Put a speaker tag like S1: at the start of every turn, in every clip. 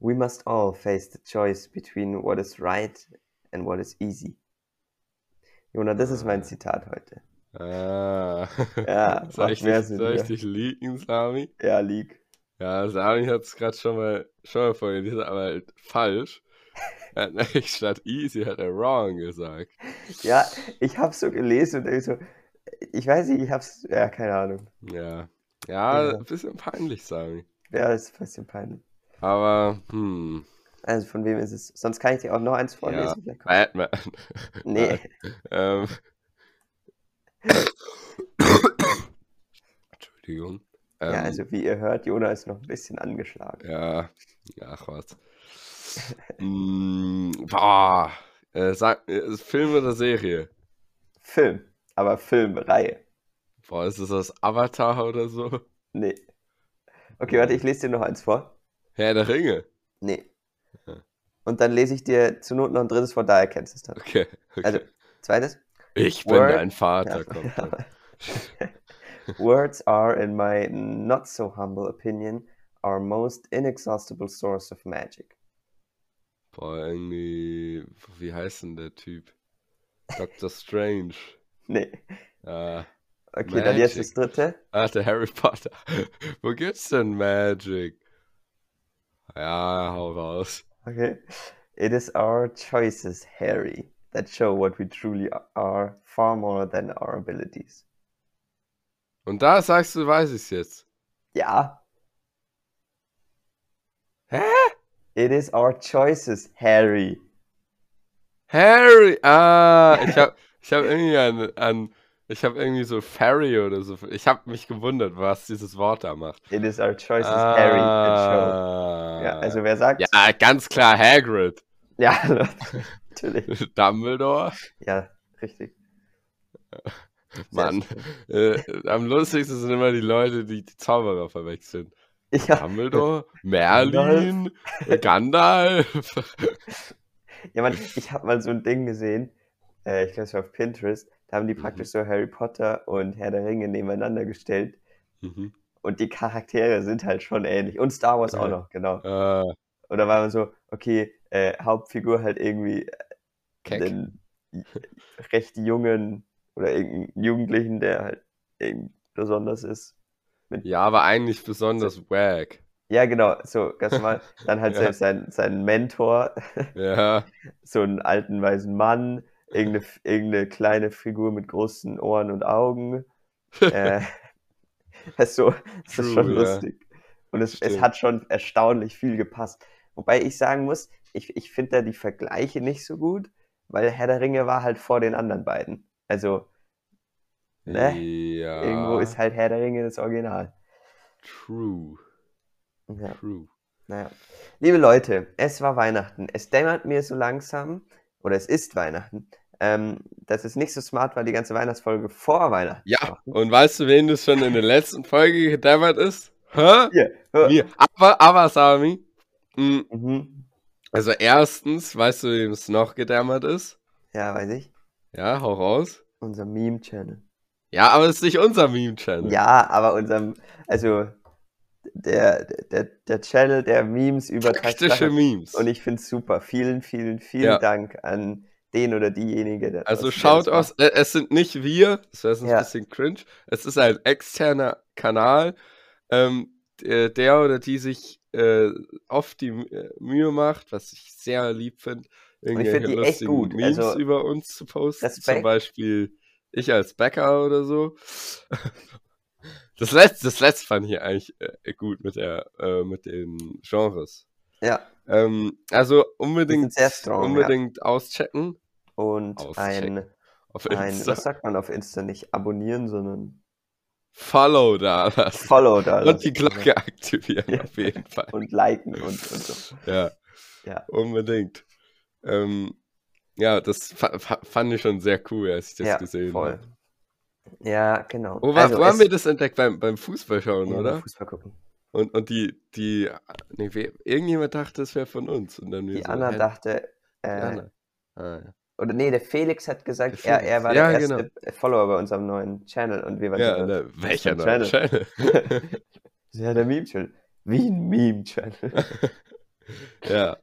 S1: We must all face the choice between what is right and what is easy. Jonah, das ist mein Zitat heute.
S2: Ah.
S1: Ja,
S2: soll ich,
S1: macht mehr
S2: dich,
S1: Sinn,
S2: soll ich
S1: ja.
S2: dich leaken, Sami?
S1: Ja, League.
S2: Ja, Sami hat es gerade schon mal, schon mal vorgelesen, aber halt falsch. Er hat nämlich statt easy hat er wrong gesagt.
S1: Ja, ich hab's so gelesen und denk so, ich weiß nicht, ich hab's, ja, keine Ahnung.
S2: Ja. Ja,
S1: Ja.
S2: ein bisschen peinlich, Sami.
S1: Ja, ist ein bisschen peinlich.
S2: Aber, hm.
S1: Also von wem ist es? Sonst kann ich dir auch noch eins vorlesen. vielleicht kommt-
S2: Batman.
S1: Nee,
S2: Ähm. Entschuldigung. Ähm,
S1: ja, also wie ihr hört, Jonah ist noch ein bisschen angeschlagen.
S2: Ja, ach was. mm, boah. Äh, sag, äh, Film oder Serie?
S1: Film, aber Filmreihe.
S2: Boah, ist das das Avatar oder so?
S1: Nee. Okay, warte, ich lese dir noch eins vor.
S2: Herr der Ringe.
S1: Nee.
S2: Ja.
S1: Und dann lese ich dir zur Not noch ein drittes vor, da erkennst du es dann.
S2: Okay, okay.
S1: Also, zweites.
S2: ich bin
S1: Word-
S2: dein Vater,
S1: Ja.
S2: kommt dann.
S1: Words are, in my not so humble opinion, our most inexhaustible source of magic.
S2: Boah, irgendwie. Wie heißt denn der Typ? Dr. Strange.
S1: Nee.
S2: Ah,
S1: Okay, dann jetzt das
S2: Magic.
S1: dritte.
S2: ah, der Harry Potter. Wo gibt's denn Magic? Ja, hau raus.
S1: Okay. It is our choices, Harry, that show what we truly are far more than our abilities.
S2: Und da sagst du, weiß ich's jetzt.
S1: Ja.
S2: Hä?
S1: It is our choices, Harry.
S2: Harry! Ah, ich hab, ich hab irgendwie an, an ich hab irgendwie so Ferry oder so. Ich hab mich gewundert, was dieses Wort da macht.
S1: It is our choices, Harry, that show. Ja, also wer sagt?
S2: Ah. ja, ganz klar Hagrid.
S1: Ja, Leute, natürlich.
S2: Dumbledore.
S1: Ja, richtig.
S2: Mann, äh, am lustigsten sind immer die Leute, die die Zauberer verwechseln.
S1: Ja,
S2: Dumbledore, Merlin, Gandalf.
S1: ja man, ich habe mal so ein Ding gesehen, äh, ich glaube, es war auf Pinterest, da haben die
S2: Mhm.
S1: praktisch so Harry Potter und Herr der Ringe nebeneinander gestellt
S2: Mhm.
S1: und die Charaktere sind halt schon ähnlich. Und Star Wars auch
S2: Ja.
S1: noch, genau.
S2: Äh,
S1: Und da war man so, okay, äh, Hauptfigur halt irgendwie
S2: Keck.
S1: einen recht jungen oder irgendeinen Jugendlichen, der halt irgend besonders ist.
S2: Ja, aber eigentlich besonders wack.
S1: Ja, genau, so ganz normal. Dann halt
S2: Ja.
S1: selbst sein, sein Mentor,
S2: Ja,
S1: so einen alten weißen Mann, irgendeine, irgendeine kleine Figur mit großen Ohren und Augen. Äh, das ist so, das ist
S2: True,
S1: schon
S2: ja.
S1: lustig. Und es, es
S2: Stimmt.
S1: hat schon erstaunlich viel gepasst. Wobei ich sagen muss, ich, ich finde da die Vergleiche nicht so gut, weil Herr der Ringe war halt vor den anderen beiden. Also Ne?
S2: ja.
S1: irgendwo ist halt Herr der Ringe das Original.
S2: True,
S1: Ja.
S2: true.
S1: Naja. Liebe Leute, es war Weihnachten. Es dämmert mir so langsam, oder es ist Weihnachten, ähm, dass es nicht so smart war, die ganze Weihnachtsfolge vor Weihnachten zu
S2: Ja,
S1: machen.
S2: und weißt du, wen das schon in der letzten Folge gedämmert ist? Hä?
S1: Hier, hör.
S2: Mir. Aber, aber, Sami. mm,
S1: Mhm.
S2: Also, erstens, weißt du, wem es noch gedämmert ist?
S1: Ja, weiß ich.
S2: Ja, hau raus.
S1: Unser Meme-Channel.
S2: Ja, aber es ist nicht unser Meme-Channel.
S1: Ja, aber unserem, also der, der, der Channel der Memes über
S2: Faktische
S1: Tatsachen.
S2: Memes.
S1: Und ich finde es super. Vielen, vielen, vielen
S2: Ja.
S1: Dank an den oder diejenige. Der
S2: also,
S1: draußen, der
S2: schaut
S1: das macht.
S2: aus, äh, es sind nicht wir, das wäre sonst
S1: Ja.
S2: ein bisschen cringe. Es ist ein externer Kanal, ähm, der, der oder die sich äh, oft die M- äh, Mühe macht, was ich sehr lieb finde,
S1: ich find
S2: irgendwelche
S1: die echt
S2: lustigen
S1: gut,
S2: Memes
S1: also
S2: über uns zu posten. Zum
S1: Respekt.
S2: Beispiel ich als Bäcker oder so. Das letzte, das letzte fand ich eigentlich äh, gut mit, der, äh, mit den Genres.
S1: Ja,
S2: Ähm, also unbedingt,
S1: sehr strong, ja.
S2: unbedingt auschecken
S1: und
S2: Auschecken.
S1: ein,
S2: auf
S1: ein,
S2: Insta.
S1: was sagt man auf Insta? Nicht abonnieren, sondern
S2: Follow da lassen.
S1: Follow da
S2: Und die
S1: lassen,
S2: Glocke aktivieren,
S1: Ja.
S2: auf jeden Fall.
S1: Und liken und, und so.
S2: Ja.
S1: Ja.
S2: Unbedingt. Ähm, ja, das fa fa fand ich schon sehr cool, als ich das
S1: Ja,
S2: gesehen
S1: voll.
S2: habe.
S1: Ja, genau.
S2: Wo, war, wo haben
S1: es-
S2: wir das entdeckt? Beim, beim Fußballschauen,
S1: ja,
S2: oder?
S1: Fußball gucken.
S2: Und, und die, die, nee, wer, irgendjemand dachte, das wäre von uns. Und dann wir
S1: Die
S2: so,
S1: Anna
S2: hä,
S1: dachte,
S2: die
S1: äh,
S2: Anna. Ah, ja.
S1: oder nee, der Felix hat gesagt, Er,
S2: Der
S1: er
S2: Felix.
S1: war
S2: Ja, genau.
S1: der erste Follower bei unserem neuen Channel und wir waren
S2: ja,
S1: so,
S2: ne, welcher
S1: ist
S2: neue
S1: ein
S2: Channel?
S1: ja, der Meme-Channel. Wie ein Meme-Channel.
S2: Ja.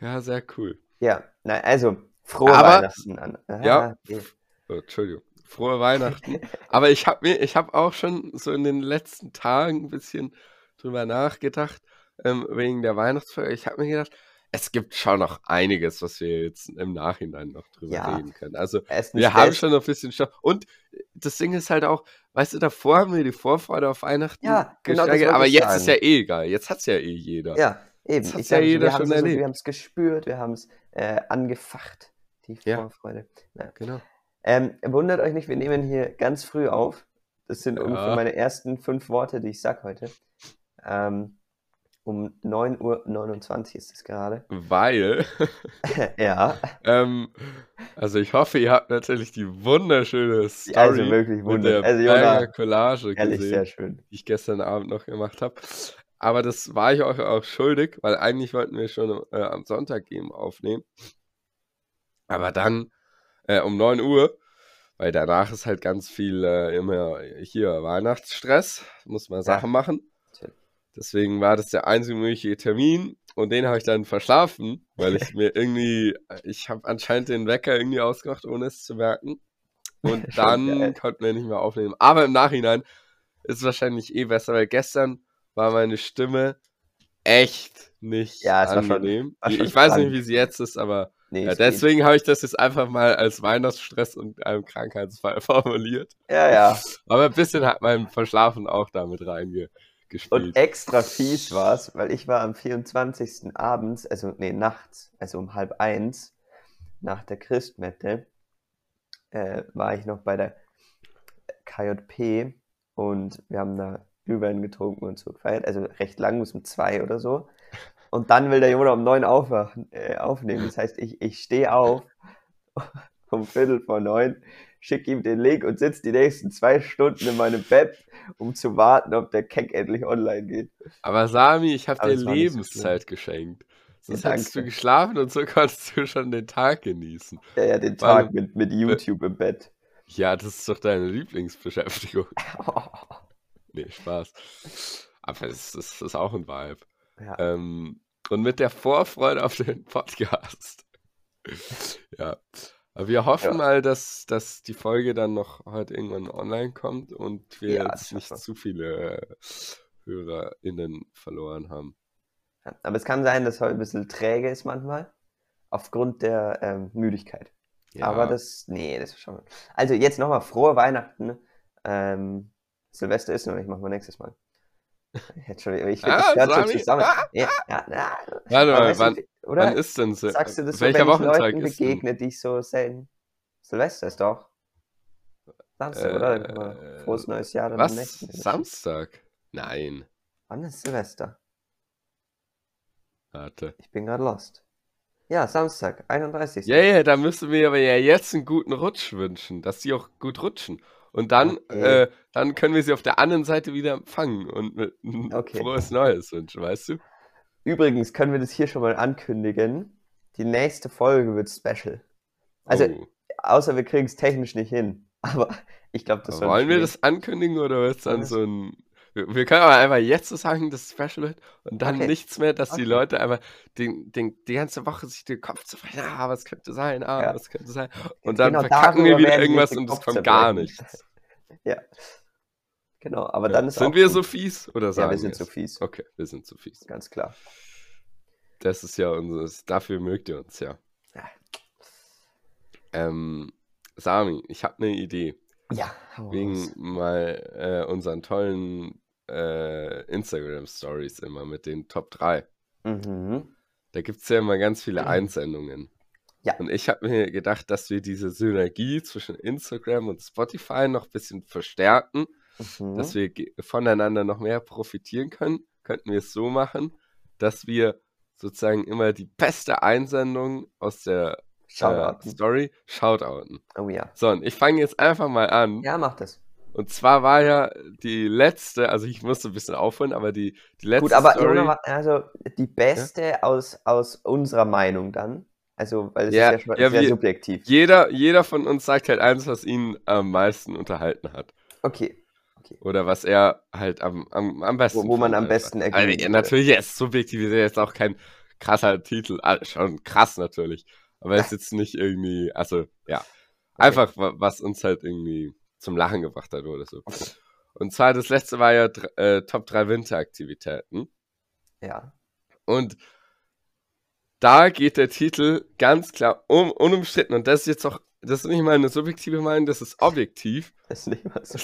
S2: Ja, sehr cool.
S1: Ja, nein, also frohe
S2: Aber-
S1: Weihnachten an. Ah,
S2: Ja.
S1: nee.
S2: Oh, Entschuldigung. Frohe Weihnachten. Aber ich habe mir, ich habe auch schon so in den letzten Tagen ein bisschen drüber nachgedacht, ähm, wegen der Weihnachtsfeier. Ich habe mir gedacht, es gibt schon noch einiges, was wir jetzt im Nachhinein noch drüber
S1: Ja.
S2: reden können. Also
S1: Essen
S2: wir haben
S1: stellt-
S2: schon noch ein bisschen Stoff. Und das Ding ist halt auch, weißt du, davor haben wir die Vorfreude auf Weihnachten
S1: Ja, genau das
S2: gesteigert,
S1: wollte
S2: aber
S1: ich
S2: jetzt
S1: sagen.
S2: ist ja eh egal. Jetzt hat's ja eh jeder.
S1: Ja, eben.
S2: Das hat's
S1: sag
S2: ja jeder
S1: wir haben
S2: schon
S1: es
S2: erlebt.
S1: wir haben's gespürt, wir haben es äh, angefacht, die
S2: Ja.
S1: Vorfreude. Ja.
S2: Genau.
S1: Ähm, wundert euch nicht, wir nehmen hier ganz früh auf. Das sind
S2: Ja.
S1: ungefähr meine ersten fünf Worte, die ich sag heute. Ähm, um 9.29 Uhr ist es gerade.
S2: Weil
S1: ja,
S2: Ähm, also ich hoffe, ihr habt natürlich die wunderschöne Story
S1: also wirklich
S2: mit
S1: wunderbar.
S2: der
S1: Also
S2: Berger
S1: Jona,
S2: Collage
S1: ehrlich,
S2: gesehen,
S1: sehr schön.
S2: die ich gestern Abend noch gemacht habe. Aber das war ich euch auch schuldig, weil eigentlich wollten wir schon äh, am Sonntag eben aufnehmen. Aber dann äh, um 9 Uhr, weil danach ist halt ganz viel äh, immer hier Weihnachtsstress, muss man Sachen machen.
S1: Natürlich.
S2: Deswegen war das der einzige mögliche Termin und den habe ich dann verschlafen, weil ich mir irgendwie, ich habe anscheinend den Wecker irgendwie ausgemacht, ohne es zu merken. Und
S1: Schon geil.
S2: dann konnten wir nicht mehr aufnehmen. Aber im Nachhinein ist es wahrscheinlich eh besser, weil gestern war meine Stimme echt nicht
S1: Ja, es war schon-
S2: angenehm.
S1: war schon
S2: ich weiß
S1: krank.
S2: nicht, wie sie jetzt ist, aber
S1: Nee, eh
S2: ja,
S1: es geht.
S2: deswegen habe ich das jetzt einfach mal als Weihnachtsstress und einem Krankheitsfall formuliert.
S1: Ja, ja.
S2: Aber ein bisschen hat mein Verschlafen auch damit reingespielt.
S1: Und extra fies war es, weil ich war am 24. abends, also nee, nachts, also um halb eins, nach der Christmette, äh, war ich noch bei der KJP und wir haben da Glühwein getrunken und so gefeiert, also recht lang, bis um zwei oder so. Und dann will der Jonah um neun aufwachen, äh, aufnehmen. Das heißt, ich, ich stehe auf um Viertel vor neun, schicke ihm den Link und sitze die nächsten zwei Stunden in meinem Bett um zu warten, ob der Keck endlich online geht.
S2: Aber Sami, ich habe
S1: Aber
S2: dir
S1: es war nicht so schlimm.
S2: Lebenszeit geschenkt. Sonst
S1: Ja,
S2: hättest du
S1: danke.
S2: geschlafen und so konntest du schon den Tag genießen.
S1: Ja, ja, den
S2: Weil-
S1: Tag mit, mit YouTube im Bett.
S2: Ja, das ist doch deine Lieblingsbeschäftigung. Nee, Spaß. Aber es ist, es ist auch ein Vibe.
S1: Ja,
S2: Ähm, und mit der Vorfreude auf den Podcast. ja. Aber wir hoffen
S1: Ja.
S2: mal, dass, dass die Folge dann noch heute irgendwann online kommt und wir
S1: Ja, das
S2: jetzt nicht
S1: schaffen wir.
S2: zu viele äh, HörerInnen verloren haben.
S1: ja. Aber es kann sein, dass heute ein bisschen träge ist manchmal, aufgrund der ähm, Müdigkeit. Aber
S2: Ja.
S1: das, nee, das ist schon. Also jetzt nochmal frohe Weihnachten. Ähm, Silvester ist noch nicht, machen wir nächstes Mal. Jetzt schon, ich, ich
S2: Ah,
S1: gehört schon
S2: Sami.
S1: zusammen. Ja, ja, ja.
S2: Warte
S1: Aber
S2: mal,
S1: weißt du,
S2: wann,
S1: oder?
S2: Wann ist denn Sil-
S1: Sagst du das so,
S2: Äh, Welcher
S1: wenn ich
S2: Wochentag
S1: Leuten
S2: ist denn?
S1: begegne, die ich so selten? Silvester ist doch. Samstag,
S2: Äh,
S1: oder? Dann kann man Frohes neues Jahr dann am
S2: Was?
S1: nächsten wünschen.
S2: Samstag? Nein.
S1: Wann ist Silvester?
S2: Warte.
S1: Ich bin gerade lost. Ja, Samstag, 31.
S2: Ja, ja, da müssen wir aber ja jetzt einen guten Rutsch wünschen, dass die auch gut rutschen. Und dann,
S1: Okay.
S2: äh, dann können wir sie auf der anderen Seite wieder empfangen und mit ein
S1: Okay.
S2: frohes Neues wünschen, weißt du?
S1: Übrigens können wir das hier schon mal ankündigen. Die nächste Folge wird special. Also,
S2: oh.
S1: Außer wir kriegen es technisch nicht hin. Aber ich glaube, das soll
S2: Wollen wir
S1: gehen.
S2: das ankündigen oder wird es dann
S1: Das-
S2: so ein. Wir, wir können aber einfach jetzt so sagen, das Special wird und dann
S1: Okay.
S2: nichts mehr, dass die
S1: Okay.
S2: Leute einfach den, den, die ganze Woche sich den Kopf zerbrechen, ah, was könnte sein, ah,
S1: Ja.
S2: was könnte sein. Und dann
S1: Genau
S2: verkacken wir
S1: darüber
S2: wieder
S1: werden sich
S2: irgendwas
S1: den
S2: und es
S1: Kopf
S2: kommt gar
S1: zerbrechen.
S2: nichts.
S1: Genau, aber
S2: Ja.
S1: dann ist
S2: sind
S1: auch
S2: wir
S1: gut.
S2: so fies oder sagen
S1: Ja, wir sind so
S2: es?
S1: fies.
S2: Okay, wir sind so fies.
S1: Ganz klar.
S2: Das ist ja unseres, dafür mögt ihr uns ja.
S1: Ja.
S2: Ähm, Sami, ich habe eine Idee.
S1: Ja, hau
S2: Wegen
S1: raus.
S2: mal äh, unseren tollen äh, Instagram-Stories immer mit den Top 3.
S1: Mhm.
S2: Da gibt es ja immer ganz viele
S1: Mhm.
S2: Einsendungen.
S1: Ja.
S2: Und ich habe mir gedacht, dass wir diese Synergie zwischen Instagram und Spotify noch ein bisschen verstärken,
S1: Mhm.
S2: dass wir ge- voneinander noch mehr profitieren können. Könnten wir es so machen, dass wir sozusagen immer die beste Einsendung aus der äh,
S1: Shoutouten.
S2: Story shoutouten.
S1: Oh ja.
S2: So, und ich fange jetzt einfach mal an.
S1: Ja, mach das.
S2: Und zwar war ja die letzte, also ich musste ein bisschen aufholen, aber die, die letzte
S1: Gut, aber
S2: Story.
S1: Jona, wa- also die beste aus, aus unserer Meinung dann. Also, weil es
S2: Ja,
S1: ist ja schon
S2: ja,
S1: sehr
S2: wir-
S1: subjektiv.
S2: jeder, jeder von uns sagt halt eins, was ihn am meisten unterhalten hat.
S1: Okay.
S2: Oder was er halt am, am, am besten
S1: Wo- wo man
S2: fand
S1: am
S2: einfach.
S1: besten ergeben
S2: also, ja,
S1: würde.
S2: Natürlich, er ist subjektiv, wir sind jetzt auch kein, krasser Titel. Ah, schon krass natürlich. Aber es ist jetzt nicht irgendwie, also ja. Einfach, wa- was uns halt irgendwie zum Lachen gebracht hat oder so. Und zwar das letzte war ja dr- äh, Top 3 Winteraktivitäten.
S1: Ja.
S2: Und da geht der Titel ganz klar um, unumstritten. Und das ist jetzt auch, das ist nicht mal eine subjektive Meinung, das ist objektiv.
S1: Das ist nicht mal so.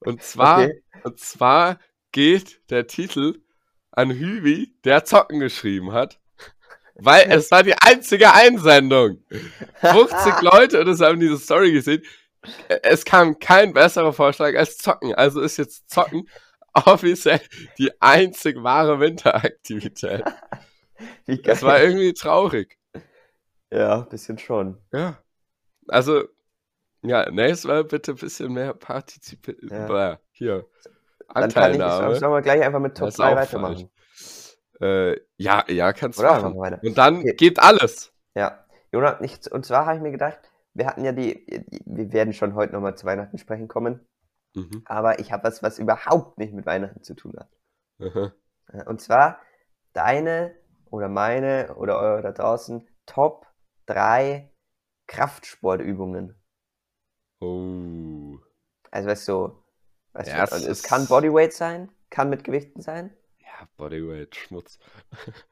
S2: Und zwar,
S1: Okay.
S2: und zwar geht der Titel an Hübi, der Zocken geschrieben hat. Weil es war die einzige Einsendung. 50 Leute und es haben diese Story gesehen. Es kam kein besserer Vorschlag als Zocken. Also ist jetzt Zocken offiziell die einzig wahre Winteraktivität.
S1: Wie geil.
S2: Es war irgendwie traurig.
S1: ja, ein bisschen schon.
S2: Ja. Also, ja, nächstes Mal bitte ein bisschen mehr partizipieren.
S1: Ja.
S2: Hier.
S1: Dann kann ich
S2: Anteilnahme.
S1: sollen wir gleich einfach mit Top
S2: Das ist
S1: 3
S2: auch
S1: weitermachen.
S2: Äh, ja, ja, kannst du
S1: Oder machen
S2: machen.
S1: wir weiter.
S2: Und dann
S1: Okay.
S2: geht alles.
S1: Ja. Jonas, ich, und zwar habe ich mir gedacht, wir hatten ja die, wir werden schon heute nochmal zu Weihnachten sprechen kommen,
S2: Mhm.
S1: aber ich habe was, was überhaupt nicht mit Weihnachten zu tun hat.
S2: Aha.
S1: Äh, Und zwar deine oder meine oder eure da draußen Top 3 Kraftsportübungen.
S2: Oh.
S1: Also weißt du, weißt
S2: Ja,
S1: du
S2: es
S1: also es
S2: ist-
S1: kann Bodyweight sein, kann mit Gewichten sein.
S2: Ja, Bodyweight, Schmutz.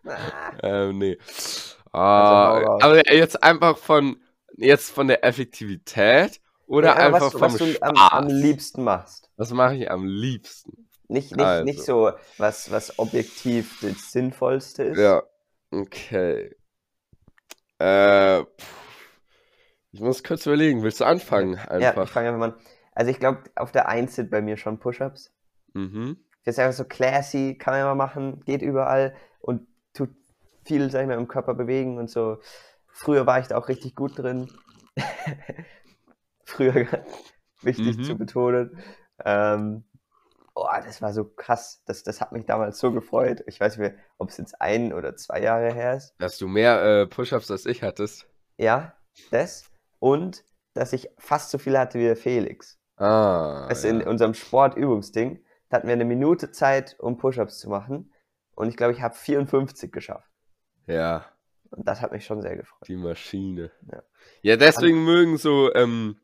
S1: Ah,
S2: Ähm, nee.
S1: Also hau
S2: Ah,
S1: raus.
S2: aber jetzt einfach von, jetzt von der Effektivität oder
S1: ja,
S2: einfach
S1: was,
S2: vom
S1: was du
S2: Spaß.
S1: am, am liebsten machst.
S2: Was mache ich am liebsten?
S1: Nicht, nicht, nicht
S2: Also.
S1: so, was, was objektiv das Sinnvollste ist.
S2: Ja, okay. Äh, pff. ich muss kurz überlegen. Willst du anfangen?
S1: Ja, ich
S2: Einfach.
S1: fange einfach mal an. Also ich glaube, auf der 1 sind bei mir schon Push-Ups.
S2: mhm.
S1: Das ist einfach so classy, kann man immer machen, geht überall und tut viel, sag ich mal, im Körper bewegen und so. Früher war ich da auch richtig gut drin. Früher, wichtig
S2: Mhm.
S1: zu betonen. Ähm, oh, das war so krass. Das, das hat mich damals so gefreut. Ich weiß nicht, ob es jetzt ein oder zwei Jahre her ist.
S2: Dass du mehr äh, Push-Ups als ich hattest.
S1: Ja, das. Und dass ich fast so viele hatte wie der Felix.
S2: Ah.
S1: Also
S2: ja.
S1: in unserem Sportübungsding, da hatten wir eine Minute Zeit, um Push-Ups zu machen. Und ich glaube, ich habe 54 geschafft.
S2: Ja,
S1: Und das hat mich schon sehr gefreut.
S2: die Maschine.
S1: Ja.
S2: Ja, deswegen mögen so ähm,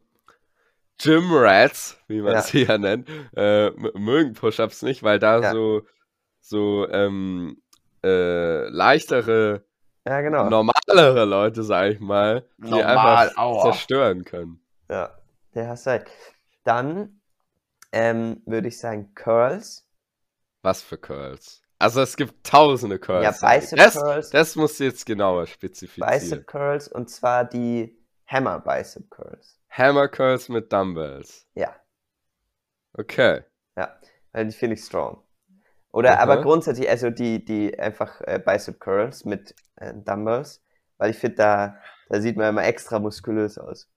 S2: Gym Rats, wie man
S1: Ja.
S2: sie ja nennt, äh, m- mögen Push-Ups nicht, weil da
S1: Ja.
S2: so, so ähm, äh, leichtere,
S1: Ja, genau.
S2: normalere Leute, sag ich mal, die
S1: Normal,
S2: einfach
S1: aua.
S2: zerstören können.
S1: Ja, der hast recht. Dann ähm, würde ich sagen Curls.
S2: Was für Curls. Also es gibt tausende Curls.
S1: Ja, Bicep
S2: das,
S1: Curls.
S2: das musst du jetzt genauer spezifizieren.
S1: Bicep Curls und zwar die Hammer Bicep Curls.
S2: Hammer Curls mit Dumbbells.
S1: Ja,
S2: Okay.
S1: ja. Weil Äh, die finde ich strong. Oder aber
S2: Aha.
S1: grundsätzlich, also die, die einfach äh, Bicep Curls mit äh, Dumbbells, weil ich finde, da, da sieht man immer extra muskulös aus.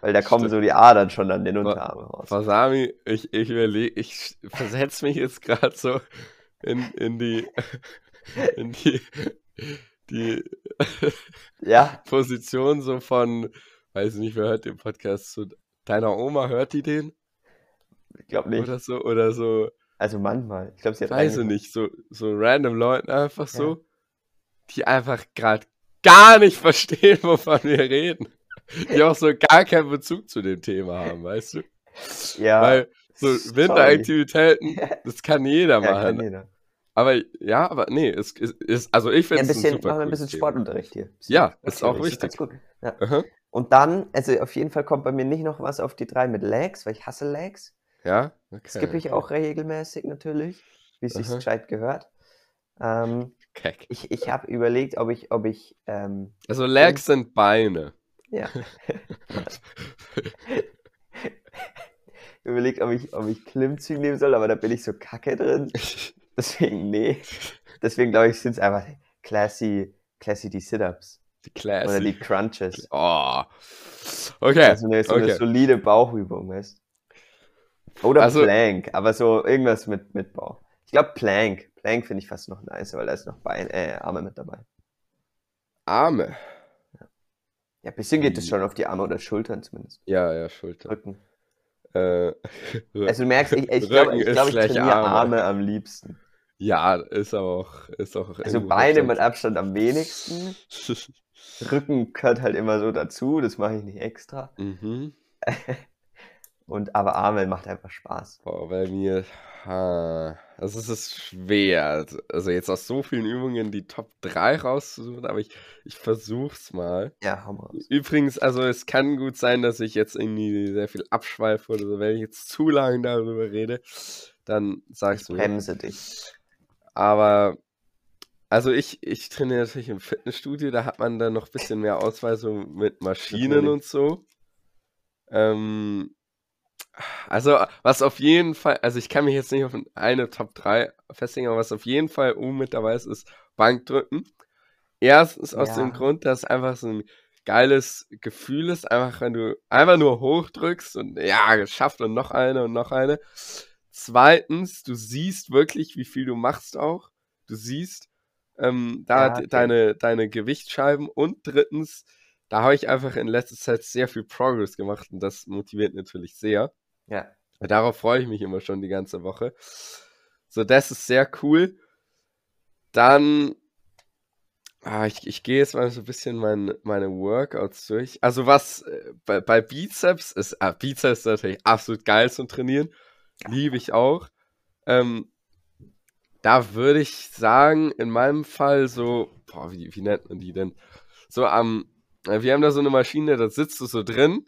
S1: Weil da kommen
S2: Stimmt.
S1: so die Adern schon an den Unterarmen raus.
S2: Wasami, ich, ich überlege, ich versetze mich jetzt gerade so in, in die, in die, die
S1: Ja,
S2: Position so von, weiß nicht, wer hört den Podcast zu deiner Oma, hört die den?
S1: ich glaube nicht.
S2: Oder so, oder so,
S1: Also manchmal. Ich glaube, sie hat
S2: weiß ich
S1: reingeguckt.
S2: nicht, so, so random Leuten einfach so, die einfach gerade gar nicht verstehen, wovon wir reden. Die auch so gar keinen Bezug zu dem Thema haben, weißt du?
S1: Ja,
S2: Weil so
S1: sorry.
S2: Winteraktivitäten, das kann jeder
S1: Ja,
S2: machen.
S1: kann jeder.
S2: Aber ja, aber nee, es ist, ist also ich
S1: Ja,
S2: finde
S1: ein
S2: es
S1: bisschen,
S2: ein super
S1: machen wir ein
S2: cooles
S1: bisschen
S2: Thema.
S1: Sportunterricht hier. Bisschen
S2: Ja,
S1: Sportunterricht,
S2: ist auch
S1: Ganz
S2: wichtig.
S1: gut. Ja.
S2: Aha.
S1: Und dann, also auf jeden Fall kommt bei mir nicht noch was auf die drei mit Legs, weil ich hasse Legs.
S2: Ja, okay.
S1: Skippe ich
S2: okay.
S1: auch regelmäßig natürlich, wie es sich
S2: Aha.
S1: gescheit gehört. Ähm,
S2: Keck.
S1: ich ich habe überlegt, ob ich, ob ich, ähm,
S2: Also Legs sind Beine.
S1: ja, überlegt, ob ich, ob ich Klimmzüge nehmen soll, aber da bin ich so kacke drin. Deswegen, nee. Deswegen glaube ich, sind es einfach classy, classy die Sit-Ups
S2: Die
S1: oder die
S2: Classic.
S1: Crunches.
S2: Oh. Okay.
S1: Also eine, so eine
S2: okay.
S1: solide Bauchübung, weißt du? Oder
S2: Also-
S1: Plank, aber so irgendwas mit, mit Bauch. Ich glaube Plank. Plank finde ich fast noch nice, weil da ist noch Bein, äh, Arme mit dabei.
S2: Arme.
S1: Ja, ein bisschen geht es
S2: Mhm.
S1: schon auf die Arme oder Schultern zumindest.
S2: Ja, ja, Schulter.
S1: Rücken.
S2: Äh,
S1: Also du merkst, ich, ich glaube,
S2: Rücken
S1: ich,
S2: ist
S1: glaub, ich
S2: gleich
S1: trainiere Arme.
S2: Arme.
S1: am liebsten.
S2: Ja, ist aber auch. Ist auch
S1: Also
S2: irgendwo
S1: Beine
S2: verständlich.
S1: mit Abstand am wenigsten. Rücken gehört halt immer so dazu, das mache ich nicht extra.
S2: mhm.
S1: Und aber Arme macht einfach Spaß.
S2: Boah, bei mir. Ha, das ist es schwer. Also jetzt aus so vielen Übungen die Top 3 rauszusuchen, aber ich, ich versuch's mal.
S1: Ja, hau mal raus.
S2: Übrigens, also es kann gut sein, dass ich jetzt irgendwie sehr viel abschweife oder so. Wenn ich jetzt zu lange darüber rede, dann sagst du mir.
S1: Bremse dich.
S2: Aber also ich, ich trainiere natürlich im Fitnessstudio, da hat man dann noch ein bisschen mehr Auswahl so mit Maschinen
S1: Natürlich.
S2: und so. Ähm, also was auf jeden Fall, also ich kann mich jetzt nicht auf eine Top 3 festlegen, aber was auf jeden Fall oben mit dabei ist, ist Bankdrücken. Erstens aus dem
S1: Ja.
S2: Grund, dass es einfach so ein geiles Gefühl ist, einfach wenn du einfach nur hochdrückst und ja, geschafft und noch eine und noch eine. Zweitens, du siehst wirklich, wie viel du machst auch. Du siehst ähm, da
S1: Ja,
S2: de-
S1: okay.
S2: deine, deine Gewichtsscheiben. Und drittens, da habe ich einfach in letzter Zeit sehr viel Progress gemacht und das motiviert natürlich sehr.
S1: Ja.
S2: Darauf freue ich mich immer schon die ganze Woche. So, das ist sehr cool. Dann, ah, ich, ich gehe jetzt mal so ein bisschen mein, meine Workouts durch. Also was äh, bei, bei Bizeps ist, ah, Bizeps ist natürlich absolut geil zum Trainieren. Liebe ich auch. Ähm, da würde ich sagen, in meinem Fall so, boah, wie, wie nennt man die denn? So am, äh, wir haben da so eine Maschine, da sitzt du so drin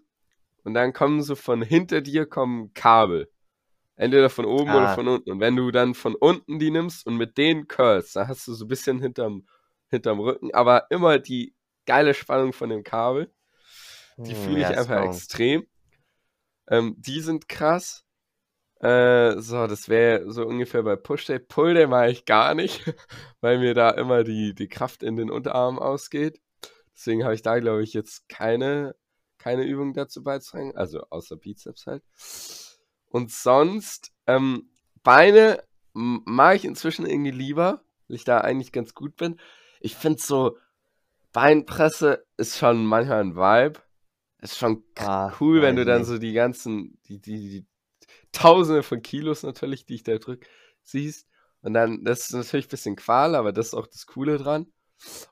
S2: und dann kommen so von hinter dir kommen Kabel. Entweder von oben oder
S1: Ah.
S2: von unten. Und wenn du dann von unten die nimmst und mit denen curlst, dann hast du so ein bisschen hinterm, hinterm Rücken, aber immer die geile Spannung von dem Kabel. Die
S1: Hm,
S2: fühle ich
S1: ja,
S2: einfach
S1: strong.
S2: extrem. Ähm, die sind krass. Äh, so, das wäre so ungefähr bei Push-Day. Pull-Day mache ich gar nicht, weil mir da immer die, die Kraft in den Unterarmen ausgeht. Deswegen habe ich da, glaube ich, jetzt keine, keine Übung dazu beizutragen. Also außer Bizeps halt. Und sonst, ähm, Beine m- mag ich inzwischen irgendwie lieber, weil ich da eigentlich ganz gut bin. Ich finde so, Beinpresse ist schon manchmal ein Vibe. Ist schon k-
S1: Ah,
S2: cool,
S1: weiß
S2: wenn du
S1: ich
S2: dann
S1: nicht.
S2: so die ganzen, die, die, die Tausende von Kilos natürlich, die ich da drück, siehst. Und dann, das ist natürlich ein bisschen Qual, aber das ist auch das Coole dran.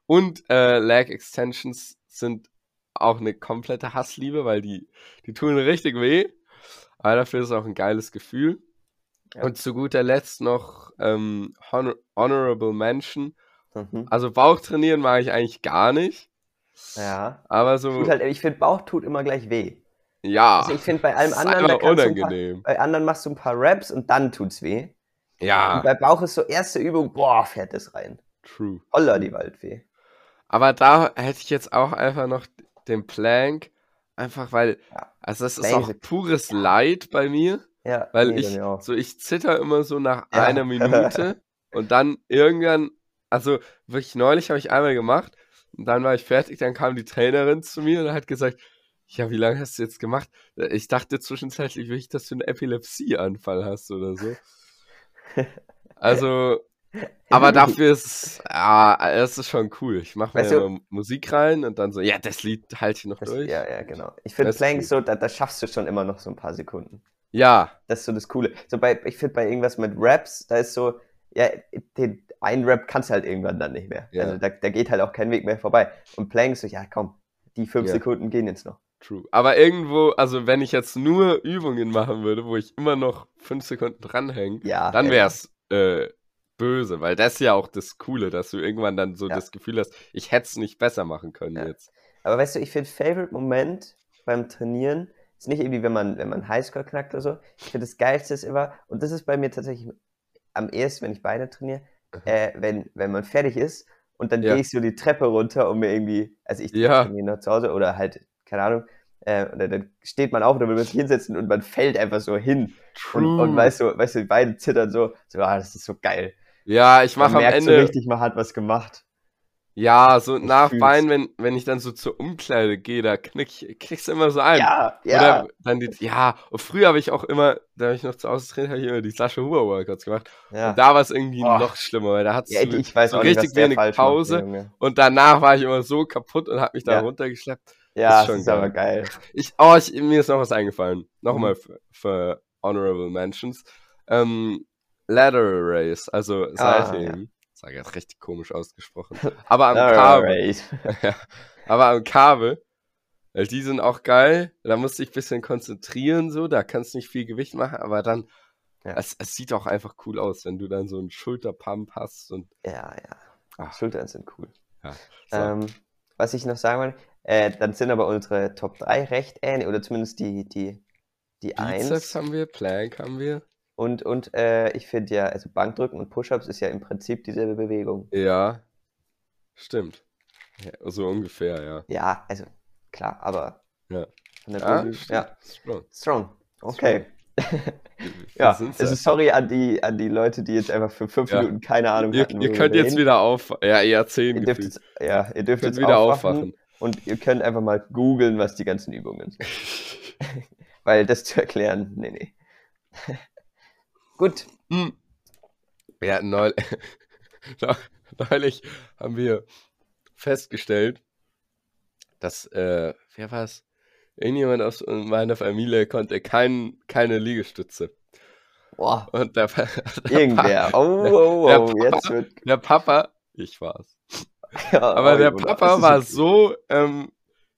S2: Und äh, Leg Extensions sind auch eine komplette Hassliebe, weil die, die tun richtig weh. Aber dafür ist auch ein geiles Gefühl.
S1: Ja.
S2: Und zu guter Letzt noch ähm, Honor Honorable Mention.
S1: Mhm.
S2: Also Bauch trainieren mache ich eigentlich gar nicht.
S1: Ja.
S2: Aber so,
S1: Tut halt, ich finde, Bauch tut immer gleich weh.
S2: ja.
S1: Also ich finde, bei allem
S2: Ah, ist
S1: anderen, da
S2: einfach
S1: kannst du ein paar,
S2: unangenehm.
S1: bei anderen machst du ein paar Raps und dann tut's weh. Und
S2: Ja,
S1: bei Bauch ist so erste Übung, boah, fährt das rein.
S2: true.
S1: Holla, die Waldfee.
S2: Aber da hätte ich jetzt auch einfach noch den Plank, einfach weil,
S1: Ja.
S2: also das ist
S1: Plank
S2: auch
S1: ist-
S2: pures Leid bei mir,
S1: Ja,
S2: weil
S1: nee, bei
S2: ich,
S1: mir auch.
S2: so ich zitter immer so nach
S1: Ja.
S2: einer Minute und dann irgendwann, also wirklich neulich habe ich einmal gemacht und dann war ich fertig, dann kam die Trainerin zu mir und hat gesagt, ja, wie lange hast du jetzt gemacht? Ich dachte zwischenzeitlich wirklich, dass du einen Epilepsieanfall hast oder so. Also, aber dafür ist es, ja, es ist schon cool. Ich mache mir
S1: Weißt du-
S2: immer Musik rein und dann so, ja, das Lied halte ich noch
S1: Das,
S2: durch.
S1: ja, ja, genau. Ich finde
S2: Das ist
S1: Plank
S2: cool.
S1: so, da, da schaffst du schon immer noch so ein paar Sekunden.
S2: Ja,
S1: Das ist so das Coole. So bei, ich finde bei irgendwas mit Raps, da ist so, ja, den einen Rap kannst du halt irgendwann dann nicht mehr.
S2: Ja.
S1: Also da, da geht halt auch kein Weg mehr vorbei. Und Plank ist so, ja komm, die fünf
S2: Ja.
S1: Sekunden gehen jetzt noch.
S2: true. Aber irgendwo, also wenn ich jetzt nur Übungen machen würde, wo ich immer noch fünf Sekunden dranhänge,
S1: Ja,
S2: dann
S1: safe.
S2: wäre es äh, böse, weil das ist ja auch das Coole, dass du irgendwann dann so
S1: Ja.
S2: das Gefühl hast, ich hätte es nicht besser machen können
S1: Ja.
S2: jetzt.
S1: Aber weißt du, ich finde Favorite Moment beim Trainieren ist nicht irgendwie, wenn man, wenn man Highscore knackt oder so. Ich finde das Geilste ist immer, und das ist bei mir tatsächlich am ehesten, wenn ich Beine trainiere, äh, wenn, wenn man fertig ist und dann
S2: Ja.
S1: gehe ich so die Treppe runter und mir irgendwie, also ich
S2: Ja.
S1: trainiere noch zu Hause oder halt, keine Ahnung, äh, und dann- dann steht man auf und dann will man sich hinsetzen und man fällt einfach so hin. Und, und weißt du, weißt du, die Beine zittern so, so, ah, das ist so geil.
S2: ja, ich
S1: Man
S2: mache am
S1: merkt so
S2: Ende
S1: richtig, man hat was gemacht.
S2: Ja, so nach
S1: fühl's.
S2: Bein, wenn, wenn ich dann so zur Umkleide gehe, da knick, ich- kriegst du immer so ein.
S1: Ja, ja.
S2: Oder dann die, ja, und früher habe ich auch immer, da habe ich noch zu Hause trainiert, habe ich immer die Sascha Huber Workouts gemacht.
S1: ja.
S2: Und da war es irgendwie
S1: Oh.
S2: noch schlimmer, weil da hat's
S1: ja, ich,
S2: du,
S1: ich weiß
S2: so
S1: auch nicht, was
S2: richtig
S1: der
S2: wenig
S1: falsch
S2: Pause.
S1: macht, der Junge.
S2: und danach war ich immer so kaputt und habe mich da
S1: Ja.
S2: runtergeschleppt.
S1: Ja,
S2: schon
S1: das ist aber geil.
S2: Ich, oh, ich, mir ist noch was eingefallen. Nochmal
S1: Mhm.
S2: für, für Honorable Mentions. Ähm, Ladder Race, also
S1: Ah,
S2: Seilheben. Das war jetzt richtig komisch ausgesprochen. Aber am Kabel.
S1: Alright.
S2: Ja. Aber am Kabel, weil die sind auch geil. Da musst du dich ein bisschen konzentrieren, so, da kannst du nicht viel Gewicht machen, aber dann,
S1: Ja.
S2: es, es sieht auch einfach cool aus, wenn du dann so einen Schulterpump hast und
S1: Ja, ja.
S2: Ach.
S1: Schultern sind cool.
S2: so.
S1: Ähm, was ich noch sagen wollte, äh, dann sind aber unsere Top 3 recht ähnlich, oder zumindest die, die, die 1.
S2: Bizeps haben wir, Plank haben wir.
S1: Und, und äh, ich finde ja, also Bankdrücken und Push-Ups ist ja im Prinzip dieselbe Bewegung.
S2: Ja, stimmt. Ja, so ungefähr, ja.
S1: Ja, also klar, aber
S2: Ja.
S1: von der
S2: Ja,
S1: Grund-
S2: stimmt.
S1: ja,
S2: Strong.
S1: strong. Okay.
S2: Wir
S1: ja,
S2: sind's
S1: also sorry an die, an die Leute, die jetzt einfach für fünf
S2: Ja.
S1: Minuten keine Ahnung
S2: Ihr,
S1: hatten,
S2: ihr
S1: worüber
S2: könnt
S1: wir
S2: jetzt
S1: reden.
S2: wieder auf, ja, eher 10
S1: Ihr dürft
S2: gefühlt.
S1: jetzt, ja, ihr dürft
S2: Könnt
S1: jetzt
S2: wieder
S1: aufwachen.
S2: aufwachen.
S1: Und ihr könnt einfach mal googeln, was die ganzen Übungen sind. Weil das zu erklären, nee, nee. Gut,
S2: Hm. Wir hatten neul neulich haben wir festgestellt, dass, äh, wer war's? Irgendjemand aus meiner Familie konnte kein, keine Liegestütze.
S1: boah,
S2: Und der, Pa- der,
S1: irgendwer. Oh, oh,
S2: der
S1: oh,
S2: Pa-
S1: jetzt wird.
S2: Pa der Papa, ich war's.
S1: Ja,
S2: Aber
S1: oh,
S2: der
S1: Jonas,
S2: Papa
S1: es
S2: war
S1: ist
S2: so, ähm,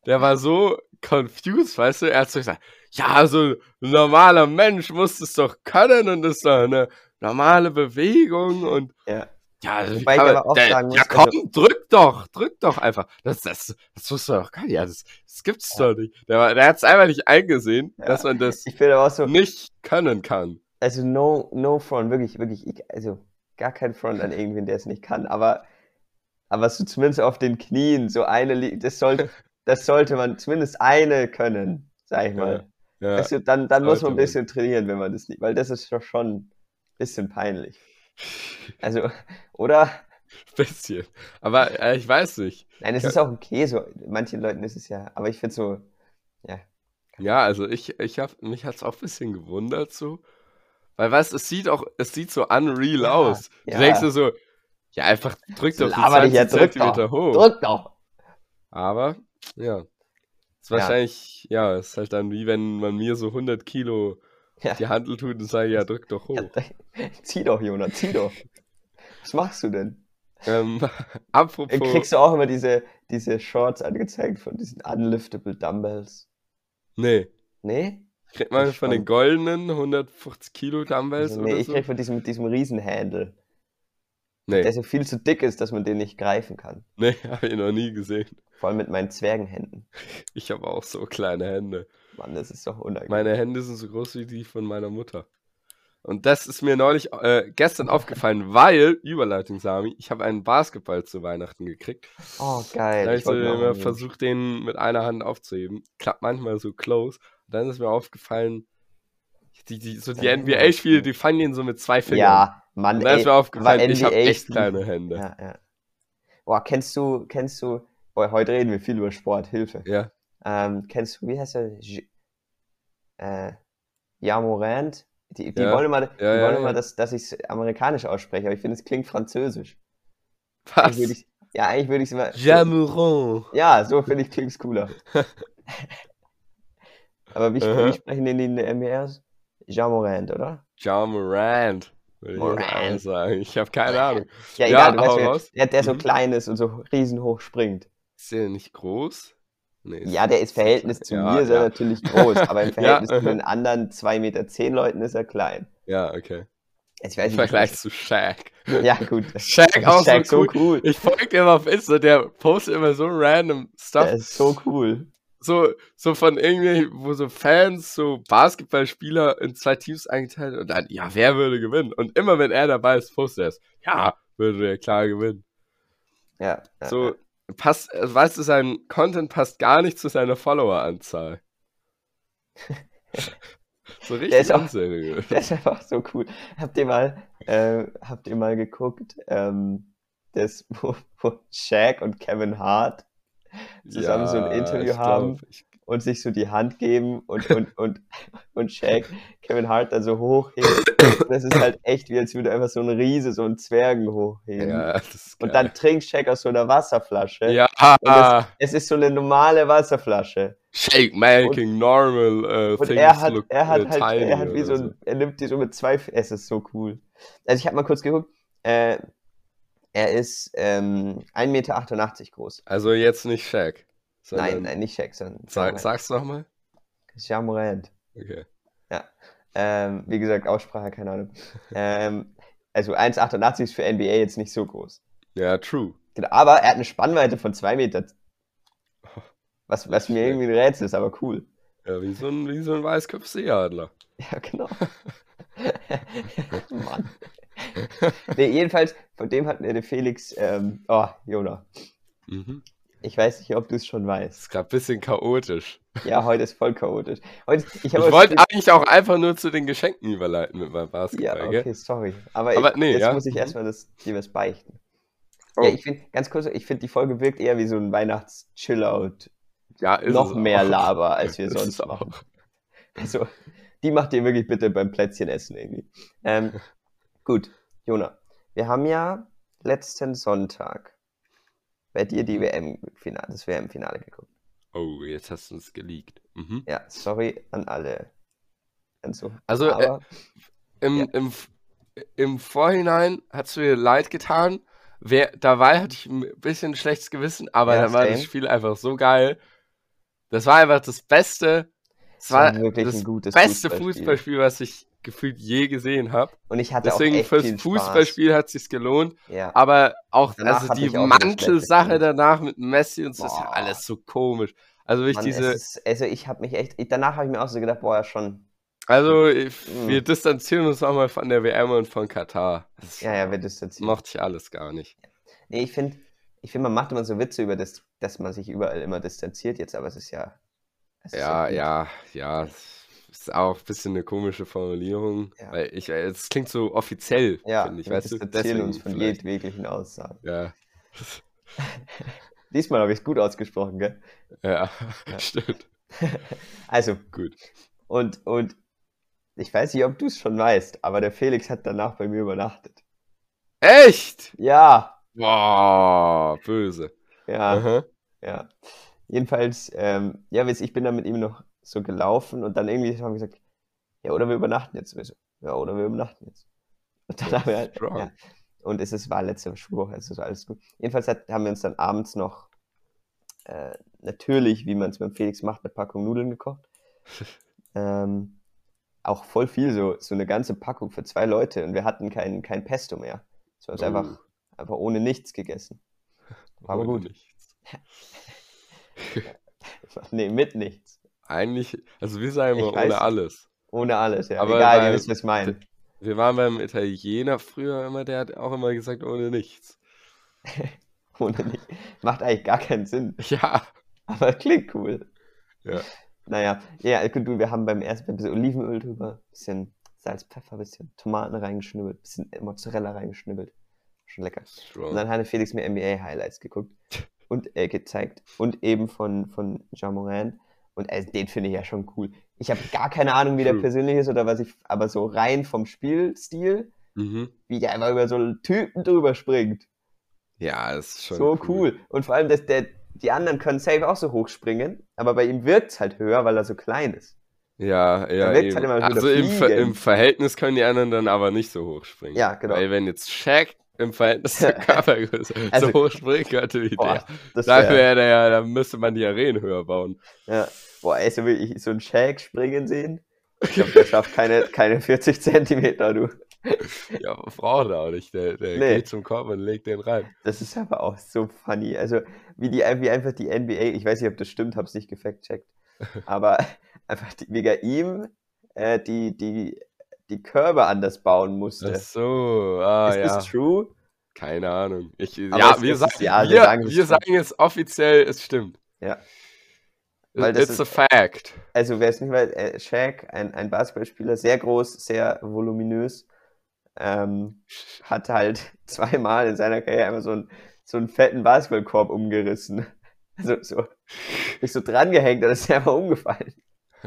S2: der war so confused, weißt du? Er hat so gesagt, ja, so ein normaler Mensch muss es doch können und das ist doch eine normale Bewegung und
S1: Ja.
S2: ja, also wie
S1: Wobei ich
S2: kann man,
S1: aber auch
S2: der,
S1: sagen
S2: ja
S1: muss,
S2: komm,
S1: also-
S2: drück doch, drück doch einfach. Das, das, das wusste er doch gar nicht. Ja, das, das gibt's doch nicht. Der, war- der hat es einfach nicht eingesehen,
S1: Ja.
S2: dass man das
S1: Ich bin aber auch so,
S2: nicht können kann.
S1: also no, no front, wirklich, wirklich, ich, also gar kein Front an irgendwen, der es nicht kann, aber, aber so zumindest auf den Knien, so eine, Li- das sollte, das sollte man zumindest eine können, sag ich
S2: Ja,
S1: mal.
S2: Ja.
S1: Weißt du, dann, dann muss man
S2: sollte
S1: ein
S2: man.
S1: bisschen trainieren, wenn man das nicht, weil das ist doch schon ein bisschen peinlich. Also, oder?
S2: Bisschen. Aber äh, ich weiß nicht.
S1: Nein, es
S2: Ja.
S1: ist auch okay, so, manchen Leuten ist es ja, aber ich finde so,
S2: Ja, also ich, ich hab, mich hat's auch ein bisschen gewundert so. Weil was, es sieht auch, es sieht so unreal
S1: Ja,
S2: aus. Du
S1: ja.
S2: denkst dir so, ja, einfach drück
S1: so
S2: doch die
S1: laber
S2: 20
S1: dich ja, drück doch,
S2: Zentimeter hoch.
S1: drück doch.
S2: Oh. Aber, ja. Ist
S1: Ja.
S2: wahrscheinlich, ja, ist halt dann wie wenn man mir so 100 Kilo
S1: Ja.
S2: die Handel tut und sage, ja, drück doch hoch.
S1: Ja, zieh doch, Jonas, zieh doch. Was machst du denn?
S2: Ähm,
S1: Dann
S2: apropos,
S1: kriegst du auch immer diese, diese Shorts angezeigt von diesen unliftable Dumbbells.
S2: nee,
S1: Nee?
S2: kriegt man
S1: Ich
S2: von den
S1: fand-
S2: goldenen 150 Kilo Dumbbells
S1: Also,
S2: oder
S1: nee, ich
S2: so?
S1: krieg von diesem, mit diesem Riesenhandle,
S2: Nee,
S1: der so viel zu dick ist, dass man den nicht greifen kann.
S2: nee, habe ich noch nie gesehen.
S1: Vor allem mit meinen Zwergenhänden.
S2: Ich habe auch so kleine Hände.
S1: Mann, das ist doch unangenehm.
S2: Meine Hände sind so groß wie die von meiner Mutter. Und das ist mir neulich, äh, gestern aufgefallen, weil, Überleitung Sami, ich habe einen Basketball zu Weihnachten gekriegt.
S1: Oh,
S2: Da
S1: geil.
S2: habe ich so
S1: wollte mir auch
S2: immer
S1: einen wünschen.
S2: versucht, den mit einer Hand aufzuheben. Klappt manchmal so close. Und dann ist mir aufgefallen, die, die, so die
S1: Deine Hände
S2: NBA-Spiele,
S1: sind-
S2: die fangen den so mit zwei Fingern.
S1: Äh, Ja, Mann,
S2: Und dann
S1: ey.
S2: ist mir aufgefallen,
S1: aber
S2: ich habe
S1: NBA
S2: echt kleine Hände.
S1: Ja, ja. Boah, kennst du, kennst du, boah, heute reden wir viel über Sport, Hilfe.
S2: Ja.
S1: Ähm, kennst du, wie heißt er? J äh, Jamorant? Die, die
S2: Ja,
S1: wollen immer, die
S2: ja,
S1: wollen
S2: ja.
S1: immer dass, dass ich es amerikanisch ausspreche, aber ich finde, es klingt französisch. Eigentlich würde
S2: Was?
S1: ich, ja, eigentlich würde ich es immer.
S2: Jamuron.
S1: Ja, so finde ich, klingt es cooler. aber wie,
S2: Aha.
S1: wie sprechen denn die in der NBA aus? Jamorant, oder?
S2: Jamorant. Würde ich jetzt
S1: Morant.
S2: einfach sagen. Ich habe keine Ahnung.
S1: Ja,
S2: Ja,
S1: egal, du weißt,
S2: hau
S1: wer,
S2: raus.
S1: der, der so
S2: Mhm.
S1: klein ist und so riesenhoch springt.
S2: Ist der nicht groß? Nee,
S1: Ja, der ist Verhältnis zu
S2: Ja,
S1: mir ist er
S2: ja.
S1: natürlich groß, aber im
S2: Ja.
S1: Verhältnis zu den anderen 2,10 Meter Leuten ist er klein.
S2: Ja, okay.
S1: Also ich
S2: Im
S1: weiß nicht, wie
S2: Vergleich zu Shaq.
S1: groß- Ja, gut.
S2: Shaq auch
S1: Shaq
S2: so cool.
S1: cool.
S2: Ich folge dem auf Insta, der postet immer so random
S1: Der
S2: Stuff.
S1: ist so cool.
S2: So, so von irgendwelchen, wo so Fans, so Basketballspieler in zwei Teams eingeteilt und dann, ja, wer würde gewinnen? Und immer wenn er dabei ist, postet er es. Ja, würde der klar gewinnen.
S1: Ja. ja,
S2: So,
S1: ja.
S2: passt, äh, weißt du, sein Content passt gar nicht zu seiner Followeranzahl. so richtig
S1: ist auch-
S2: unseriös.
S1: Der ist einfach so cool. Habt ihr mal, äh, habt ihr mal geguckt, ähm, das, wo, wo Shaq und Kevin Hart zusammen so ein Interview
S2: ich
S1: haben?
S2: glaub, ich,
S1: und sich so die Hand geben und, und, und, und Shaq Kevin Hart dann so hochhebt Das ist halt echt, wie als würde einfach so ein Riese so einen Zwergen hochheben.
S2: Ja, das ist
S1: Und
S2: geil.
S1: dann trinkst Jack aus so einer Wasserflasche. Und
S2: Ja,
S1: Es ist so eine normale Wasserflasche.
S2: Shake Making Normal äh,
S1: Und
S2: Things
S1: er hat,
S2: Look
S1: er hat
S2: äh,
S1: halt,
S2: Tiny
S1: er hat wie
S2: oder
S1: so, ein, er nimmt die so mit zwei, F- es ist so cool. Also ich habe mal kurz geguckt, äh, er ist ähm, 1,88 Meter groß.
S2: Also jetzt nicht Shaq. sondern-
S1: Nein, nein, nicht Shaq, sondern
S2: ähm, Sag,
S1: Morant.
S2: sag's nochmal.
S1: Ja, Morant.
S2: Okay.
S1: Ähm, wie gesagt, Aussprache, keine Ahnung. Ähm, also 1,88 ist für NBA jetzt nicht so groß.
S2: Ja, true.
S1: Genau, aber er hat eine Spannweite von 2 Meter. Was, was mir
S2: Schlecht.
S1: irgendwie ein Rätsel ist, aber cool.
S2: Ja, wie so ein, wie so ein Weißköpfseeadler.
S1: Ja, genau. Mann. Nee, jedenfalls, von dem hat mir der Felix, ähm, oh, Jona,
S2: Mhm.
S1: ich weiß nicht, ob du es schon weißt.
S2: Ist gerade ein bisschen chaotisch.
S1: Ja, heute ist voll chaotisch. Heute, ich
S2: Ich
S1: habe
S2: wollte eigentlich auch einfach nur zu den Geschenken überleiten mit meinem
S1: Ja,
S2: Basketball,
S1: okay,
S2: gell?
S1: sorry. Aber,
S2: Aber
S1: ich,
S2: nee,
S1: jetzt
S2: ja.
S1: muss ich
S2: Mhm.
S1: erstmal das, dir was beichten.
S2: Oh.
S1: Ja, ich finde, ganz kurz, ich finde, die Folge wirkt eher wie so ein Weihnachts-Chill-Out.
S2: Ja, ist
S1: Noch
S2: es
S1: mehr
S2: auch.
S1: Laber, als wir
S2: Ist es
S1: sonst
S2: auch.
S1: machen. Also, die macht ihr wirklich bitte beim Plätzchen essen irgendwie. Ähm, gut, Jona, wir haben ja letzten Sonntag bei dir die WM -Finale, das WM-Finale geguckt.
S2: Oh, jetzt hast du uns geleakt. Mhm.
S1: Ja, sorry an alle. Und so.
S2: Also, äh,
S1: Aber
S2: im,
S1: Ja.
S2: im, im Vorhinein hat's mir leid getan. Wer, dabei hatte ich ein bisschen schlechtes Gewissen, aber
S1: Ja,
S2: dann war
S1: same.
S2: das Spiel einfach so geil. Das war einfach das Beste. Es
S1: es
S2: war
S1: war wirklich
S2: das
S1: ein gutes
S2: beste
S1: Fußballspiel.
S2: Fußballspiel, was ich gefühlt je gesehen habe.
S1: Und ich hatte auch
S2: Deswegen
S1: echt viel
S2: fürs
S1: Spaß.
S2: Fußballspiel hat sich's gelohnt.
S1: Ja.
S2: Aber auch
S1: Danach
S2: also
S1: hatte
S2: die
S1: ich auch wieder schlechte
S2: Mantelsache
S1: Gefühle.
S2: danach mit Messi und so ist ja
S1: Boah.
S2: alles so komisch. Also wirklich
S1: Mann,
S2: diese,
S1: es ist, also ich habe mich echt, ich, danach habe ich mir auch so gedacht, boah, ja schon,
S2: also ich,
S1: Mhm.
S2: wir distanzieren uns nochmal von der WM und von Katar. Das ist-
S1: ja, ja, wir distanzieren.
S2: mochte ich alles gar nicht.
S1: Nee, ich finde, ich find, man macht immer so Witze über das, dass man sich überall immer distanziert jetzt, aber es ist ja. Es ist
S2: Ja,
S1: gut.
S2: ja, ja. es Ist auch ein bisschen eine komische Formulierung.
S1: Ja.
S2: Weil ich, äh, es klingt so offiziell,
S1: Ja,
S2: finde ich.
S1: wir
S2: Weißt du,
S1: distanzieren uns von
S2: vielleicht.
S1: jedweglichen Aussagen.
S2: Ja,
S1: Diesmal habe ich es gut ausgesprochen, gell?
S2: ja,
S1: Ja.
S2: stimmt.
S1: Also,
S2: Gut.
S1: und, und ich weiß nicht, ob du es schon weißt, aber der Felix hat danach bei mir übernachtet.
S2: Echt?
S1: Ja,
S2: Boah, böse.
S1: ja.
S2: Aha.
S1: Ja. Jedenfalls, ähm, ja, weiß ich bin dann mit ihm noch so gelaufen und dann irgendwie haben wir gesagt, ja, oder wir übernachten jetzt. Und wir so, ja, oder wir übernachten jetzt. Und dann haben wir halt,
S2: strong.
S1: ja. Und es ist, war letzte Schulwoche, es ist alles gut. Jedenfalls hat, haben wir uns dann abends noch, äh, natürlich, wie man es mit Felix macht, eine Packung Nudeln gekocht. Ähm, auch voll viel, so, so eine ganze Packung für zwei Leute und wir hatten kein, kein Pesto mehr. So haben wir
S2: Oh.
S1: einfach, einfach ohne nichts gegessen. Aber
S2: Ohne
S1: gut.
S2: nichts.
S1: Nee, mit nichts.
S2: Eigentlich, also wir sagen
S1: Ich
S2: immer
S1: weiß
S2: ohne
S1: nicht.
S2: alles.
S1: Ohne alles, ja.
S2: Aber
S1: Egal, ihr
S2: weil-
S1: wisst, was ich meine.
S2: Wir waren beim Italiener früher immer, der hat auch immer gesagt, ohne nichts.
S1: Ohne nicht. Macht eigentlich gar keinen Sinn,
S2: Ja,
S1: aber klingt cool.
S2: Ja.
S1: Naja, ja, gut, du, wir haben beim ersten ein bisschen Olivenöl drüber, bisschen Salz, Pfeffer, bisschen Tomaten reingeschnibbelt, bisschen Mozzarella reingeschnibbelt. Schon lecker. Und
S2: strong.
S1: dann hatte Felix mir NBA-Highlights geguckt und äh, gezeigt und eben von, von Ja Morant. Und äh, den finde ich ja schon cool. Ich habe gar keine Ahnung, wie der
S2: True.
S1: persönlich ist oder was ich, aber so rein vom Spielstil,
S2: Mhm.
S1: wie der einfach über so Typen drüber springt.
S2: Ja, das ist schon
S1: So cool. Und vor allem, dass der, die anderen können safe auch so hoch springen, aber bei ihm wirkt es halt höher, weil er so klein ist.
S2: Ja, ja.
S1: wirkt's
S2: Eben.
S1: halt immer, als
S2: also
S1: würde er
S2: im, Ver
S1: fliegen.
S2: im Verhältnis können die anderen dann aber nicht so hoch springen.
S1: Ja, genau.
S2: Weil wenn jetzt Shaq im Verhältnis zur Körpergröße
S1: Also-
S2: so hoch springen könnte wie
S1: Boah,
S2: der,
S1: das
S2: dann
S1: wär,
S2: wäre der ja, dann müsste man die Arenen höher bauen.
S1: ja. Boah, ey, so will ich so einen Shaq springen sehen. Ich glaube, der schafft keine, keine 40 Zentimeter, du.
S2: Ja, aber braucht er auch nicht. Der, der
S1: Nee.
S2: geht zum Korb und legt den rein.
S1: Das ist aber auch so funny. Also, wie, die, wie einfach die NBA, ich weiß nicht, ob das stimmt, hab's nicht gefact-checkt, aber einfach die, wegen ihm äh, die, die, die Körbe anders bauen musste.
S2: Ach so, ah
S1: ist
S2: ja.
S1: das true?
S2: Keine Ahnung. Ich,
S1: es-
S2: ja, wir
S1: es
S2: sagen,
S1: ist- ja, wir
S2: wir,
S1: sagen, es
S2: wir
S1: stimmt.
S2: sagen es offiziell, es stimmt.
S1: Ja. Weil das
S2: It's
S1: ist-
S2: a fact.
S1: Also wer es nicht weiß, äh, Shaq, ein, ein Basketballspieler, sehr groß, sehr voluminös, ähm, hat halt zweimal in seiner Karriere einmal so einen, so einen fetten Basketballkorb umgerissen. Also so, nicht so drangehängt, dann ist er einfach umgefallen.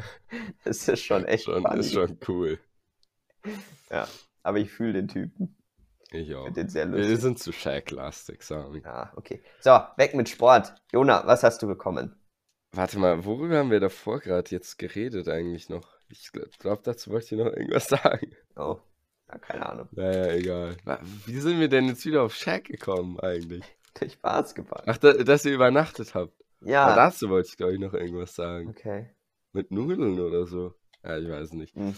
S1: Das ist schon echt
S2: Schon,
S1: funny.
S2: ist schon cool.
S1: Ja, aber ich fühle den Typen.
S2: Ich auch.
S1: Finde den sehr
S2: Wir
S1: lustig.
S2: sind zu Shag-lastig, Sami.
S1: Ja, okay. So, weg mit Sport. Jona, was hast du bekommen?
S2: Warte mal, worüber haben wir davor gerade jetzt geredet eigentlich noch? Ich glaube, dazu wollte ich noch irgendwas sagen.
S1: Oh, ja, keine Ahnung.
S2: Naja, egal. Wa- Wie sind wir denn jetzt wieder auf Shag gekommen eigentlich?
S1: Durch Basketball.
S2: Ach, da, dass ihr übernachtet habt. Ah.
S1: Ja.
S2: Dazu wollte ich, glaube ich, noch irgendwas sagen.
S1: Okay.
S2: Mit Nudeln oder so. Ja, ich weiß nicht.
S1: Mhm.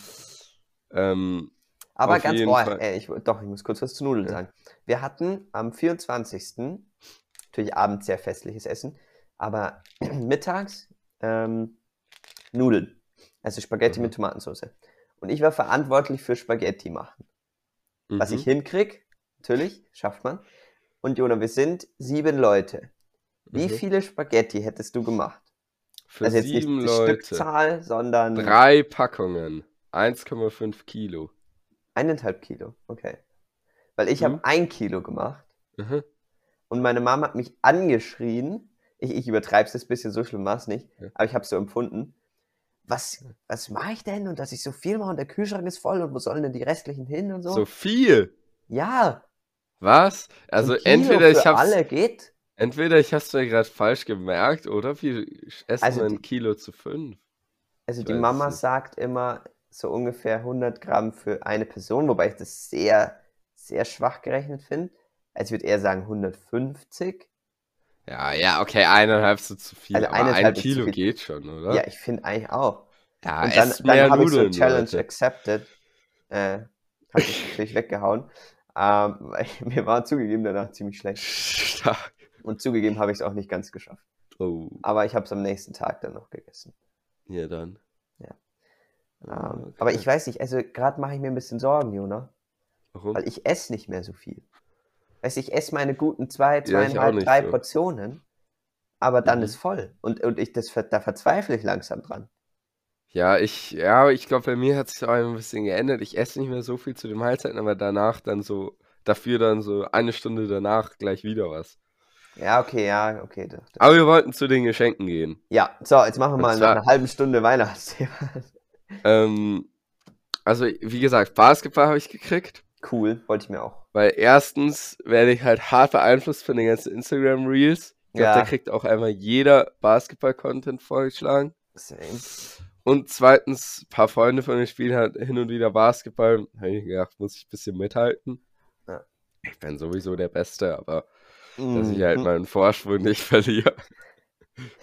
S2: Ähm,
S1: Aber
S2: Auf
S1: ganz,
S2: jeden
S1: oh,
S2: Fall.
S1: äh, ich, doch, ich muss kurz was zu Nudeln
S2: Ja.
S1: sagen. Wir hatten am 24. natürlich abends sehr festliches Essen, aber mittags ähm, Nudeln. Also Spaghetti
S2: Mhm.
S1: mit Tomatensauce. Und ich war verantwortlich für Spaghetti machen. Was
S2: mhm.
S1: ich hinkrieg, natürlich, schafft man. Und Jona, wir sind sieben Leute. Wie
S2: Mhm.
S1: viele Spaghetti hättest du gemacht?
S2: Für
S1: also jetzt
S2: sieben
S1: nicht die
S2: Leute.
S1: Stückzahl, sondern
S2: Drei Packungen. 1,5 Kilo.
S1: eineinhalb Kilo. Okay. Weil ich
S2: Mhm.
S1: habe ein Kilo gemacht.
S2: Mhm.
S1: Und meine Mama hat mich angeschrien. Ich, ich übertreibe es ein bisschen, so schlimm war es nicht,
S2: Ja.
S1: aber ich habe es so empfunden. Was, was mache ich denn? Und dass ich so viel mache und der Kühlschrank ist voll und wo sollen denn die restlichen hin und so?
S2: So viel.
S1: Ja,
S2: Was? Also
S1: ein Kilo
S2: entweder ich
S1: für
S2: hab's,
S1: alle geht.
S2: entweder ich hab's mir gerade falsch gemerkt, oder wir essen
S1: Also
S2: ein
S1: die-
S2: Kilo zu fünf.
S1: Also
S2: Ich
S1: die
S2: weiß
S1: Mama
S2: nicht.
S1: sagt immer so ungefähr 100 Gramm für eine Person, wobei ich das sehr, sehr schwach gerechnet finde. Also ich würde eher sagen 150.
S2: Ja, ja, okay, eineinhalb so zu viel.
S1: Also
S2: aber ein
S1: eineinhalb ist zu
S2: Kilo
S1: viel.
S2: geht schon, oder?
S1: Ja, ich finde eigentlich auch.
S2: Ja,
S1: Und dann,
S2: esst Ah, mehr
S1: dann habe ich so
S2: Nudeln,
S1: Challenge
S2: Leute.
S1: accepted. Äh, habe ich natürlich weggehauen. Ähm, weil mir war zugegeben danach ziemlich schlecht.
S2: Stark.
S1: Und zugegeben habe ich es auch nicht ganz geschafft.
S2: Oh,
S1: Aber ich habe es am nächsten Tag dann noch gegessen.
S2: ja dann.
S1: Ja. Ähm,
S2: Ah,
S1: Aber
S2: okay.
S1: ich weiß nicht, also gerade mache ich mir ein bisschen Sorgen, Jona.
S2: Warum?
S1: Weil ich esse nicht mehr so viel. Weißt du, ich esse meine guten zwei,
S2: ich auch
S1: zweieinhalb,
S2: nicht
S1: drei
S2: so.
S1: Portionen. Aber dann
S2: Mhm.
S1: ist voll. Und, und ich, das, ver- da verzweifle ich langsam dran.
S2: Ja, ich, ja, ich glaube, bei mir hat sich auch ein bisschen geändert. Ich esse nicht mehr so viel zu den Mahlzeiten, aber danach dann so, dafür dann so eine Stunde danach gleich wieder was.
S1: Ja, okay, ja, okay. doch, doch.
S2: Aber wir wollten zu den Geschenken gehen.
S1: Ja, so, jetzt machen wir
S2: Und
S1: mal nach
S2: zwar-
S1: einer halben Stunde Weihnachtsthema.
S2: Ähm, also, wie gesagt, Basketball habe ich gekriegt,
S1: Cool, wollte ich mir auch.
S2: weil erstens werde ich halt hart beeinflusst von den ganzen Instagram Reels. Ich glaube,
S1: Ja.
S2: da kriegt auch einmal jeder Basketball-Content vorgeschlagen.
S1: Same.
S2: Und zweitens, ein paar Freunde von mir spielen halt hin und wieder Basketball. Habe ich gedacht, muss ich ein bisschen mithalten.
S1: Ja.
S2: Ich bin sowieso der Beste, aber dass
S1: Mhm.
S2: ich halt meinen Vorsprung nicht verliere.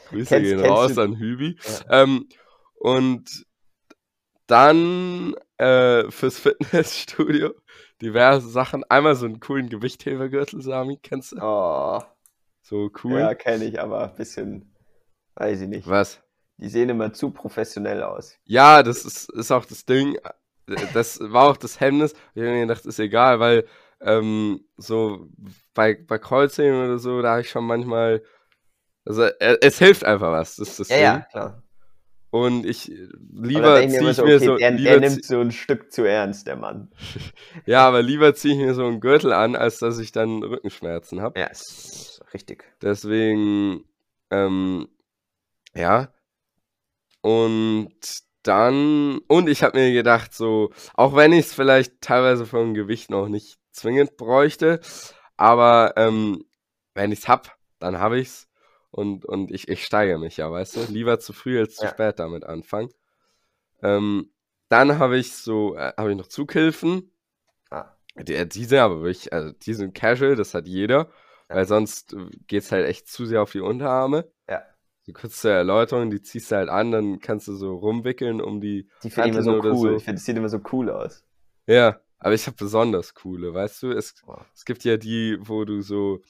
S2: Grüße
S1: Kennst-
S2: gehen
S1: kennst
S2: raus
S1: du-
S2: an Hübi. Ähm, und dann äh, fürs Fitnessstudio diverse Sachen. Einmal so einen coolen Gewichthebergürtel, Sami, kennst du?
S1: Oh,
S2: So cool.
S1: ja, kenne ich, aber ein bisschen, weiß ich nicht.
S2: Was?
S1: Die sehen immer zu professionell aus.
S2: Ja, das ist, ist auch das Ding. Das war auch das Hemmnis. Ich habe mir gedacht, ist egal, weil ähm, so bei, bei Kreuzheben oder so, da habe ich schon manchmal. Also äh, es hilft einfach was, das ist das
S1: Ja,
S2: Ding.
S1: ja, klar.
S2: Und ich
S1: Aber dann
S2: lieber
S1: denke ich
S2: ziehe
S1: mir
S2: ich
S1: so,
S2: mir
S1: okay,
S2: so.
S1: der,
S2: lieber
S1: der
S2: zieh-
S1: nimmt so ein Stück zu ernst, der Mann.
S2: ja, aber lieber ziehe ich mir so einen Gürtel an, als dass ich dann Rückenschmerzen habe.
S1: Ja, ist richtig.
S2: Deswegen, ähm, ja. Und dann, und ich habe mir gedacht, so, auch wenn ich es vielleicht teilweise vom Gewicht noch nicht zwingend bräuchte, aber ähm, wenn ich es hab, dann habe ich es. Und, und ich, ich steigere mich ja, weißt du? Lieber zu früh als zu
S1: Ja.
S2: spät damit anfangen. Ähm, dann habe ich so, äh, habe ich noch Zughilfen.
S1: Ah,
S2: Die, äh, die sind aber wirklich, also die sind casual, das hat jeder,
S1: Ja.
S2: weil sonst äh, geht's halt echt zu sehr auf die Unterarme.
S1: Ja.
S2: So kurze Erläuterung, die ziehst du halt an, dann kannst du so rumwickeln um die.
S1: die finde ich immer so
S2: Hanteln oder
S1: cool.
S2: so.
S1: Ich finde, es sieht immer so cool aus.
S2: Ja, aber ich habe besonders coole, weißt du? Es,
S1: Wow.
S2: es gibt ja die, wo du so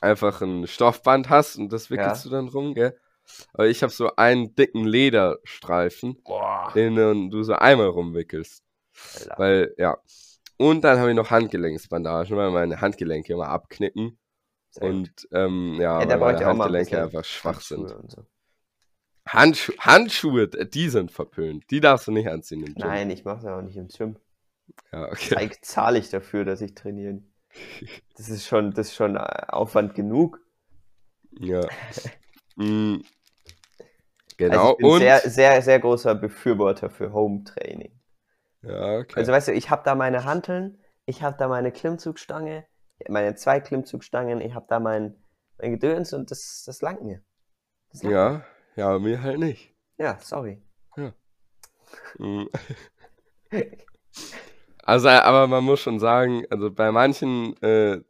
S2: einfach ein Stoffband hast und das wickelst
S1: Ja.
S2: du dann rum, gell? Aber ich habe so einen dicken Lederstreifen,
S1: Boah.
S2: den äh, du so einmal rumwickelst.
S1: Alter.
S2: Weil, ja. Und dann habe ich noch Handgelenksbandagen, weil meine Handgelenke immer abknicken.
S1: Sehr gut.
S2: Und ähm, ja,
S1: ja, da brauche
S2: weil meine
S1: ich auch mal ein
S2: Handgelenke
S1: bisschen
S2: einfach schwach sind.
S1: Handschuhe und so.
S2: Handschu Handschuhe, d- die sind verpönt. Die darfst du nicht anziehen im Gym.
S1: Nein, ich mache es auch nicht im Gym.
S2: Ja, okay.
S1: Eigentlich zahle ich dafür, dass ich trainiere. Das ist schon, das ist schon äh, Aufwand genug.
S2: Ja. mm.
S1: Also
S2: Genau.
S1: ich bin
S2: und
S1: sehr, sehr, sehr großer Befürworter für Home Training.
S2: Ja, okay.
S1: Also weißt du, ich habe da meine Hanteln, ich habe da meine Klimmzugstange, meine zwei Klimmzugstangen, ich habe da mein, mein Gedöns und das, das langt mir. Das langt
S2: ja, ja, mir halt nicht.
S1: mir. ja, sorry.
S2: Mhm. Also, aber man muss schon sagen, also bei manchen, äh,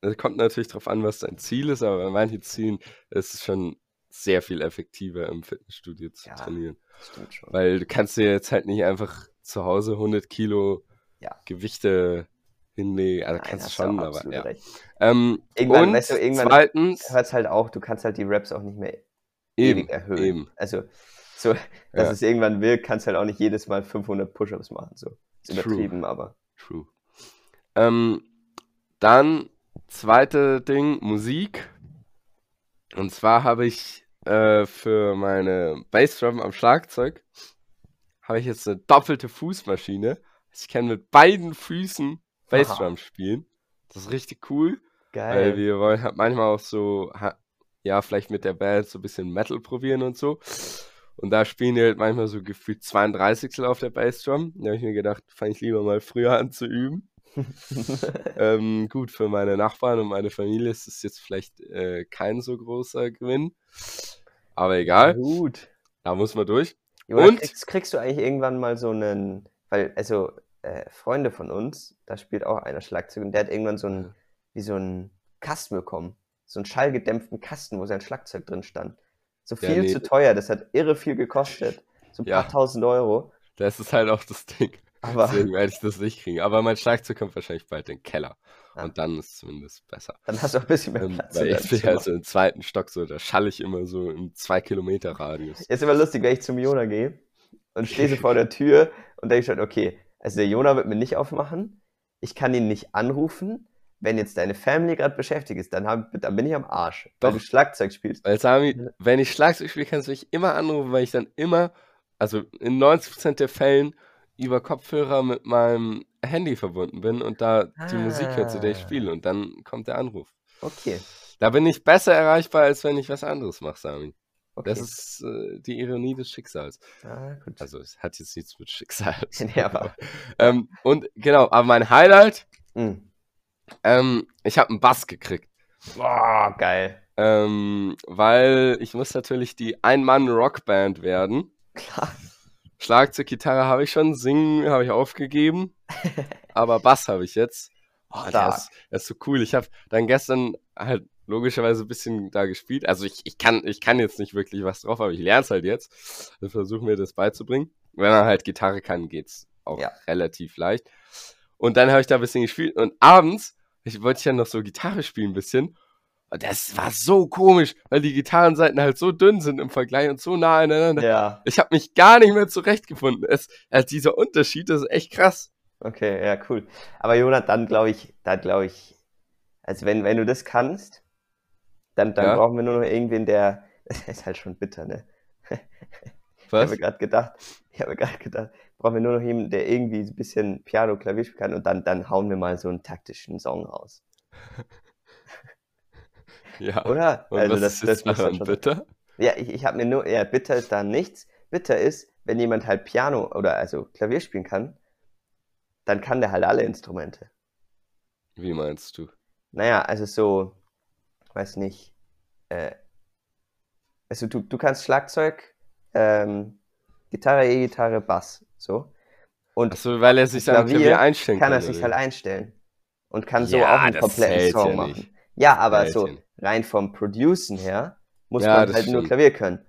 S2: es kommt natürlich drauf an, was dein Ziel ist, aber bei manchen Zielen ist es schon sehr viel effektiver im Fitnessstudio zu
S1: Ja.
S2: trainieren.
S1: Das stimmt schon.
S2: Weil du kannst dir jetzt halt nicht einfach zu Hause 100 Kilo
S1: Ja.
S2: Gewichte hinlegen. Also
S1: Nein,
S2: kannst du
S1: hast du
S2: schon,
S1: auch
S2: aber
S1: absolut
S2: ja.
S1: recht.
S2: Ähm,
S1: Irgendwann,
S2: und
S1: weißt du, irgendwann
S2: zweitens,
S1: Hört halt auch, du kannst halt die Raps auch nicht mehr
S2: eben,
S1: ewig erhöhen.
S2: eben.
S1: Also, so, dass es irgendwann wirkt, kannst halt auch nicht jedes Mal 500 Push-Ups machen. So. Ist
S2: True.
S1: übertrieben, aber
S2: True. Ähm, dann zweite Ding, Musik. Und zwar habe ich äh, für meine Bassdrum am Schlagzeug habe ich jetzt eine doppelte Fußmaschine. Ich kann mit beiden Füßen Bassdrum spielen. Das ist richtig cool, weil
S1: geil.
S2: wir wollen halt manchmal auch so, ha- ja, vielleicht mit der Band so ein bisschen Metal probieren und so. Und da spielen die halt manchmal so gefühlt 32 auf der Bassdrum. Da habe ich mir gedacht, fange ich lieber mal früher an zu üben. Ähm, gut, für meine Nachbarn und meine Familie ist es jetzt vielleicht äh, kein so großer Gewinn. Aber egal,
S1: Gut.
S2: da muss man durch.
S1: Jonas,
S2: Und?
S1: Kriegst, kriegst du eigentlich irgendwann mal so einen, weil, also, äh, Freunde von uns, da spielt auch einer Schlagzeug und der hat irgendwann so
S2: Ah.
S1: einen, wie so einen Kasten bekommen. So einen schallgedämpften Kasten, wo sein Schlagzeug drin stand. So
S2: Ja,
S1: viel
S2: nee.
S1: zu teuer, das hat irre viel gekostet. So ein
S2: Ja.
S1: paar tausend Euro.
S2: Das ist halt auch das Ding.
S1: Aber
S2: Deswegen werde ich das nicht kriegen. Aber mein Schlagzeug kommt wahrscheinlich bald in den Keller.
S1: Ah.
S2: Und dann ist es zumindest besser.
S1: dann hast du auch ein bisschen mehr
S2: Ähm,
S1: Platz. in
S2: weil
S1: deinem
S2: ich bin
S1: Zimmer.
S2: halt so im zweiten Stock, so, da schall ich immer so im 2-Kilometer-Radius.
S1: Ist immer lustig, wenn ich zum Jona gehe und stehe so vor der Tür und denke schon, okay, also der Jona wird mir nicht aufmachen, ich kann ihn nicht anrufen. Wenn jetzt deine Family gerade beschäftigt ist, dann, hab, dann bin ich am Arsch, weil
S2: Doch.
S1: du Schlagzeug spielst.
S2: Weil Sami, wenn ich Schlagzeug spiele, kannst du mich immer anrufen, weil ich dann immer, also in 90% der Fällen über Kopfhörer mit meinem Handy verbunden bin und da die Musik höre, zu der ich
S1: Ah.
S2: spiele. Und dann kommt der Anruf.
S1: Okay,
S2: Da bin ich besser erreichbar, als wenn ich was anderes mache, Sami.
S1: okay.
S2: Das ist äh, die Ironie des Schicksals.
S1: ah, gut.
S2: Also es hat jetzt nichts mit Schicksal. zu
S1: Nee,
S2: tun,
S1: aber-
S2: aber- ähm, und genau, aber mein Highlight,
S1: Mm.
S2: ähm, ich habe einen Bass gekriegt.
S1: Boah, geil.
S2: Ähm, weil ich muss natürlich die Ein-Mann-Rockband werden.
S1: Klar.
S2: Schlagzeug, Gitarre habe ich schon, Singen habe ich aufgegeben, aber Bass habe ich jetzt. Oh,
S1: Stark.
S2: das, ist, das ist so cool. Ich habe dann gestern halt logischerweise ein bisschen da gespielt. Also ich, ich, kann, ich kann jetzt nicht wirklich was drauf, aber ich lerne es halt jetzt. Ich versuche mir das beizubringen. Wenn man halt Gitarre kann, geht's auch
S1: Ja.
S2: relativ leicht. Und dann habe ich da ein bisschen gespielt und abends ich wollte ich ja noch so Gitarre spielen ein bisschen. Und das war so komisch, weil die Gitarrenseiten halt so dünn sind im Vergleich und so nah aneinander.
S1: Ja,
S2: Ich habe mich gar nicht mehr zurechtgefunden. Es, also dieser Unterschied das ist echt krass.
S1: okay, ja, cool. Aber Jona, dann glaube ich, dann glaube ich, also wenn, wenn du das kannst, dann, dann
S2: Ja.
S1: brauchen wir nur noch irgendwen, der, das ist halt schon bitter, ne? Ich habe
S2: Was?
S1: mir gerade gedacht, ich habe mir gerade gedacht, brauchen wir nur noch jemanden, der irgendwie so ein bisschen Piano, Klavier spielen kann und dann, dann hauen wir mal so einen taktischen Song raus.
S2: Ja.
S1: Oder?
S2: Und
S1: also
S2: was
S1: das,
S2: ist
S1: das
S2: jetzt
S1: muss dann
S2: daran
S1: schon
S2: bitter?
S1: Ja, ich, ich habe mir nur, ja, bitter ist da nichts. Bitter ist, wenn jemand halt Piano oder also Klavier spielen kann, dann kann der halt alle Instrumente.
S2: Wie meinst du?
S1: Naja, also so, weiß nicht, äh, also du, du kannst Schlagzeug, ähm, Gitarre, E-Gitarre, Bass, so. Und
S2: Achso, weil er sich dann
S1: Klavier
S2: Klavier einstellen
S1: kann er
S2: oder
S1: sich
S2: wie?
S1: halt einstellen und kann so
S2: Ja,
S1: auch einen
S2: das
S1: kompletten
S2: zählt
S1: Song
S2: ja
S1: machen.
S2: nicht.
S1: Ja, aber
S2: Zählt
S1: so
S2: ja nicht.
S1: rein vom Producen her muss
S2: Ja,
S1: man
S2: das
S1: halt nur
S2: stimmt.
S1: Klavier können.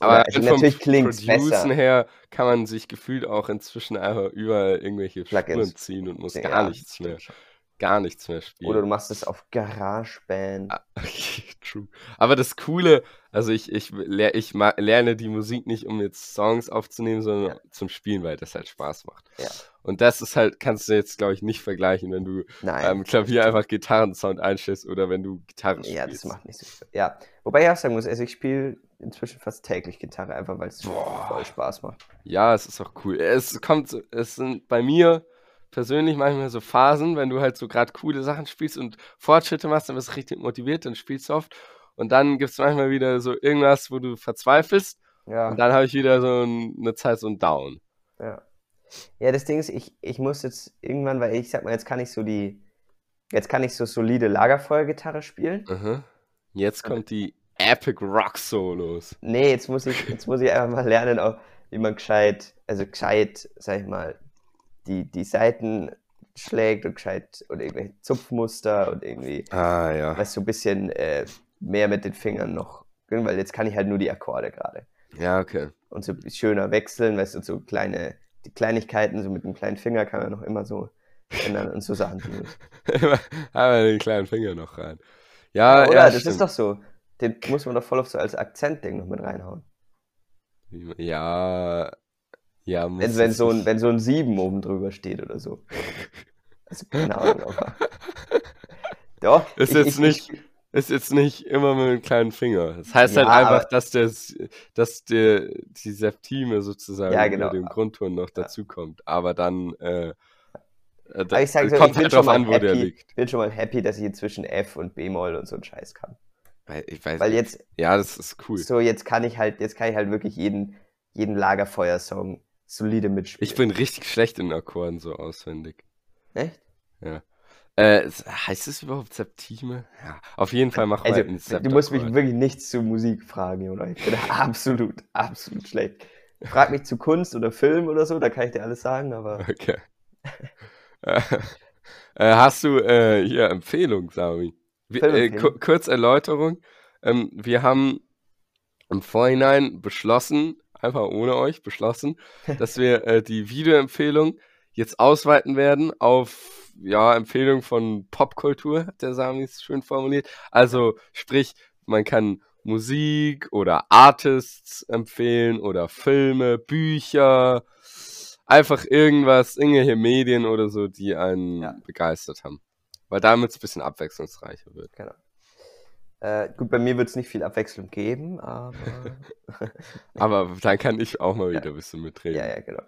S2: Aber
S1: also
S2: rein vom
S1: natürlich klingt's
S2: Producen
S1: besser.
S2: her kann man sich gefühlt auch inzwischen einfach überall irgendwelche
S1: Plugins.
S2: Spuren ziehen und muss
S1: Ja,
S2: gar nichts mehr,
S1: stimmt schon.
S2: gar nichts mehr spielen.
S1: Oder du machst es auf GarageBand.
S2: Ah, Okay, true. Aber das Coole, also ich, ich, lehr, ich ma- lerne die Musik nicht, um jetzt Songs aufzunehmen, sondern zum Spielen, weil das halt Spaß macht.
S1: Ja.
S2: Und das ist halt, kannst du jetzt, glaube ich, nicht vergleichen, wenn du
S1: Nein,
S2: am Klavier einfach Gitarrensound einstellst oder wenn du Gitarre
S1: ja, das
S2: spielst.
S1: macht nicht so viel. Ja, wobei ich auch sagen muss, also ich spiele inzwischen fast täglich Gitarre, einfach weil es
S2: Boah.
S1: voll Spaß macht.
S2: Ja, es ist auch cool. Es kommt, so- es sind bei mir persönlich manchmal so Phasen, wenn du halt so gerade coole Sachen spielst und Fortschritte machst, dann bist du richtig motiviert, dann spielst du oft. Und dann gibt es manchmal wieder so irgendwas, wo du verzweifelst.
S1: Ja, ne
S2: Und dann habe ich wieder so ein, eine Zeit so ein Down.
S1: ja. Ja, das Ding ist, ich, ich muss jetzt irgendwann, weil ich sag mal, jetzt kann ich so die, jetzt kann ich so solide Lagerfeuergitarre spielen.
S2: Aha. Jetzt kommt die Epic Rock Solos.
S1: Nee, jetzt muss ich, jetzt muss ich einfach mal lernen, auch, wie man gescheit, also gescheit, sag ich mal, die, die Saiten schlägt und gescheit und irgendwelche Zupfmuster und irgendwie,
S2: Ah ja.
S1: weißt du, ein bisschen äh, mehr mit den Fingern noch, weil jetzt kann ich halt nur die Akkorde gerade.
S2: Ja, okay.
S1: und so schöner wechseln, weißt du, so kleine, die Kleinigkeiten, so mit dem kleinen Finger kann man noch immer so ändern und so Sachen tun.
S2: Immer einmal den kleinen Finger noch rein. Ja,
S1: Oder?
S2: ja,
S1: das ist
S2: stimmt.
S1: doch so. Den muss man doch voll auf so als Akzentding noch mit reinhauen.
S2: Ja, ja, muss
S1: Wenn, wenn,
S2: es
S1: so ein,
S2: nicht.
S1: wenn so ein Sieben oben drüber steht oder so. Also, keine Ahnung, aber. Doch.
S2: Ist
S1: ich-
S2: jetzt
S1: ich-
S2: nicht-
S1: Ich,
S2: ist jetzt nicht immer mit dem kleinen Finger. Das heißt halt
S1: Ja,
S2: einfach,
S1: aber-
S2: dass der, S- dass der die Septime sozusagen
S1: Ja,
S2: über
S1: genau.
S2: dem Grundton noch dazukommt. Aber dann äh, äh, da,
S1: aber ich sag so,
S2: kommt
S1: ich bin
S2: halt
S1: schon
S2: drauf
S1: mal
S2: an, wo der
S1: happy,
S2: liegt.
S1: bin schon mal happy, dass ich inzwischen F und B-Moll und so einen Scheiß kann.
S2: Weil, ich weiß
S1: Weil
S2: nicht.
S1: jetzt,
S2: ja, das ist cool.
S1: so jetzt kann ich halt, jetzt kann ich halt wirklich jeden, jeden Lagerfeuersong solide mitspielen.
S2: Ich bin richtig schlecht in Akkorden so auswendig.
S1: Echt?
S2: Äh, es- heißt es überhaupt Septime? Ja, auf jeden Fall machen wir
S1: Also,
S2: einen
S1: du musst mich
S2: Septakkord.
S1: wirklich nichts zu Musik fragen, Jonah. Ich bin absolut, absolut schlecht. Frag mich zu Kunst oder Film oder so, da kann ich dir alles sagen, aber
S2: Okay. äh, hast du äh, hier Empfehlung, Sami? Wir, äh,
S1: Filmempfehlung?
S2: ku kurz Erläuterung. Ähm, wir haben im Vorhinein beschlossen, einfach ohne euch beschlossen, dass wir äh, die Videoempfehlung jetzt ausweiten werden auf ja, Empfehlung von Popkultur, hat der Sami es schön formuliert. Also sprich, man kann Musik oder Artists empfehlen oder Filme, Bücher, einfach irgendwas, irgendwelche Medien oder so, die einen
S1: Ja.
S2: begeistert haben. Weil damit es ein bisschen abwechslungsreicher wird.
S1: äh, gut, bei mir wird es nicht viel Abwechslung geben, aber
S2: Aber dann kann ich auch mal wieder ein bisschen mitreden.
S1: ja, ja, genau.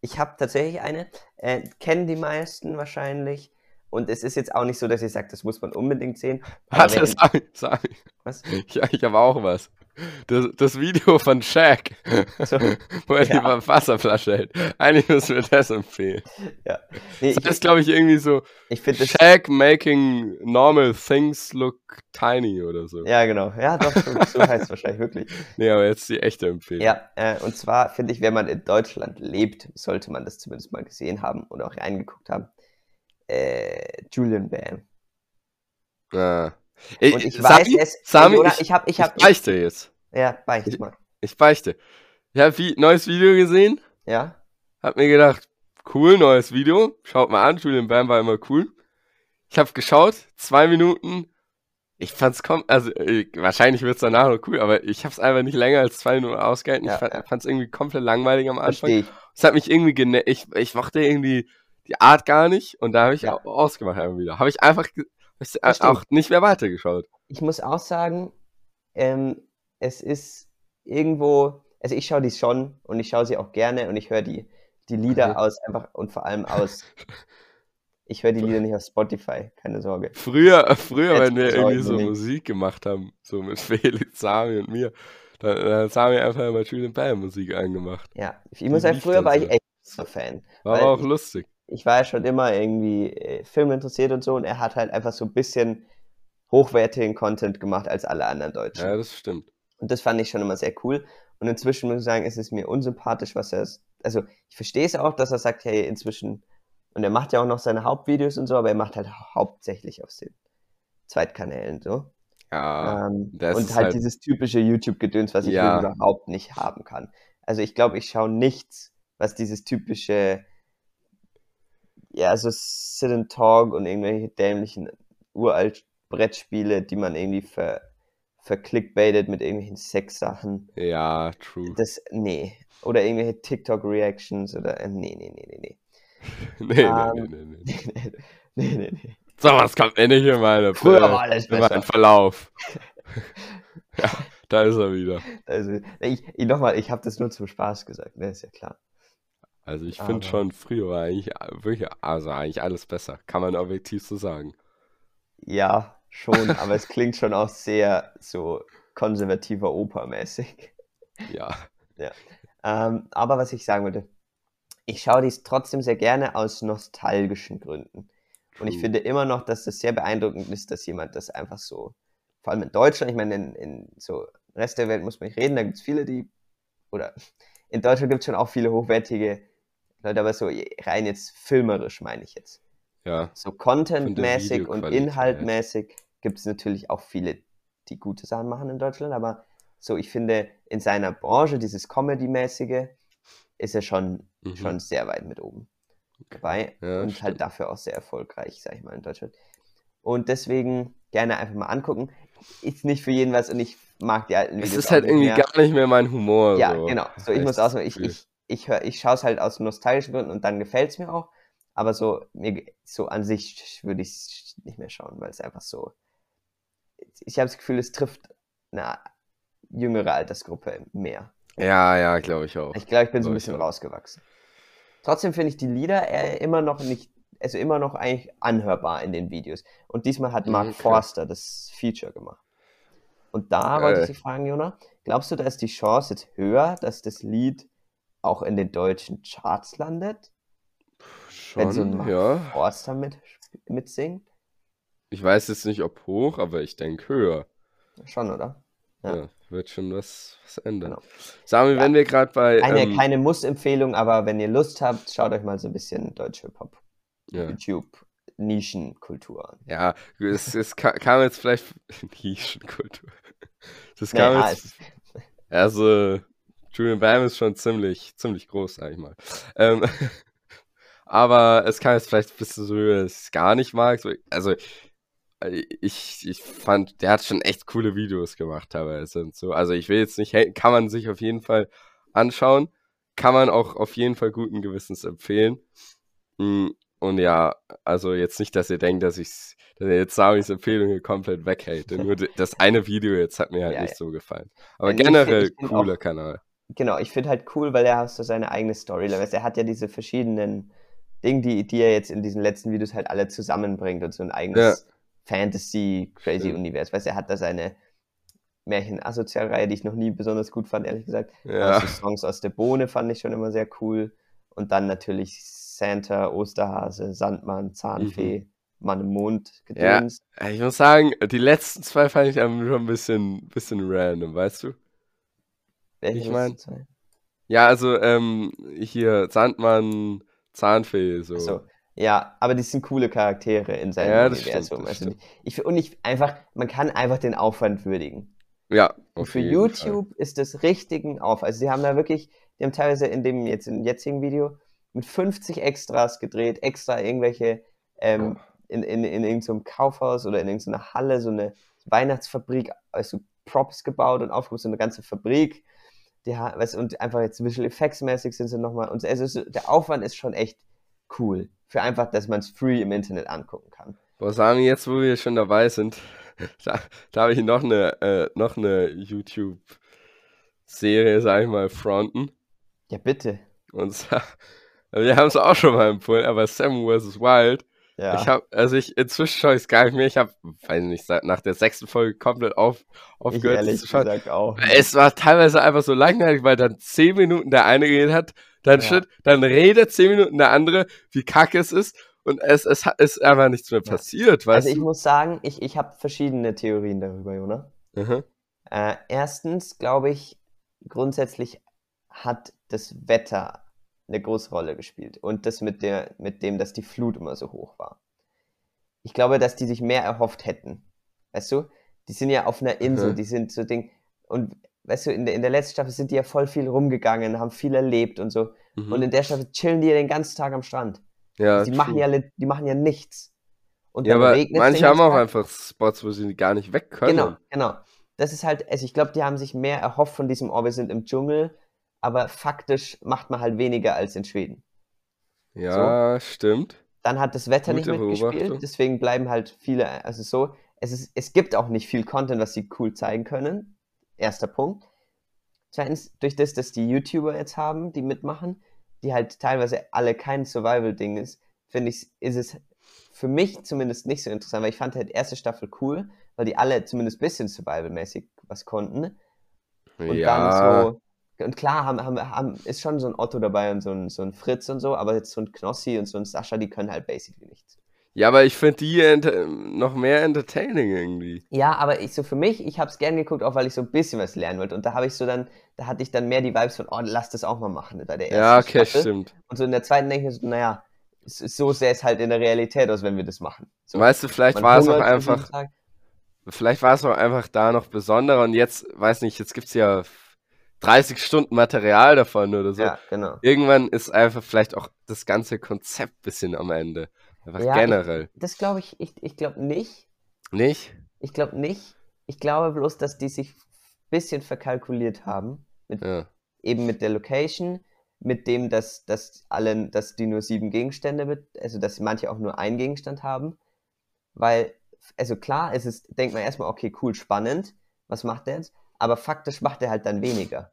S1: Ich habe tatsächlich eine, äh, kennen die meisten wahrscheinlich und es ist jetzt auch nicht so, dass ich sage, das muss man unbedingt sehen. aber
S2: Warte,
S1: wenn-
S2: Sami, Sami.
S1: was?
S2: Ja, ich habe auch was. Das, das Video von Shaq,
S1: So,
S2: wo er
S1: Ja.
S2: die Wasserflasche hält. Eigentlich müssen wir das empfehlen.
S1: ja. Nee,
S2: Das ist,
S1: ich
S2: glaube ich, irgendwie so
S1: ich finde das.
S2: Shaq making normal things look tiny oder so.
S1: Ja, genau. Ja, doch, so, so heißt es wahrscheinlich wirklich.
S2: Nee, aber jetzt die echte Empfehlung.
S1: Ja, äh, und zwar finde ich, wenn man in Deutschland lebt, sollte man das zumindest mal gesehen haben und auch reingeguckt haben. Äh, Julian Bam.
S2: Ah. Ich,
S1: Und ich
S2: Sami,
S1: weiß es.
S2: Sami,
S1: Jonah,
S2: ich,
S1: ich habe, ich
S2: ich
S1: habe,
S2: beichte jetzt.
S1: ja, beicht mal.
S2: Ich beichte. Ich habe wie, neues Video gesehen,
S1: Ja,
S2: hab mir gedacht, cool, neues Video. Schaut mal an, Julian Bam war immer cool. Ich habe geschaut, zwei Minuten. Ich fand's kom also äh, wahrscheinlich wird's danach noch cool, aber ich habe es einfach nicht länger als zwei Minuten ausgehalten.
S1: Ja,
S2: ich fand,
S1: ja.
S2: fand's irgendwie komplett langweilig am Anfang.
S1: verstehe ich.
S2: Es hat mich irgendwie gene ich, ich mochte irgendwie die Art gar nicht und da habe ich
S1: Ja.
S2: auch ausgemacht einfach wieder. Habe ich einfach ge- hab ich
S1: Das
S2: auch nicht mehr weitergeschaut.
S1: Ich muss auch sagen, ähm, es ist irgendwo, also ich schaue die schon und ich schaue sie auch gerne und ich höre die, die Lieder
S2: Mhm.
S1: aus einfach und vor allem aus. Ich höre die Lieder nicht auf Spotify, keine Sorge.
S2: Früher, früher,
S1: Jetzt
S2: wenn wir
S1: muss ich
S2: irgendwie
S1: auch
S2: so
S1: überlegen.
S2: Musik gemacht haben, so mit Felix, Sami und mir, dann, dann hat Sami einfach immer Julian Bam Musik angemacht.
S1: Ja, ich muss sagen,
S2: lief
S1: früher
S2: dann
S1: war
S2: so.
S1: ich echt so Fan.
S2: War
S1: Weil
S2: aber auch
S1: ich-
S2: lustig.
S1: ich war ja schon immer irgendwie äh, Film interessiert und so und er hat halt einfach so ein bisschen hochwertigen Content gemacht als alle anderen Deutschen.
S2: Ja, das stimmt.
S1: Und das fand ich schon immer sehr cool. Und inzwischen muss ich sagen, ist es mir unsympathisch, was er. Also, ich verstehe es auch, dass er sagt, hey, inzwischen. Und er macht ja auch noch seine Hauptvideos und so, aber er macht halt hauptsächlich auf den Zweitkanälen so.
S2: Ja,
S1: Ähm,
S2: das
S1: und
S2: ist
S1: halt,
S2: halt-
S1: dieses typische YouTube-Gedöns, was ich
S2: Ja.
S1: irgendwie überhaupt nicht haben kann. Also ich glaube, ich schaue nichts, was dieses typische, ja, so Sit and Talk und irgendwelche dämlichen uralt Brettspiele, die man irgendwie ver, verclickbaitet mit irgendwelchen Sexsachen.
S2: ja, true.
S1: Das, nee. Oder irgendwelche TikTok-Reactions oder, äh, nee, nee, nee, nee,
S2: Nee, nee,
S1: ähm,
S2: nee, nee, nee.
S1: nee. nee, nee, nee.
S2: So, was kommt endlich in meine
S1: Früher
S2: äh,
S1: war alles
S2: in meinen
S1: besser.
S2: Verlauf. ja, da ist er wieder.
S1: Also, ich, ich nochmal, ich habe das nur zum Spaß gesagt, ne, ist ja klar.
S2: Also ich
S1: Aber-
S2: finde schon, früher war eigentlich a- wirklich, also eigentlich alles besser. Kann man objektiv so sagen.
S1: Ja, schon, aber es klingt schon auch sehr so konservativer Opermäßig.
S2: Ja.
S1: Ähm, aber was ich sagen wollte, ich schaue dies trotzdem sehr gerne aus nostalgischen Gründen. Und ich
S2: True.
S1: finde immer noch, dass das sehr beeindruckend ist, dass jemand das einfach so, vor allem in Deutschland, ich meine, in, in so Rest der Welt muss man nicht reden, da gibt es viele, die, oder in Deutschland gibt es schon auch viele hochwertige Leute, aber so rein jetzt filmerisch meine ich jetzt.
S2: Ja,
S1: So contentmäßig und
S2: Videoqualität.
S1: inhaltmäßig gibt es natürlich auch viele, die gute Sachen machen in Deutschland, aber so, ich finde, in seiner Branche, dieses Comedy-mäßige, ist er schon,
S2: Mhm.
S1: schon sehr weit mit oben dabei
S2: Ja,
S1: und halt dafür auch sehr erfolgreich, sag ich mal, in Deutschland. Und deswegen gerne einfach mal angucken. Ist nicht für jeden was und ich mag die alten Videos.
S2: es ist
S1: auch
S2: halt
S1: nicht
S2: irgendwie
S1: mehr.
S2: gar nicht mehr mein Humor.
S1: Ja,
S2: so.
S1: genau. So, ich
S2: Echt
S1: muss auch sagen, ich,
S2: Gefühl.
S1: ich, ich, hör- ich schaue es halt aus nostalgischen Gründen und dann gefällt es mir auch. Aber so, mir, ge- so an sich würde ich es nicht mehr schauen, weil es einfach so. Ich habe das Gefühl, es trifft eine jüngere Altersgruppe mehr.
S2: Ja, ja, glaube ich auch.
S1: Ich glaube, ich bin so ein
S2: Glaub ich
S1: bisschen
S2: auch.
S1: rausgewachsen. Trotzdem finde ich die Lieder äh, immer noch nicht, also immer noch eigentlich anhörbar in den Videos. Und diesmal hat Mark
S2: Mhm, klar. Äh.
S1: Forster das Feature gemacht. Und da wollte ich
S2: Geil.
S1: dich fragen, Jona, glaubst du, da ist die Chance jetzt höher, dass das Lied auch in den deutschen Charts landet, wenn so ein
S2: Schon,
S1: Mark
S2: ja.
S1: Forster mit, mitsingt?
S2: Ich weiß jetzt nicht, ob hoch, aber ich denke höher.
S1: Schon, oder? Ja.
S2: Ja. wird schon was, was ändern.
S1: Genau.
S2: Sami, wenn wir gerade bei.
S1: Eine,
S2: ähm,
S1: keine Muss-Empfehlung, aber wenn ihr Lust habt, schaut euch mal so ein bisschen deutsche
S2: ja.
S1: Pop-YouTube-Nischenkultur an.
S2: Ja, es, es ka- kam jetzt vielleicht Nischenkultur. Das
S1: Naja,
S2: kam jetzt. Also, Julian Bam ist schon ziemlich, ziemlich groß, sag ich mal. Ähm, aber es kam jetzt vielleicht ein bisschen so, rüber, dass ich es gar nicht mag. So, Also, ich, ich fand, der hat schon echt coole Videos gemacht teilweise und so. Also, ich will jetzt nicht haten, kann man sich auf jeden Fall anschauen. Kann man auch auf jeden Fall guten Gewissens empfehlen. Mm, Und ja, also jetzt nicht, dass ihr denkt, dass ich dass ihr jetzt Samis Empfehlung hier komplett weghate. Nur d- das eine Video jetzt hat mir halt
S1: Ja,
S2: nicht so gefallen. Aber
S1: Ja, nee, ich find-
S2: generell
S1: ich find auch-
S2: cooler Kanal.
S1: Genau, ich finde halt cool, weil er hat so seine eigene Storyline. Weißt, du, er hat ja diese verschiedenen Dinge, die, die er jetzt in diesen letzten Videos halt alle zusammenbringt und so ein eigenes
S2: Stimmt.
S1: Fantasy-Crazy-Universum. Weißt, du, er hat da seine Märchen-Asozial-Reihe, die ich noch nie besonders gut fand, ehrlich gesagt. Aber
S2: Ja,
S1: so Songs aus der Bohne fand ich schon immer sehr cool. Und dann natürlich Santa, Osterhase, Sandmann, Zahnfee,
S2: Mhm.
S1: Mann im Mond, Gedöns.
S2: ich muss sagen, die letzten zwei fand ich dann schon ein bisschen, bisschen random, weißt du?
S1: Welche
S2: ich
S1: musst
S2: mein,
S1: du zeigen?
S2: Ja, also ähm, hier Sandmann, Zahnfee, so.
S1: Ach So. Ja, aber die sind coole Charaktere in seinem
S2: Ja, das
S1: Universum.
S2: stimmt, das
S1: also die- ich, und ich einfach, man kann einfach den Aufwand würdigen.
S2: Ja,
S1: Und
S2: auf
S1: für
S2: jeden Fall.
S1: YouTube ist das richtigen Aufwand. Also die haben da wirklich, die haben teilweise in dem jetzt im jetzigen Video mit 50 Extras gedreht, extra irgendwelche ähm, in, in, in irgendeinem Kaufhaus oder in irgendeiner Halle, so eine Weihnachtsfabrik, also Props gebaut und aufgerufen, so eine ganze Fabrik. Die, ha- weißt, du, und einfach jetzt Visual Effects mäßig sind sie nochmal. Und also es ist- der Aufwand ist schon echt cool. Für einfach, dass man es free im Internet angucken kann.
S2: Boah, Sami, jetzt wo wir schon dabei sind, da, da habe ich noch eine, äh, noch eine YouTube-Serie, sag ich mal, fronten.
S1: Ja, bitte.
S2: Und zwar, wir haben es auch schon mal empfohlen, aber Sam vs. Wild.
S1: Ja.
S2: Ich habe, also ich, inzwischen schaue ich es gar nicht mehr. Ich habe, weiß nicht, seit, nach der sechsten Folge komplett auf,
S1: ich
S2: aufgehört das
S1: ehrlich
S2: zu schauen.
S1: gesagt auch.
S2: Es war teilweise einfach so langweilig, weil dann zehn Minuten der eine geredet hat, dann
S1: Ja.
S2: steht, dann redet zehn Minuten der andere, wie kacke es ist. Und es, es hat- ist einfach nichts mehr
S1: Ja.
S2: passiert, weißt
S1: Also ich
S2: du?
S1: muss sagen, ich, ich habe verschiedene Theorien darüber, Jona.
S2: Mhm.
S1: Äh, erstens glaube ich, grundsätzlich hat das Wetter eine große Rolle gespielt und das mit, der, mit dem, dass die Flut immer so hoch war. Ich glaube, dass die sich mehr erhofft hätten. Weißt du? Die sind ja auf einer Insel,
S2: Mhm.
S1: die sind so Ding. Und weißt du, in der, in der letzten Staffel sind die ja voll viel rumgegangen, haben viel erlebt und so.
S2: Mhm.
S1: Und in der Staffel chillen die ja den ganzen Tag am Strand. Also
S2: ja,
S1: die, machen
S2: true.
S1: ja, li- die machen ja nichts. Und
S2: ja,
S1: dann
S2: aber
S1: regnet's den
S2: manche haben
S1: ganzen
S2: auch
S1: Tag.
S2: einfach Spots, wo sie gar nicht weg können.
S1: Genau, genau. Das ist halt, also ich glaube, die haben sich mehr erhofft von diesem, oh, wir sind im Dschungel, aber faktisch macht man halt weniger als in Schweden.
S2: Ja, stimmt.
S1: Dann hat das Wetter nicht
S2: Gute Beobachtung.
S1: mitgespielt, deswegen bleiben halt viele, also so, es, ist, es gibt auch nicht viel Content, was sie cool zeigen können. Erster Punkt. Zweitens, durch das, dass die YouTuber jetzt haben, die mitmachen, die halt teilweise alle kein Survival-Ding ist, finde ich, ist es für mich zumindest nicht so interessant, weil ich fand halt erste Staffel cool, weil die alle zumindest ein bisschen Survival-mäßig was konnten. Und
S2: ja,
S1: dann so Und klar, haben, haben, haben, ist schon so ein Otto dabei und so ein, so ein Fritz und so, aber jetzt so ein Knossi und so ein Sascha, die können halt basically nichts.
S2: Ja, aber ich finde die ent- noch mehr entertaining irgendwie.
S1: Ja, aber ich, so für mich, ich habe es gern geguckt, auch weil ich so ein bisschen was lernen wollte. Und da habe ich so dann, da hatte ich dann mehr die Vibes von, oh, lass das auch mal machen bei der ersten
S2: Ja, okay,
S1: Staffel.
S2: stimmt.
S1: Und so in der zweiten denke ich mir so, naja, es ist- so sähe es halt in der Realität aus, wenn wir das machen. So,
S2: Weißt du, vielleicht
S1: man
S2: war es auch
S1: hungert an diesem
S2: einfach,
S1: Tag.
S2: vielleicht war es auch einfach da noch besonderer und jetzt, weiß nicht, jetzt gibt es ja 30 Stunden Material davon oder so.
S1: Ja, genau.
S2: Irgendwann ist einfach vielleicht auch das ganze Konzept bisschen am Ende. Einfach
S1: Ja, ich-
S2: generell.
S1: Das glaube ich, ich, ich glaube nicht.
S2: Nicht?
S1: Ich glaube nicht. Ich glaube bloß, dass die sich ein bisschen verkalkuliert haben. Mit,
S2: Ja.
S1: Eben mit der Location, mit dem, dass, dass alle, dass die nur sieben Gegenstände mit, also dass manche auch nur einen Gegenstand haben. Weil, also klar, es ist, denkt man erstmal, okay, cool, spannend, was macht der jetzt? Aber faktisch macht er halt dann weniger.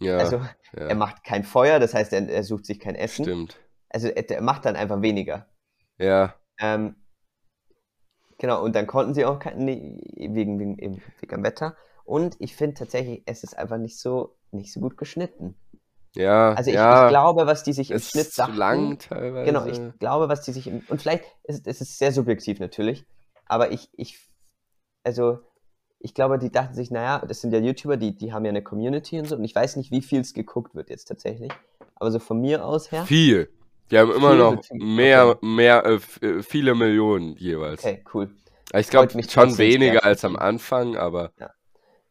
S2: Ja,
S1: also
S2: ja
S1: er macht kein Feuer, das heißt, er, er sucht sich kein Essen.
S2: stimmt.
S1: Also er, er macht dann einfach weniger.
S2: Ja,
S1: Ähm, genau, und dann konnten sie auch kein, nee, wegen, wegen, eben, wegen dem Wetter. Und ich finde tatsächlich, es ist einfach nicht so, nicht so gut geschnitten.
S2: ja.
S1: Also ich,
S2: ja,
S1: ich glaube, was die sich im
S2: es
S1: Schnitt
S2: ist zu
S1: dachten.
S2: lang teilweise.
S1: Genau, ich glaube, was die sich im, und vielleicht ist es ist sehr subjektiv natürlich, aber ich, ich, also ich glaube, die dachten sich, naja, das sind ja YouTuber, die, die haben ja eine Community und so, und ich weiß nicht, wie viel es geguckt wird jetzt tatsächlich, aber so von mir aus her,
S2: Viel. Wir haben immer
S1: Viel
S2: noch
S1: wird viel.
S2: mehr, mehr, äh, f- äh, viele Millionen jeweils.
S1: okay, cool.
S2: Ich glaube
S1: freut mich
S2: schon
S1: trotzdem
S2: weniger
S1: sehr.
S2: als am Anfang, aber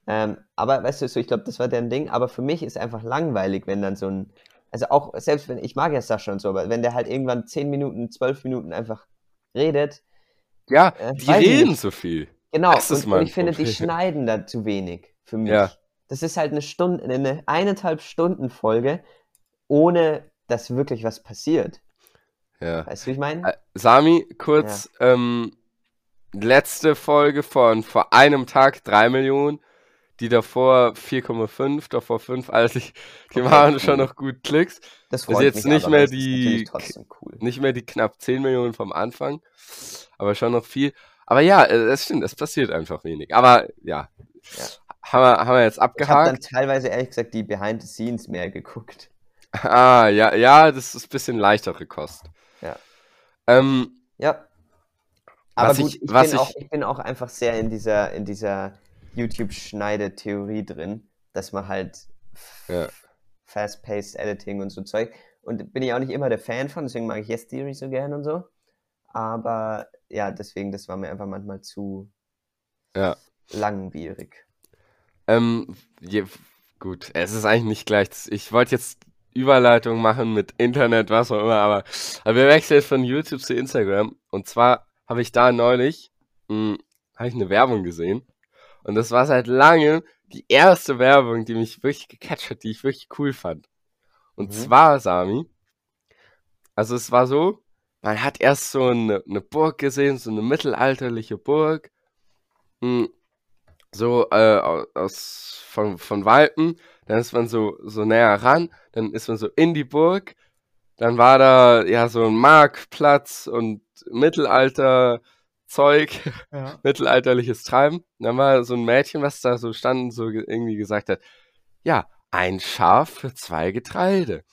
S1: Ähm, aber weißt du, so, ich glaube, das war deren Ding. Aber für mich ist einfach langweilig, wenn dann so ein. Also auch, selbst wenn, ich mag ja Sascha und so, aber wenn der halt irgendwann 10 Minuten, 12 Minuten einfach redet.
S2: ja,
S1: Äh,
S2: die
S1: weiß ich
S2: reden
S1: nicht.
S2: so viel.
S1: Genau,
S2: Das
S1: und,
S2: ist
S1: und
S2: mein
S1: ich finde, die
S2: Problem.
S1: schneiden da zu wenig für mich.
S2: Ja.
S1: Das ist halt eine Stunde, eine eineinhalb Stunden Folge, ohne dass wirklich was passiert.
S2: Ja.
S1: Weißt du, wie ich meine?
S2: Äh, Sami, kurz, ähm, letzte Folge von vor einem Tag 3 Millionen, die davor 4,5, davor 5, also ich, die
S1: Okay, Mhm.
S2: machen
S1: cool.
S2: schon noch gut Klicks.
S1: Das
S2: ist
S1: freut
S2: jetzt
S1: mich
S2: nicht
S1: aber,
S2: mehr
S1: weil es ist
S2: die-
S1: natürlich trotzdem cool.
S2: Nicht mehr die knapp 10 Millionen vom Anfang, aber schon noch viel. Aber ja, äh, das stimmt, es passiert einfach wenig. Aber
S1: Ja.
S2: ja, Haben, wir, haben wir jetzt
S1: Ich habe
S2: abgehakt.
S1: dann teilweise ehrlich gesagt die Behind the Scenes mehr geguckt.
S2: Ah, ja, ja, das ist ein bisschen leichtere Kost.
S1: Ja.
S2: Ähm,
S1: Ja. Aber
S2: Was
S1: gut,
S2: ich-
S1: ich,
S2: was
S1: bin auch,
S2: ich-
S1: ich bin auch einfach sehr in dieser, in dieser YouTube-Schneidetheorie drin, dass man halt f-
S2: Ja.
S1: fast-paced Editing und so Zeug. Und bin ich auch nicht immer der Fan von, deswegen mag ich Yes Theory so gern und so. Aber ja, deswegen, das war mir einfach manchmal zu
S2: Ja.
S1: langwierig.
S2: ähm, je, gut, es ist eigentlich nicht gleich. Ich wollte jetzt Überleitung machen mit Internet, was auch immer, aber, aber wir wechseln jetzt von YouTube zu Instagram. Und zwar habe ich da neulich mh, hab ich eine Werbung gesehen. Und das war seit langem die erste Werbung, die mich wirklich gecatcht hat, die ich wirklich cool fand. Und
S1: Mhm.
S2: zwar, Sami, also es war so, man hat erst so eine, eine Burg gesehen, so eine mittelalterliche Burg. Mh, so äh, au- aus von, von Weitem, dann ist man so, so näher ran, dann ist man so in die Burg, dann war da ja so ein Marktplatz und Mittelalterzeug, mittelalterliches Treiben. Dann war so ein Mädchen, was da so stand und so ge- irgendwie gesagt hat, ja, ein Schaf für zwei Getreide.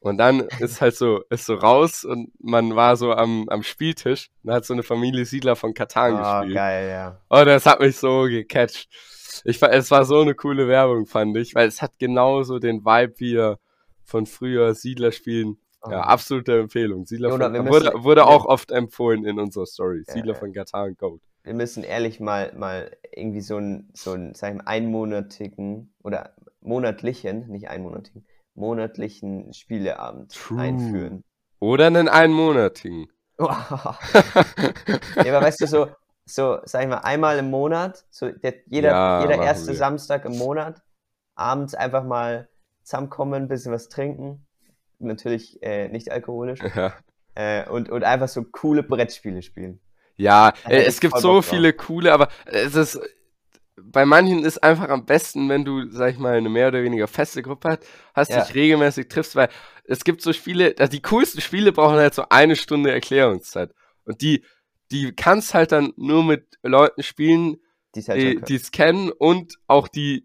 S2: Und dann ist halt so, ist so raus und man war so am, am Spieltisch und hat so eine Familie Siedler von Katan
S1: Ah,
S2: gespielt.
S1: geil, ja.
S2: Oh, das hat mich so gecatcht. Ich, fa- es war so eine coole Werbung, fand ich, weil es hat genauso den Vibe wie äh, von früher Siedler spielen. Ja,
S1: Oh.
S2: absolute Empfehlung. Siedler
S1: Jonah,
S2: von,
S1: wir
S2: wurde,
S1: müssen-
S2: wurde
S1: wir-
S2: auch oft empfohlen in unserer Story.
S1: Ja,
S2: Siedler
S1: ja.
S2: von Katan Gold.
S1: wir müssen ehrlich mal, mal irgendwie so einen, so einen, sag ich mal, einmonatigen oder monatlichen, nicht einmonatigen, monatlichen Spieleabend
S2: True.
S1: einführen.
S2: Oder einen einmonatigen.
S1: Wow. ja, aber weißt du, so, so, sag ich mal, einmal im Monat, so der, jeder,
S2: Ja,
S1: jeder
S2: machen
S1: erste
S2: wir.
S1: Samstag im Monat, abends einfach mal zusammenkommen, ein bisschen was trinken. Natürlich äh, nicht alkoholisch.
S2: ja.
S1: äh, und, und einfach so coole Brettspiele spielen.
S2: Ja,
S1: Da
S2: äh,
S1: hätte
S2: es
S1: ich
S2: gibt
S1: voll
S2: so
S1: Bock drauf.
S2: viele coole, aber es ist, bei manchen ist einfach am besten, wenn du, sag ich mal, eine mehr oder weniger feste Gruppe hast, hast
S1: Ja.
S2: dich regelmäßig triffst, weil es gibt so Spiele, also die coolsten Spiele brauchen halt so eine Stunde Erklärungszeit. Und die, die kannst halt dann nur mit Leuten spielen,
S1: Die es halt schon
S2: die
S1: können.
S2: es kennen und auch die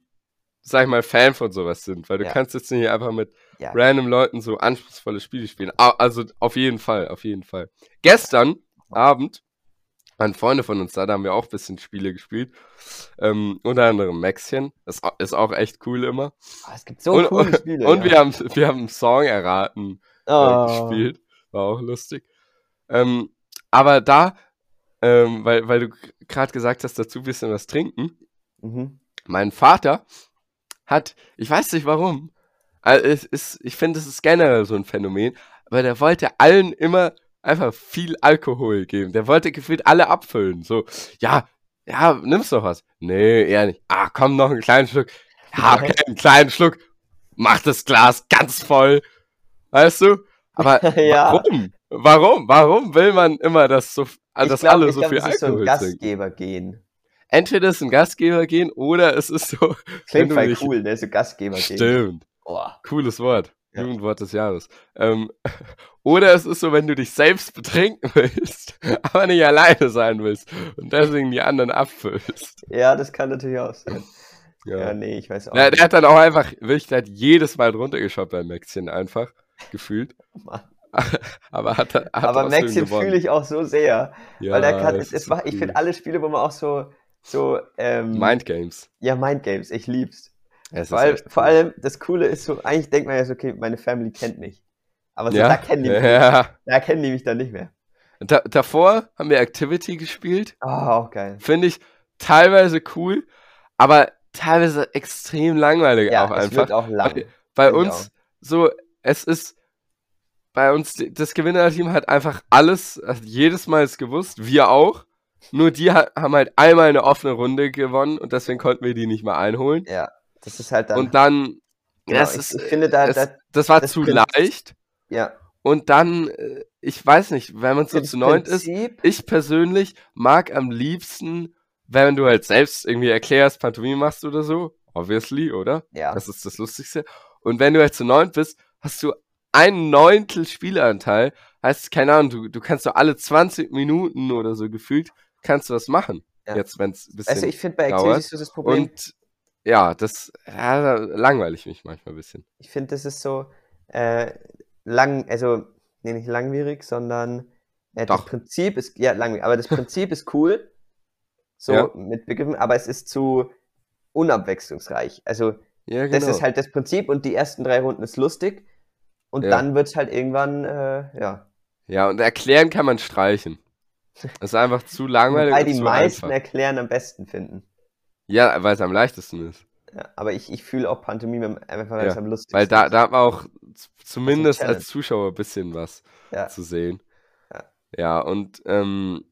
S2: sag ich mal, Fan von sowas sind, weil du
S1: Ja.
S2: kannst jetzt nicht einfach mit
S1: Ja.
S2: random Leuten so anspruchsvolle Spiele spielen. Au- Also auf jeden Fall, auf jeden Fall. Gestern Abend waren Freunde von uns da, da haben wir auch ein bisschen Spiele gespielt. Ähm, unter anderem Maxchen, das au- ist auch echt cool immer.
S1: Ah, es gibt so
S2: Und-
S1: coole Spiele. ja.
S2: Und wir haben, wir haben einen Song erraten äh,
S1: oh.
S2: gespielt. War auch lustig. Ähm, aber da, ähm, weil, weil du gerade gesagt hast, dazu ein bisschen was trinken.
S1: Mhm.
S2: Mein Vater hat, ich weiß nicht warum, also es ist, ich finde, es ist generell so ein Phänomen, aber der wollte allen immer einfach viel Alkohol geben. Der wollte gefühlt alle abfüllen. So, ja, ja, nimmst doch was. Nee, eher nicht. Ah, komm, noch einen kleinen Schluck. Ja, okay, einen kleinen Schluck. Mach das Glas ganz voll. Weißt du? Aber
S1: Ja.
S2: warum? Warum? Warum will man immer, dass, so,
S1: Ich
S2: dass
S1: glaub-
S2: alle
S1: ich
S2: Also so
S1: glaub,
S2: viel
S1: das ist so ein
S2: Alkohol trinken?
S1: Gastgeber gehen.
S2: Entweder es ist ein Gastgeber gehen oder es ist so. Wenn
S1: Klingt
S2: du
S1: voll
S2: nicht-
S1: cool, ne? So Gastgeber gehen.
S2: Stimmt.
S1: Boah.
S2: Cooles Wort.
S1: Ja.
S2: Jugendwort des Jahres. Ähm, oder es ist so, wenn du dich selbst betrinken willst, aber nicht alleine sein willst und deswegen die anderen abfüllst.
S1: Ja, das kann natürlich auch sein.
S2: Ja.
S1: Ja, nee, ich weiß auch
S2: Na,
S1: nicht.
S2: der hat dann auch einfach, wirklich, der hat jedes Mal drunter geschaut bei Maxchen einfach, gefühlt.
S1: Mann.
S2: Aber hat, er- hat
S1: Aber
S2: trotzdem
S1: Maxim
S2: gewonnen.
S1: fühle ich auch so sehr.
S2: ja,
S1: weil der kann,
S2: das
S1: es, es
S2: ist
S1: macht, ich
S2: cool.
S1: finde alle Spiele, wo man auch so, so, ähm,
S2: Mind Games.
S1: ja, Mindgames, ich lieb's.
S2: Es
S1: Vor,
S2: ist
S1: allem,
S2: echt
S1: vor
S2: cool.
S1: allem, das Coole ist so, eigentlich denkt man ja so, okay, meine Family kennt mich. Aber so,
S2: ja?
S1: also da kennen die mich,
S2: ja.
S1: da kennen die mich dann nicht mehr.
S2: Da, davor haben wir Activity gespielt.
S1: Ah, auch geil.
S2: finde ich teilweise cool, aber teilweise extrem langweilig
S1: Ja,
S2: auch
S1: es wird
S2: einfach.
S1: auch lang.
S2: Bei
S1: find ich
S2: uns so, es ist bei uns die- das Gewinnerteam hat einfach alles, hat jedes Mal es gewusst, wir auch. Nur die ha- haben halt einmal eine offene Runde gewonnen und deswegen konnten wir die nicht mal einholen.
S1: Ja, das ist halt dann.
S2: und dann,
S1: genau,
S2: das
S1: ich,
S2: ist,
S1: ich finde da,
S2: das,
S1: da
S2: das war
S1: das
S2: zu
S1: Prinzip-
S2: leicht.
S1: ja.
S2: Und dann, äh, ich weiß nicht, wenn man so
S1: das
S2: zu neunt ist,
S1: Prinzip-
S2: ich persönlich mag am liebsten, wenn du halt selbst irgendwie erklärst, Pantomime machst oder so. Obviously, oder?
S1: Ja,
S2: Das ist das Lustigste. Und wenn du halt zu neunt bist, hast du ein Neuntel Spielanteil. Heißt, keine Ahnung, du, du kannst so alle 20 Minuten oder so gefühlt, kannst du was machen.
S1: Ja.
S2: Jetzt, wenn es ein bisschen.
S1: also ich finde bei
S2: dauert.
S1: Activities so das Problem,
S2: und ja, das ja, da langweile ich mich manchmal ein bisschen.
S1: ich finde, das ist so äh, lang, also nee, nicht langwierig, sondern äh, das
S2: Doch.
S1: Prinzip ist, ja, langwierig, aber das Prinzip ist cool, so
S2: Ja.
S1: mit Begriffen, aber es ist zu unabwechslungsreich. Also
S2: Ja, genau.
S1: das ist halt das Prinzip und die ersten drei Runden ist lustig und
S2: Ja.
S1: dann wird es halt irgendwann, äh, ja.
S2: ja, und erklären kann man streichen. Das ist einfach zu langweilig.
S1: Wobei
S2: und
S1: die
S2: zu
S1: meisten
S2: einfach.
S1: erklären am besten finden.
S2: Ja, weil es am leichtesten ist.
S1: Ja, aber ich, ich fühle auch Pantomime einfach, weil
S2: Ja,
S1: es am lustigsten
S2: Weil da,
S1: ist.
S2: da hat man auch z- zumindest
S1: Challenge.
S2: als Zuschauer ein bisschen was
S1: Ja.
S2: zu sehen.
S1: Ja.
S2: Ja, und ähm,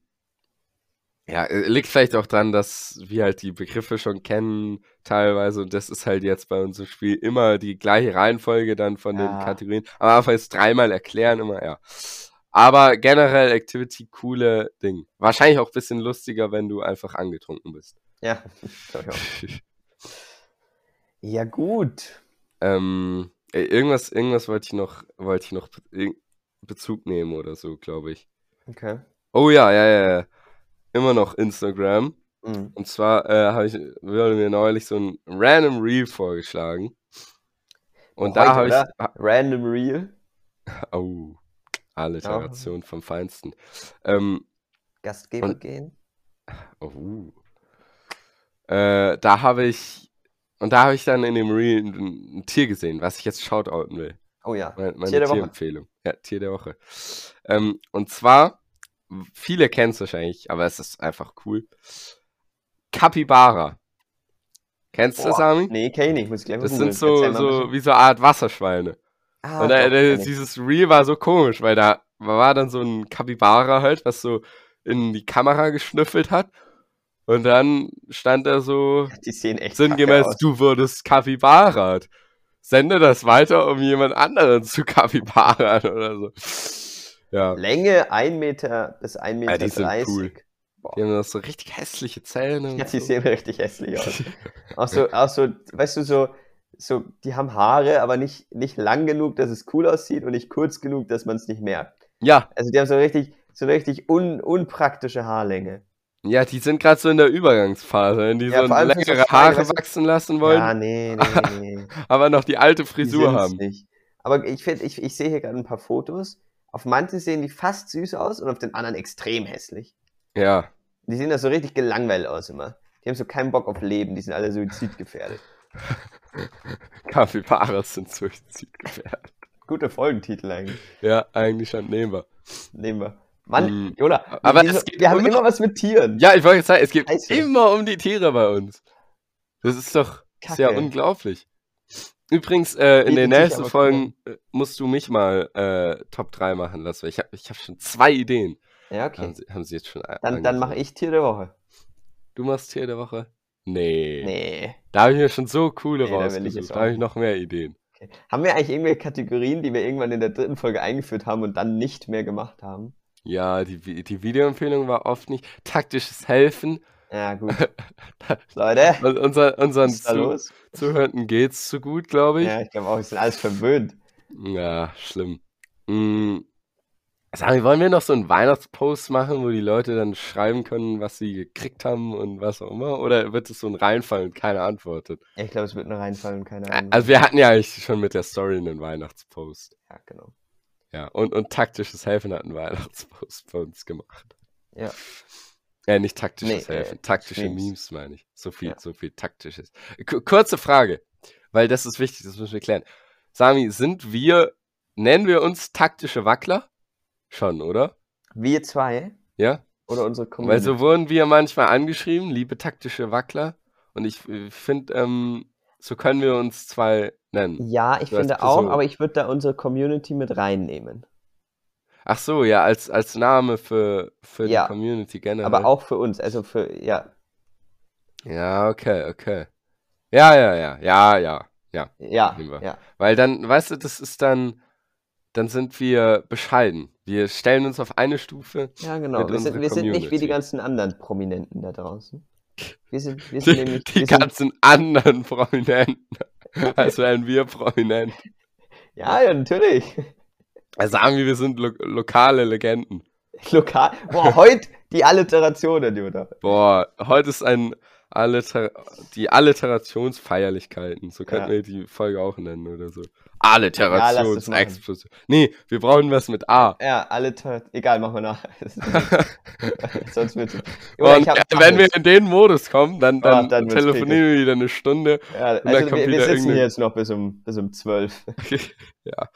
S2: ja, äh, liegt vielleicht auch dran, dass wir halt die Begriffe schon kennen teilweise und das ist halt jetzt bei unserem Spiel immer die gleiche Reihenfolge dann von den
S1: Ja.
S2: Kategorien. Am Anfang ist dreimal erklären immer, ja. Aber generell Activity coole Ding. Wahrscheinlich auch ein bisschen lustiger, wenn du einfach angetrunken bist.
S1: Ja, glaub ich auch. ja gut.
S2: Ähm, äh, irgendwas, irgendwas wollte ich noch, wollte ich noch be- irg- Bezug nehmen oder so, glaube ich.
S1: Okay.
S2: Oh ja, ja, ja, ja. Immer noch Instagram.
S1: Mhm.
S2: Und zwar äh, habe ich wurde mir neulich so ein random Reel vorgeschlagen. Und
S1: Oh, heute,
S2: da habe ich,
S1: oder?
S2: ha-
S1: Random Real.
S2: oh, Alliteration vom Feinsten. Ähm,
S1: Gastgeber
S2: Und-
S1: gehen.
S2: Oh. Äh, da habe ich. Und da habe ich dann in dem Reel ein, ein Tier gesehen, was ich jetzt shoutouten will.
S1: Oh ja.
S2: Meine, meine
S1: Tier der Woche.
S2: Tierempfehlung. Ja, Tier der Woche. Ähm, und zwar, viele kennen es wahrscheinlich, aber es ist einfach cool. Capybara. Kennst du das,
S1: Boah,
S2: Armin?
S1: Nee, kenn ich nicht. Muss ich gleich mal
S2: das
S1: googeln.
S2: sind so,
S1: Erzähl mal ein
S2: so
S1: bisschen.
S2: wie so eine Art Wasserschweine.
S1: Ah,
S2: und da,
S1: doch,
S2: da,
S1: kenn ich.
S2: dieses Reel war so komisch, weil da war dann so ein Kapibara halt, was so in die Kamera geschnüffelt hat. Und dann stand da so
S1: Die sehen echt kacke
S2: sinngemäß,
S1: aus.
S2: du wurdest Kapibara. Sende das weiter, um jemand anderen zu Kapibara oder so. Ja,
S1: Länge 1 Meter bis 1,30 Meter.
S2: Ja, Ah, die sind cool.
S1: Boah.
S2: die haben noch so richtig hässliche Zähne.
S1: Ja,
S2: Und
S1: die
S2: so.
S1: sehen richtig hässlich aus. Auch so, auch so, weißt du, so, so, die haben Haare, aber nicht, nicht lang genug, dass es cool aussieht und nicht kurz genug, dass man es nicht merkt.
S2: Ja,
S1: Also die haben so richtig, so richtig un, unpraktische Haarlänge.
S2: Ja, die sind gerade so in der Übergangsphase, wenn die
S1: Ja,
S2: so
S1: vor allem sind so
S2: längere
S1: Fragen,
S2: Haare
S1: weißt du-
S2: wachsen lassen wollen,
S1: Ja, nee, nee, nee.
S2: aber noch die alte
S1: Die
S2: Frisur
S1: sind's
S2: haben.
S1: Nicht. Aber ich, find- ich, ich sehe hier gerade ein paar Fotos. Auf manchen sehen die fast süß aus und auf den anderen extrem hässlich.
S2: Ja.
S1: Die sehen da so richtig gelangweilt aus immer. Die haben so keinen Bock auf Leben, die sind alle suizidgefährdet.
S2: Kapibaras sind suizidgefährdet.
S1: Guter Folgentitel eigentlich.
S2: Ja, eigentlich schon nehmen wir.
S1: Nehmen wir. Mann,
S2: Mm.
S1: Jonah, wir-
S2: Aber
S1: wir,
S2: es geht
S1: wir haben
S2: immer-
S1: immer was mit Tieren.
S2: Ja, ich wollte jetzt sagen, es geht
S1: Scheiße.
S2: immer um die Tiere bei uns. Das ist doch
S1: Kacke.
S2: sehr unglaublich. Übrigens, äh, in
S1: Bietet
S2: den
S1: sich
S2: nächsten
S1: aber
S2: Folgen äh, musst du mich mal äh, Top 3 machen lassen, weil ich habe ich hab schon zwei Ideen.
S1: Ja,
S2: Haben,
S1: okay.
S2: sie, haben sie jetzt schon äh,
S1: Dann, dann mache ich Tier der Woche.
S2: Du machst Tier der Woche? Nee.
S1: Nee.
S2: Da habe ich mir schon so coole
S1: Nee, da will ich
S2: rausgesucht.
S1: jetzt
S2: Da
S1: auch
S2: habe ich
S1: nicht.
S2: noch mehr Ideen.
S1: Okay. Haben wir eigentlich irgendwelche Kategorien, die wir irgendwann in der dritten Folge eingeführt haben und dann nicht mehr gemacht haben?
S2: Ja, die, Vi- die Videoempfehlung war oft nicht. Taktisches Helfen.
S1: Ja, gut. Leute,
S2: Und unser, unseren
S1: was ist da
S2: Zu
S1: los?
S2: Zuhörenden geht's zu gut, glaube ich.
S1: Ja, ich glaube auch, wir sind alles verwöhnt.
S2: Ja, schlimm. Mm. Sag mal, wollen wir noch so einen Weihnachtspost machen, wo die Leute dann schreiben können, was sie gekriegt haben und was auch immer? Oder wird es so ein Reinfall und keiner antwortet?
S1: Ja, Ich glaube, es wird nur reinfallen, keine Ahnung.
S2: Also wir hatten ja eigentlich schon mit der Story einen Weihnachtspost.
S1: ja, genau.
S2: Ja, und, und taktisches Helfen halt hat einen Weihnachtspost bei uns gemacht.
S1: Ja.
S2: Äh, nicht taktisches
S1: Nee, äh,
S2: Helfen, taktische
S1: Memes.
S2: Memes. meine ich. So viel,
S1: Ja.
S2: so viel taktisches. Ku- kurze Frage, weil das ist wichtig, das müssen wir klären. Sami, sind wir, nennen wir uns taktische Wackler? Schon, oder?
S1: Wir zwei
S2: Ja?
S1: oder unsere
S2: Weil
S1: Community.
S2: so wurden wir manchmal angeschrieben, liebe taktische Wackler. Und ich äh, finde, ähm, so können wir uns zwei nennen.
S1: ja, ich
S2: so als
S1: finde auch,
S2: Person.
S1: aber ich würde da unsere Community mit reinnehmen.
S2: Ach so, ja, als, als Name für, für
S1: Ja.
S2: die Community generell.
S1: Aber auch für uns, also für, ja,
S2: Ja, okay, okay. Ja, ja, ja, ja, ja, ja.
S1: ja,
S2: Nehmen wir.
S1: ja.
S2: Weil dann, weißt du, das ist dann, dann sind wir bescheiden. Wir stellen uns auf eine Stufe.
S1: Ja, genau.
S2: Mit
S1: Wir sind,
S2: unserer
S1: wir sind nicht wie die
S2: Community.
S1: ganzen anderen Prominenten da draußen. Wir sind, wir sind
S2: Die,
S1: nämlich,
S2: die
S1: wir sind,
S2: ganzen anderen Prominenten. Als wären wir prominent.
S1: ja, ja, natürlich.
S2: Also sagen wir, wir sind lo lokale Legenden.
S1: Lokal. Boah, heute die Alliterationen, Jutta.
S2: Boah, heute ist ein Alliter die Alliterationsfeierlichkeiten. So könnten
S1: Ja.
S2: wir die Folge auch nennen oder so.
S1: das machen.
S2: Alliterationsexplosion. nee, wir brauchen was mit A.
S1: Ja, Alliter. Egal, machen wir nach. Sonst wird's. Junge,
S2: Und
S1: ich hab
S2: äh,
S1: Tacheles.
S2: wenn wir in den Modus kommen, dann,
S1: Ah,
S2: dann,
S1: dann wird's
S2: telefonieren wir wieder eine Stunde.
S1: Ja,
S2: dann
S1: also
S2: kommt
S1: wir, wir
S2: wieder
S1: sitzen hier
S2: irgendein-
S1: jetzt noch bis um, bis um 12.
S2: ja.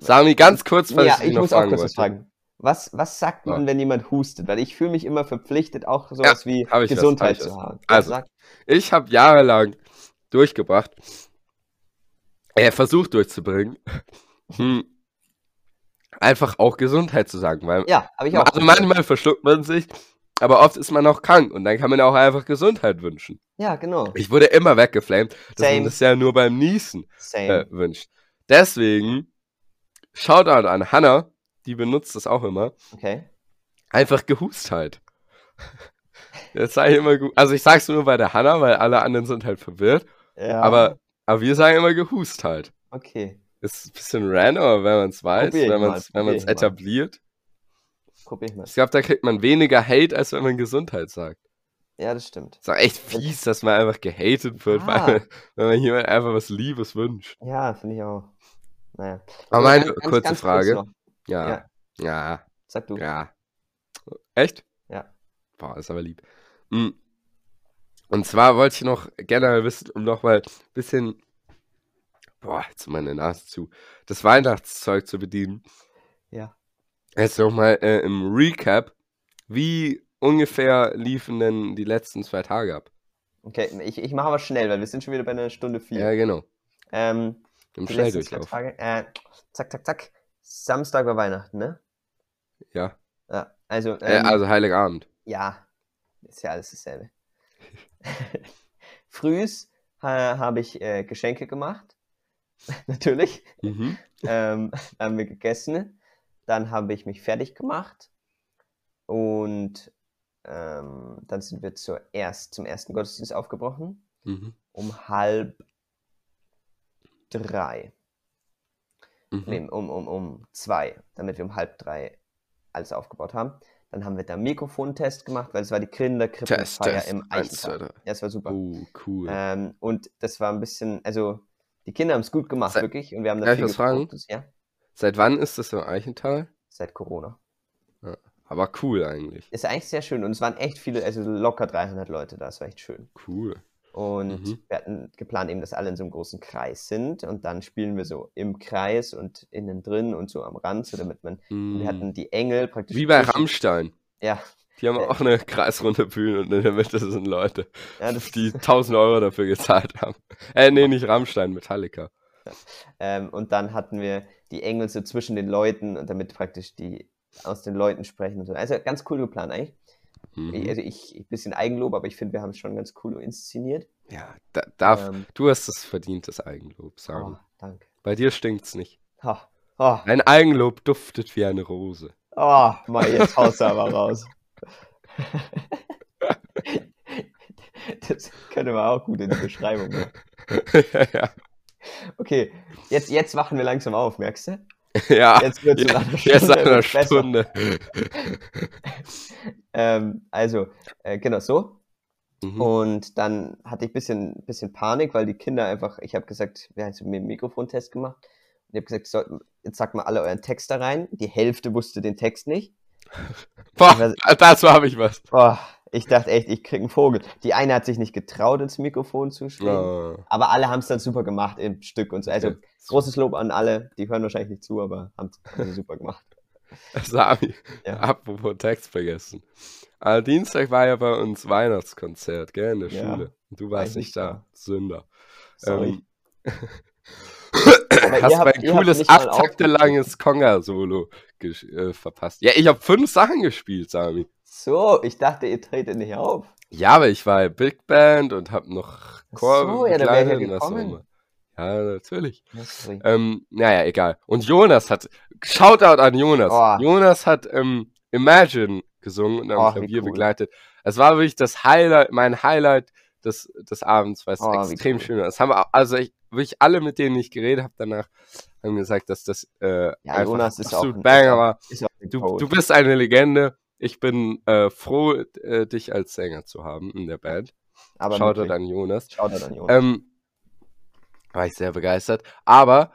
S2: Sami, ganz kurz, was
S1: ja,
S2: ich, dich
S1: ich
S2: noch
S1: muss auch
S2: fragen
S1: kurz was
S2: wollte.
S1: fragen. Was, was sagt man,
S2: Ja.
S1: wenn jemand hustet? Weil ich fühle mich immer verpflichtet, auch sowas wie
S2: hab ich was, hab
S1: Gesundheit
S2: ich was.
S1: zu haben.
S2: Also.
S1: Sag-
S2: Ich habe jahrelang durchgebracht, äh, versucht durchzubringen, hm, einfach auch Gesundheit zu sagen. Weil,
S1: ja, habe ich auch.
S2: also manchmal verschluckt man sich, aber oft ist man auch krank und dann kann man auch einfach Gesundheit wünschen.
S1: ja, genau.
S2: Ich wurde immer weggeflamed, dass
S1: Same.
S2: man das ja nur beim Niesen äh,
S1: Same.
S2: wünscht. Deswegen, Shoutout an Hannah, die benutzt das auch immer,
S1: Okay.
S2: einfach gehust halt. Das sage ich immer gut. Also ich sag's nur bei der Hannah, weil alle anderen sind halt verwirrt.
S1: Ja,
S2: Aber, aber wir sagen immer gehust halt.
S1: okay.
S2: Ist ein bisschen random, aber wenn man es weiß,
S1: Probier ich
S2: wenn
S1: mal,
S2: man es wenn
S1: probier
S2: man's
S1: ich mal.
S2: etabliert.
S1: Probier ich mal.
S2: Ich glaube, da kriegt man weniger Hate, als wenn man Gesundheit sagt.
S1: Ja, das stimmt.
S2: Ist auch echt fies, dass man einfach gehatet wird,
S1: Ah.
S2: weil man, wenn man jemand einfach was Liebes wünscht.
S1: Ja, finde ich auch. Naja.
S2: Aber
S1: Ja,
S2: meine
S1: ganz- ganz-
S2: kurze
S1: ganz kurz
S2: Frage.
S1: noch.
S2: ja. Ja.
S1: Sag du.
S2: Ja. Echt?
S1: Ja.
S2: Boah, ist aber lieb. Mm. Und zwar wollte ich noch generell wissen, um noch mal ein bisschen, boah, jetzt ist meine Nase zu, das Weihnachtszeug zu bedienen.
S1: Ja.
S2: Jetzt noch mal äh, im Recap, wie ungefähr liefen denn die letzten zwei Tage ab?
S1: Okay, ich, ich mache aber schnell, weil wir sind schon wieder bei einer Stunde vier.
S2: Ja, genau.
S1: Ähm,
S2: Im
S1: die letzten zwei
S2: Schnelldurchlauf.
S1: Tage, äh, zack, zack, zack. Samstag war Weihnachten, ne?
S2: Ja.
S1: Ja, also,
S2: Äh,
S1: ähm,
S2: also Heiligabend.
S1: ja, ist ja alles dasselbe. Frühs äh, habe ich äh, Geschenke gemacht, natürlich.
S2: Mhm.
S1: Ähm, dann haben wir gegessen, dann habe ich mich fertig gemacht und ähm, dann sind wir zuerst zum ersten Gottesdienst aufgebrochen
S2: Mhm.
S1: um halb drei.
S2: Mhm.
S1: Nee, um, um, um zwei, damit wir um halb drei alles aufgebaut haben. Dann haben wir da einen Mikrofontest gemacht, weil es war die
S2: Test,
S1: Kinderkrippenfeier
S2: Test.
S1: im
S2: Eins, zwei,
S1: Eichspark.
S2: drei.
S1: Ja, es war super.
S2: Oh, cool.
S1: Ähm, und das war ein bisschen, also die Kinder haben es gut gemacht,
S2: Seit-
S1: wirklich. Und wir haben da
S2: Darf ich
S1: viel
S2: was fragen?
S1: geguckt, das- Ja,
S2: Seit wann ist das im Eichental?
S1: seit Corona.
S2: Aber cool eigentlich.
S1: Ist eigentlich sehr schön und es waren echt viele, also locker 300 Leute da, es war echt schön.
S2: Cool.
S1: Und
S2: Mhm.
S1: wir hatten geplant eben, dass alle in so einem großen Kreis sind und dann spielen wir so im Kreis und innen drin und so am Rand, so damit man,
S2: Hm.
S1: wir hatten die Engel praktisch.
S2: Wie bei
S1: zwischen-
S2: Rammstein.
S1: Ja,
S2: Die haben
S1: Äh.
S2: auch eine kreisrunde Bühne und in der Mitte sind Leute,
S1: ja das,
S2: die 1000 Euro dafür gezahlt haben. Äh, nee, nicht Rammstein, Metallica.
S1: ähm, und dann hatten wir die Engel so zwischen den Leuten und damit praktisch die aus den Leuten sprechen und so. Also ganz cool geplant eigentlich. Ich,
S2: Mhm.
S1: also ich, ein bisschen Eigenlob, aber ich finde, wir haben es schon ganz cool inszeniert.
S2: Ja, da, darf,
S1: Ähm,
S2: du hast es verdient, das
S1: oh,
S2: Eigenlob sagen.
S1: danke.
S2: Bei dir stinkt's nicht.
S1: Oh, oh,
S2: Ein Eigenlob duftet wie eine Rose.
S1: oh, mal jetzt haust du aber raus. das können wir auch gut in die Beschreibung machen.
S2: ja,
S1: Okay, jetzt, jetzt wachen wir langsam auf, merkst du?
S2: ja.
S1: Jetzt wird es
S2: Ah, Ja,
S1: nach einer Stunde,
S2: jetzt nach einer
S1: wird's besser.
S2: Stunde.
S1: Ähm, also, äh, genau so. Oh,
S2: Mhm.
S1: Und dann hatte ich ein bisschen, bisschen Panik, weil die Kinder einfach, ich habe gesagt, wir haben jetzt mit dem Mikrofontest gemacht. Und ich habe gesagt, sollten, jetzt sagt mal alle euren Text da rein. Die Hälfte wusste den Text nicht.
S2: Boah, dazu habe ich was.
S1: Boah, ich dachte echt, ich krieg einen Vogel. Die eine hat sich nicht getraut, ins Mikrofon zu sprechen.
S2: Oh.
S1: Aber alle haben es dann super gemacht im Stück und so. Also
S2: Okay.
S1: großes Lob an alle. Die hören wahrscheinlich nicht zu, aber haben es super gemacht.
S2: Sami,
S1: Ja.
S2: apropos Text vergessen. Am Dienstag war ja bei uns Weihnachtskonzert, gell, in der
S1: Ja.
S2: Schule. Und du warst
S1: ich
S2: nicht
S1: nicht
S2: da. Sünder.
S1: Sorry.
S2: Ähm,
S1: Aber ihr
S2: hast
S1: habt-
S2: mein
S1: ihr habt
S2: cooles
S1: nicht mal
S2: acht Takte langes Conga-Solo gesch- äh, verpasst. Ja, ich habe fünf Sachen gespielt, Sami.
S1: So, ich dachte, ihr tretet nicht auf.
S2: Ja, aber ich war ja Big Band und habe noch
S1: Ach
S2: Chor
S1: so, ja, da wär ich ja
S2: begleitet und was auch
S1: gekommen.
S2: immer. Ja, natürlich.
S1: Sorry.
S2: Ähm, naja, egal. Und Jonas hat, Shoutout an Jonas.
S1: Oh.
S2: Jonas hat ähm, Imagine gesungen und am
S1: Oh, wie
S2: Klavier
S1: cool.
S2: begleitet. Es war wirklich das Highlight, mein Highlight des, des Abends, weil es
S1: Oh, wie
S2: extrem
S1: cool.
S2: schön war. Das haben wir, auch- also ich, wirklich alle, mit denen ich geredet habe danach, haben gesagt, dass das äh,
S1: Ja,
S2: einfach
S1: Jonas ist auch
S2: absolut
S1: ein-
S2: Banger war.
S1: Ist auch ein
S2: Du,
S1: Coach.
S2: du bist eine Legende. Ich bin äh, froh, äh, dich als Sänger zu haben in der Band.
S1: aber
S2: Shoutout
S1: wirklich.
S2: an Jonas.
S1: Shoutout an Jonas.
S2: Ähm, war ich sehr begeistert. Aber,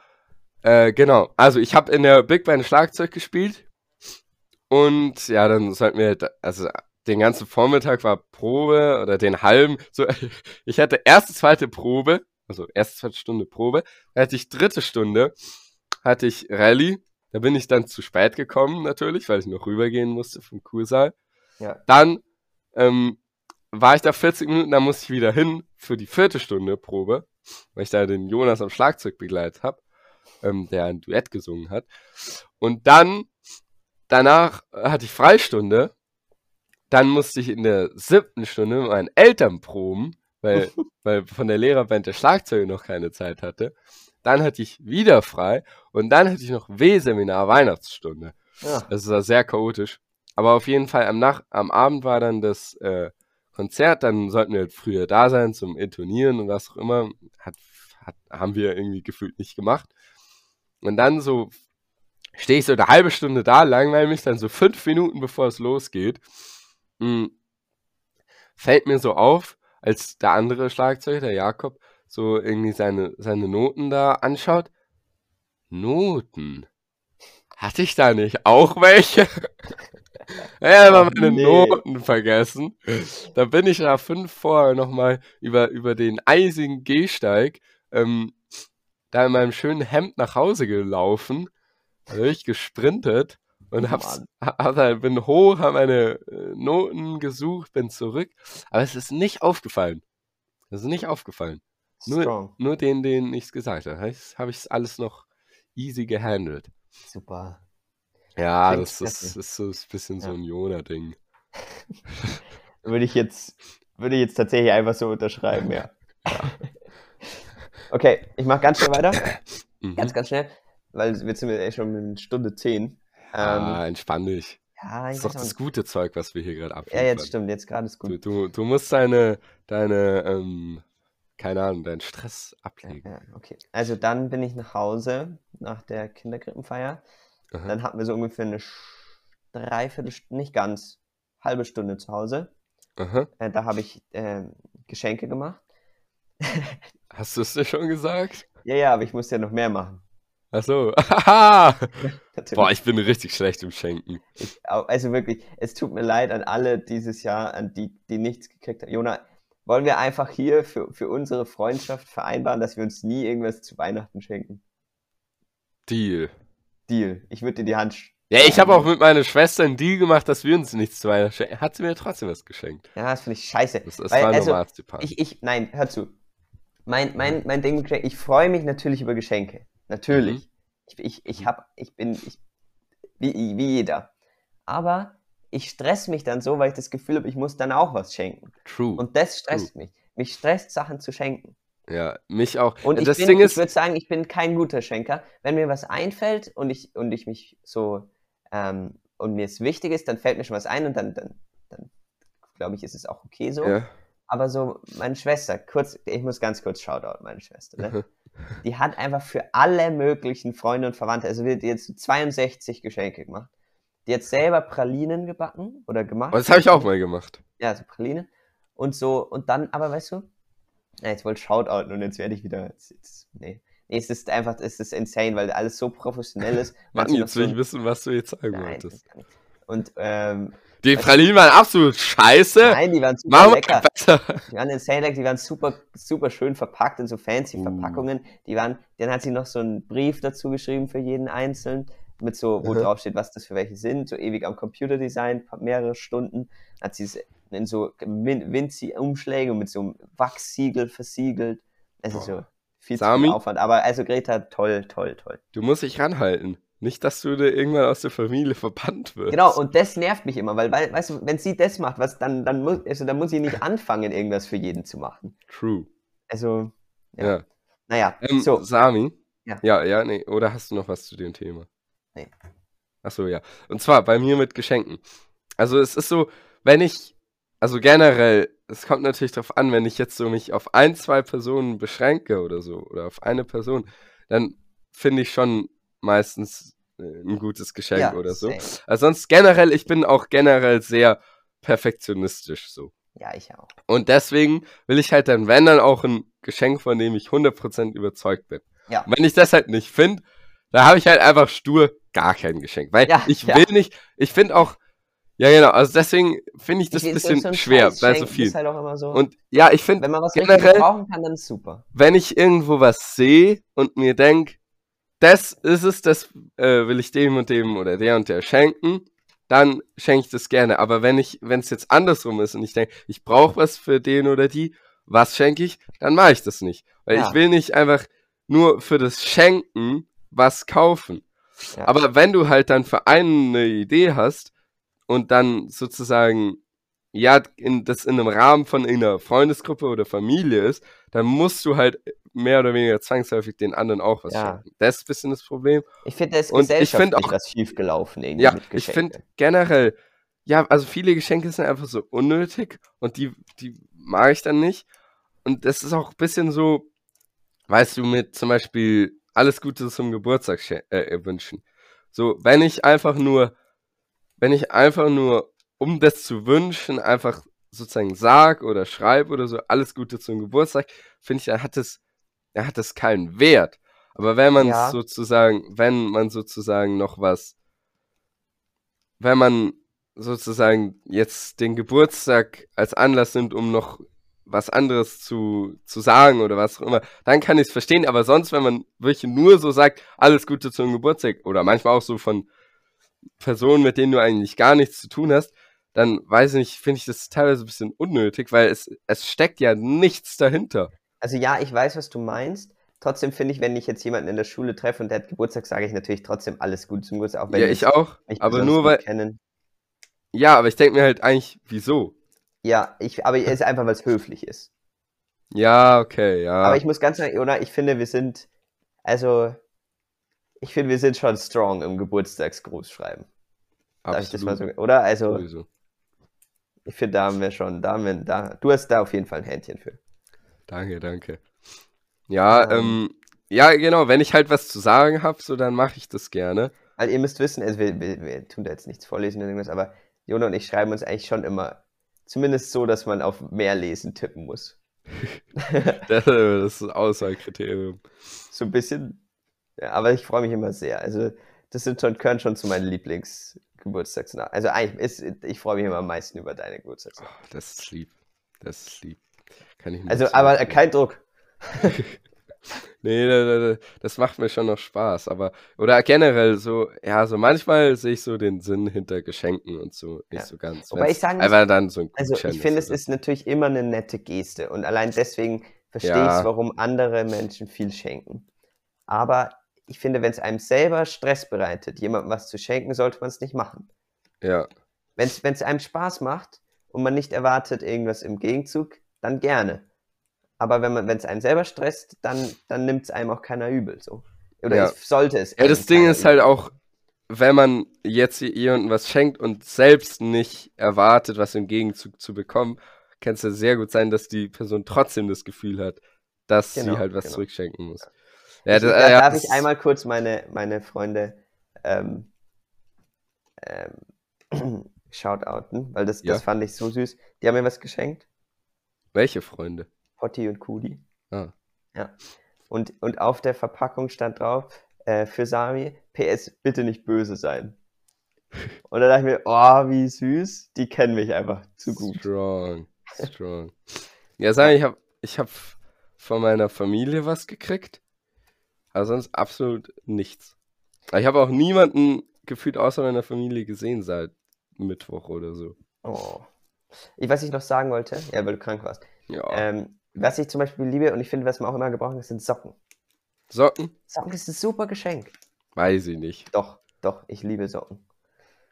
S2: äh, genau. Also, ich habe in der Big Band Schlagzeug gespielt. Und ja, dann sollten wir, da- also den ganzen Vormittag war Probe oder den halben. So, ich hatte erste, zweite Probe, also erste, zweite Stunde Probe. Dann hatte ich dritte Stunde, hatte ich Rallye. Da bin ich dann zu spät gekommen, natürlich, weil ich noch rübergehen musste vom Kursaal.
S1: Ja.
S2: Dann ähm, war ich da 40 Minuten, dann musste ich wieder hin für die vierte Stunde Probe, weil ich da den Jonas am Schlagzeug begleitet habe, ähm, der ein Duett gesungen hat. Und dann, danach äh, hatte ich Freistunde. Dann musste ich in der siebten Stunde mit meinen Eltern proben, weil, weil von der Lehrerband der Schlagzeuge noch keine Zeit hatte. Dann hatte ich wieder frei und dann hatte ich noch W-Seminar Weihnachtsstunde.
S1: ja.
S2: Das war sehr chaotisch. Aber auf jeden Fall am, Nach am Abend war dann das äh, Konzert, dann sollten wir früher da sein zum Intonieren und was auch immer. Hat, hat, haben wir irgendwie gefühlt nicht gemacht. Und dann so stehe ich so eine halbe Stunde da, langweile mich dann so fünf Minuten bevor es losgeht. Hm, Mh, fällt mir so auf, als der andere Schlagzeuger, der Jakob, so irgendwie seine, seine Noten da anschaut. Noten? Hatte ich da nicht auch welche? ja, aber
S1: Oh,
S2: meine
S1: nee.
S2: Noten vergessen. Da bin ich nach fünf vorher nochmal über, über den eisigen Gehsteig ähm, da in meinem schönen Hemd nach Hause gelaufen, richtig gesprintet und hab's, hab, hab, bin hoch, habe meine äh, Noten gesucht, bin zurück. Aber es ist nicht aufgefallen. Es ist nicht aufgefallen. nur-
S1: Strong.
S2: Nur den, den ich's gesagt habe. Heißt, habe ich alles noch easy gehandelt.
S1: Super.
S2: Ja,
S1: Klingt
S2: das ist,
S1: stressig.
S2: ist so ist ein bisschen so
S1: Ja.
S2: ein Jona-Ding.
S1: Würde ich jetzt, würde ich jetzt tatsächlich einfach so unterschreiben, ja. okay, ich mache ganz schnell weiter.
S2: Mhm.
S1: Ganz, ganz schnell. Weil jetzt sind wir eh schon mit Stunde 10.
S2: ah, entspann dich.
S1: ja,
S2: Das
S1: Ähm, ich
S2: ist doch
S1: weiß auch
S2: das
S1: nicht.
S2: gute Zeug, was wir hier gerade abliefern.
S1: ja, jetzt stimmt, jetzt gerade ist
S2: Du,
S1: gut.
S2: du, du musst deine, deine, ähm, keine Ahnung, deinen Stress
S1: Ja,
S2: ablegen.
S1: ja, okay. Also dann bin ich nach Hause nach der Kinderkrippenfeier.
S2: Aha.
S1: Dann hatten wir so ungefähr eine Sch- dreiviertel, St- nicht ganz, halbe Stunde zu Hause.
S2: Aha.
S1: Äh, da habe ich ähm, Geschenke gemacht.
S2: Hast du es dir schon gesagt?
S1: Ja, ja, aber ich muss ja noch mehr machen.
S2: Ach so. Haha.
S1: Natürlich.
S2: Boah, ich bin richtig schlecht im Schenken.
S1: Au- Also wirklich, es tut mir leid an alle dieses Jahr, an die, die nichts gekriegt haben. Jona, wollen wir einfach hier für, für unsere Freundschaft vereinbaren, dass wir uns nie irgendwas zu Weihnachten schenken?
S2: Deal.
S1: Deal. Ich würde dir die Hand. sch-
S2: Ja, ich habe auch mit meiner Schwester einen Deal gemacht, dass wir uns nichts zu Weihnachten schenken. Hat sie mir trotzdem was geschenkt.
S1: Ja, das finde ich scheiße.
S2: Das, das
S1: Weil,
S2: war
S1: also,
S2: nur Marzipan.
S1: Ich, ich, nein, hör zu. Mein, mein, mein Ding mit Geschenken, ich freue mich natürlich über Geschenke.
S2: Mhm.
S1: Natürlich. Ich, ich, ich, hab, ich bin ich, wie, wie jeder. Aber ich stress mich dann so, weil ich das Gefühl habe, ich muss dann auch was schenken.
S2: True.
S1: Und das stresst mich. Mich stresst, Sachen zu schenken.
S2: ja, mich auch.
S1: Und ich,
S2: das
S1: bin-
S2: Ding
S1: ich
S2: ist,
S1: würde sagen, ich bin kein guter Schenker. Wenn mir was einfällt und ich, und ich mich so ähm, und mir es wichtig ist, dann fällt mir schon was ein und dann, dann, dann glaube ich, ist es auch okay so.
S2: ja,
S1: Aber so, meine Schwester, kurz, ich muss ganz kurz Shoutout, meine Schwester, ne? Die hat einfach für alle möglichen Freunde und Verwandte, also wir die hat jetzt 62 Geschenke gemacht. Die hat selber Pralinen gebacken oder gemacht.
S2: aber Oh, das habe ich auch mal gemacht.
S1: Ja, so Pralinen. Und so, und dann, aber weißt du, ja, jetzt wollte ich Shoutouten und jetzt werde ich wieder. Jetzt, jetzt, nee. nee, es ist einfach, es ist insane, weil alles so professionell ist.
S2: Mann,
S1: Manche noch
S2: jetzt will ich
S1: so-
S2: wissen, was du jetzt sagen
S1: Nein, das
S2: wolltest.
S1: kann ich. Und ähm,
S2: Die Pralinen waren absolut scheiße.
S1: nein, die waren super
S2: Machen wir
S1: lecker.
S2: besser.
S1: Die waren in Sailak, die waren super, super schön verpackt in so fancy
S2: Uh.
S1: Verpackungen. Die waren, dann hat sie noch so einen Brief dazu geschrieben für jeden einzelnen, mit so, wo
S2: Aha.
S1: drauf steht, was das für welche sind, so ewig am Computerdesign, pa- mehrere Stunden. Hat sie es in so min- winzige Umschläge mit so einem Wachssiegel versiegelt. Also
S2: Boah.
S1: so viel zu
S2: Sami?
S1: viel Aufwand. Aber also Greta, toll, toll, toll.
S2: Du musst dich ranhalten. Nicht, dass du dir irgendwann aus der Familie verbannt wirst.
S1: Genau, und das nervt mich immer, weil, weil weißt du, wenn sie das macht, was dann, dann muss, also dann muss ich nicht anfangen, irgendwas für jeden zu machen.
S2: True.
S1: Also,
S2: Ja.
S1: Ja. naja,
S2: Ähm,
S1: so.
S2: Sami?
S1: Ja.
S2: ja, ja, nee. Oder hast du noch was zu dem Thema?
S1: Nee.
S2: Achso, ja. Und zwar bei mir mit Geschenken. Also es ist so, wenn ich, also generell, es kommt natürlich drauf an, wenn ich jetzt so mich auf ein, zwei Personen beschränke oder so, oder auf eine Person, dann finde ich schon meistens äh, ein gutes Geschenk
S1: ja,
S2: oder so.
S1: safe.
S2: Also sonst generell, ich bin auch generell sehr perfektionistisch so.
S1: Ja, ich auch.
S2: Und deswegen will ich halt dann, wenn dann auch ein Geschenk, von dem ich 100% überzeugt bin.
S1: Ja.
S2: Und wenn ich das halt nicht finde, dann habe ich halt einfach stur gar kein Geschenk. Weil
S1: Ja,
S2: ich
S1: ja.
S2: will nicht, ich finde auch, ja genau, also deswegen finde ich das
S1: Ich-
S2: ein
S1: so-
S2: bisschen
S1: so ein
S2: schwer
S1: Scheiß
S2: bei so
S1: schenken
S2: viel.
S1: Ist halt auch immer so.
S2: Und ja, ich finde,
S1: wenn man was
S2: generell-
S1: richtig brauchen kann, dann ist super.
S2: wenn ich irgendwo was sehe und mir denke, das ist es, das äh, will ich dem und dem oder der und der schenken, dann schenke ich das gerne. Aber wenn ich, wenn es jetzt andersrum ist und ich denke, ich brauche was für den oder die, was schenke ich, dann mache ich das nicht. Weil
S1: Ja.
S2: ich will nicht einfach nur für das Schenken was kaufen.
S1: Ja.
S2: Aber wenn du halt dann für einen eine Idee hast und dann sozusagen, ja, in, das in einem Rahmen von einer Freundesgruppe oder Familie ist, dann musst du halt mehr oder weniger zwangsläufig den anderen auch was
S1: Ja.
S2: schenken. Das ist ein bisschen das Problem.
S1: ich finde, da ist
S2: und ich find
S1: gesellschaftlich
S2: auch-
S1: was schiefgelaufen irgendwie
S2: Ja,
S1: mit
S2: ich
S1: Geschenken.
S2: finde generell, ja, also viele Geschenke sind einfach so unnötig und die, die mag ich dann nicht. Und das ist auch ein bisschen so, weißt du, mit zum Beispiel alles Gute zum Geburtstag schen- äh, wünschen. So, wenn ich einfach nur, wenn ich einfach nur, um das zu wünschen, einfach sozusagen sag oder schreib oder so, alles Gute zum Geburtstag, finde ich, dann hat es, dann hat es keinen Wert. Aber wenn man
S1: Ja.
S2: sozusagen, wenn man sozusagen noch was, wenn man sozusagen jetzt den Geburtstag als Anlass nimmt, um noch was anderes zu, zu sagen oder was auch immer, dann kann ich es verstehen. Aber sonst, wenn man wirklich nur so sagt, alles Gute zum Geburtstag oder manchmal auch so von Personen, mit denen du eigentlich gar nichts zu tun hast, dann weiß ich nicht, finde ich das teilweise ein bisschen unnötig, weil es, es steckt ja nichts dahinter.
S1: Also ja, ich weiß, was du meinst. Trotzdem finde ich, wenn ich jetzt jemanden in der Schule treffe und der hat Geburtstag, sage ich natürlich trotzdem alles gut zum Geburtstag, auch wenn
S2: ja, ich auch,
S1: mich
S2: aber
S1: besonders
S2: nur
S1: gut
S2: weil,
S1: kennen.
S2: ja, aber ich denke mir halt eigentlich, wieso?
S1: Ja, ich, aber es ist einfach, weil es höflich ist.
S2: Ja, okay, ja.
S1: Aber ich muss ganz sagen, Jona, ich finde, wir sind, also, ich finde, wir sind schon strong im Geburtstagsgrußschreiben. Darf ich das mal so,
S2: Absolut,
S1: oder? Also,
S2: sowieso.
S1: Ich finde, da haben wir schon, da haben wir, da, du hast da auf jeden Fall ein Händchen für.
S2: Danke, danke. ähm, Ja,
S1: Ähm.
S2: ähm, ja, genau, wenn ich halt was zu sagen habe, so dann mache ich das gerne.
S1: Also ihr müsst wissen, also wir, wir, wir tun da jetzt nichts vorlesen oder irgendwas, aber Jona und ich schreiben uns eigentlich schon immer, zumindest so, dass man auf mehr lesen tippen muss.
S2: Das, das ist ein Auswahlkriterium.
S1: So ein bisschen, ja, aber ich freue mich immer sehr. Also das sind schon, gehören schon zu meinen Lieblingsgeburtstagsnacht. Also eigentlich ist, ich freue mich immer am meisten über deine
S2: Oh,
S1: Geburtstagsnacht.
S2: das ist lieb. Das ist lieb. Kann ich nicht
S1: Also,
S2: so
S1: aber äh,
S2: empfehlen.
S1: kein Druck.
S2: Nee, da- da- da- das macht mir schon noch Spaß, aber oder generell so, ja, so manchmal sehe ich so den Sinn hinter Geschenken und so nicht
S1: Ja.
S2: so ganz.
S1: Wobei
S2: wenn's
S1: ich sagen muss,
S2: einfach dann so ne? ein
S1: Also
S2: Gutschein
S1: ich finde, es
S2: oder
S1: ist natürlich immer eine nette Geste und allein deswegen verstehe
S2: Ja.
S1: ich, warum andere Menschen viel schenken. Aber ich finde, wenn es einem selber Stress bereitet, jemandem was zu schenken, sollte man es nicht machen.
S2: so. Ja,
S1: Wenn es einem Spaß macht und man nicht erwartet irgendwas im Gegenzug, dann gerne. Aber wenn es einem selber stresst, dann, dann nimmt es einem auch keiner übel. So. Oder
S2: Ja.
S1: es sollte es.
S2: Ja,
S1: einem
S2: das Ding
S1: keiner
S2: ist halt auch, wenn man jetzt jemandem was schenkt und selbst nicht erwartet, was im Gegenzug zu bekommen, kann es ja sehr gut sein, dass die Person trotzdem das Gefühl hat, dass
S1: Genau,
S2: sie halt was
S1: genau.
S2: zurückschenken muss.
S1: Ich,
S2: das- äh,
S1: da
S2: ja,
S1: darf
S2: das-
S1: ich einmal kurz meine, meine Freunde ähm, ähm, shoutouten, weil das,
S2: Ja.
S1: das fand ich so süß. Die haben mir was geschenkt,
S2: Welche Freunde?
S1: Potti und Kudi.
S2: Ah.
S1: Ja. Und, und auf der Verpackung stand drauf, äh, für Sami, PS, bitte nicht böse sein. Und da dachte ich mir, oh, wie süß, die kennen mich einfach zu gut.
S2: Strong, strong. Ja, sag ich, ich habe ich hab von meiner Familie was gekriegt, aber sonst absolut nichts. Aber Ich habe auch niemanden gefühlt außer meiner Familie gesehen seit Mittwoch oder so.
S1: Oh. Ich, was ich noch sagen wollte, ja, weil du krank warst.
S2: Ja.
S1: Ähm, was ich zum Beispiel liebe und ich finde, was man auch immer gebrauchen kann, sind Socken.
S2: Socken?
S1: Socken ist ein super Geschenk.
S2: Weiß ich nicht.
S1: Doch, doch, ich liebe Socken.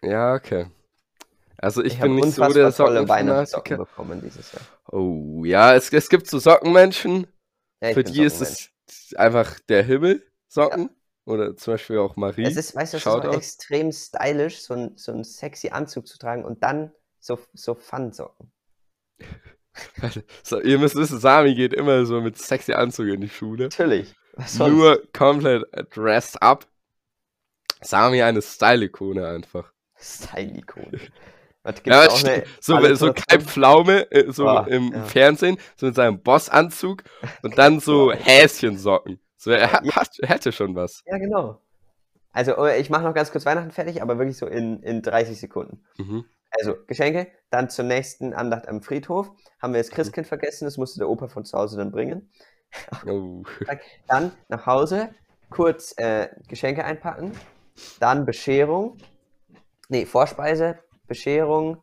S2: Ja, okay. Also ich,
S1: hab
S2: bin nicht so
S1: unfassbar
S2: der
S1: tolle Weihnachtssocken
S2: Sockenfanatiker.
S1: bekommen dieses Jahr.
S2: Oh, ja, es, es gibt so Sockenmenschen.
S1: Ja, ich
S2: Für
S1: bin
S2: die ist
S1: Sockenmensch.
S2: es einfach der Himmel, Socken. Oder zum Beispiel auch Marie.
S1: Es ist, weißt du, es ist auch
S2: Shoutout.
S1: extrem stylisch, so, ein, so einen sexy Anzug zu tragen und dann so, so Fun-Socken.
S2: so, ihr müsst wissen, Sami geht immer so mit sexy Anzug in die Schule.
S1: Natürlich. Was sonst?
S2: Nur komplett dressed up. Sami eine Style-Ikone einfach.
S1: Style-Ikone. Was gibt's
S2: Ja,
S1: auch
S2: st-
S1: eine
S2: so, so
S1: Alliteration?
S2: Kai Pflaume, äh, so
S1: Boah,
S2: im
S1: Ah, ja.
S2: Fernsehen, so mit seinem Bossanzug und dann so Häschensocken. So, er hat, hätte schon was.
S1: Ja, genau. Also, oh, ich mache noch ganz kurz Weihnachten fertig, aber wirklich so in, in 30 Sekunden.
S2: Mhm.
S1: Also, Geschenke, dann zur nächsten Andacht am Friedhof. Haben wir
S2: Mhm.
S1: das Christkind vergessen, das musste der Opa von zu Hause dann bringen.
S2: Oh.
S1: Dann nach Hause, kurz äh, Geschenke einpacken, dann Bescherung, nee, Vorspeise, Bescherung,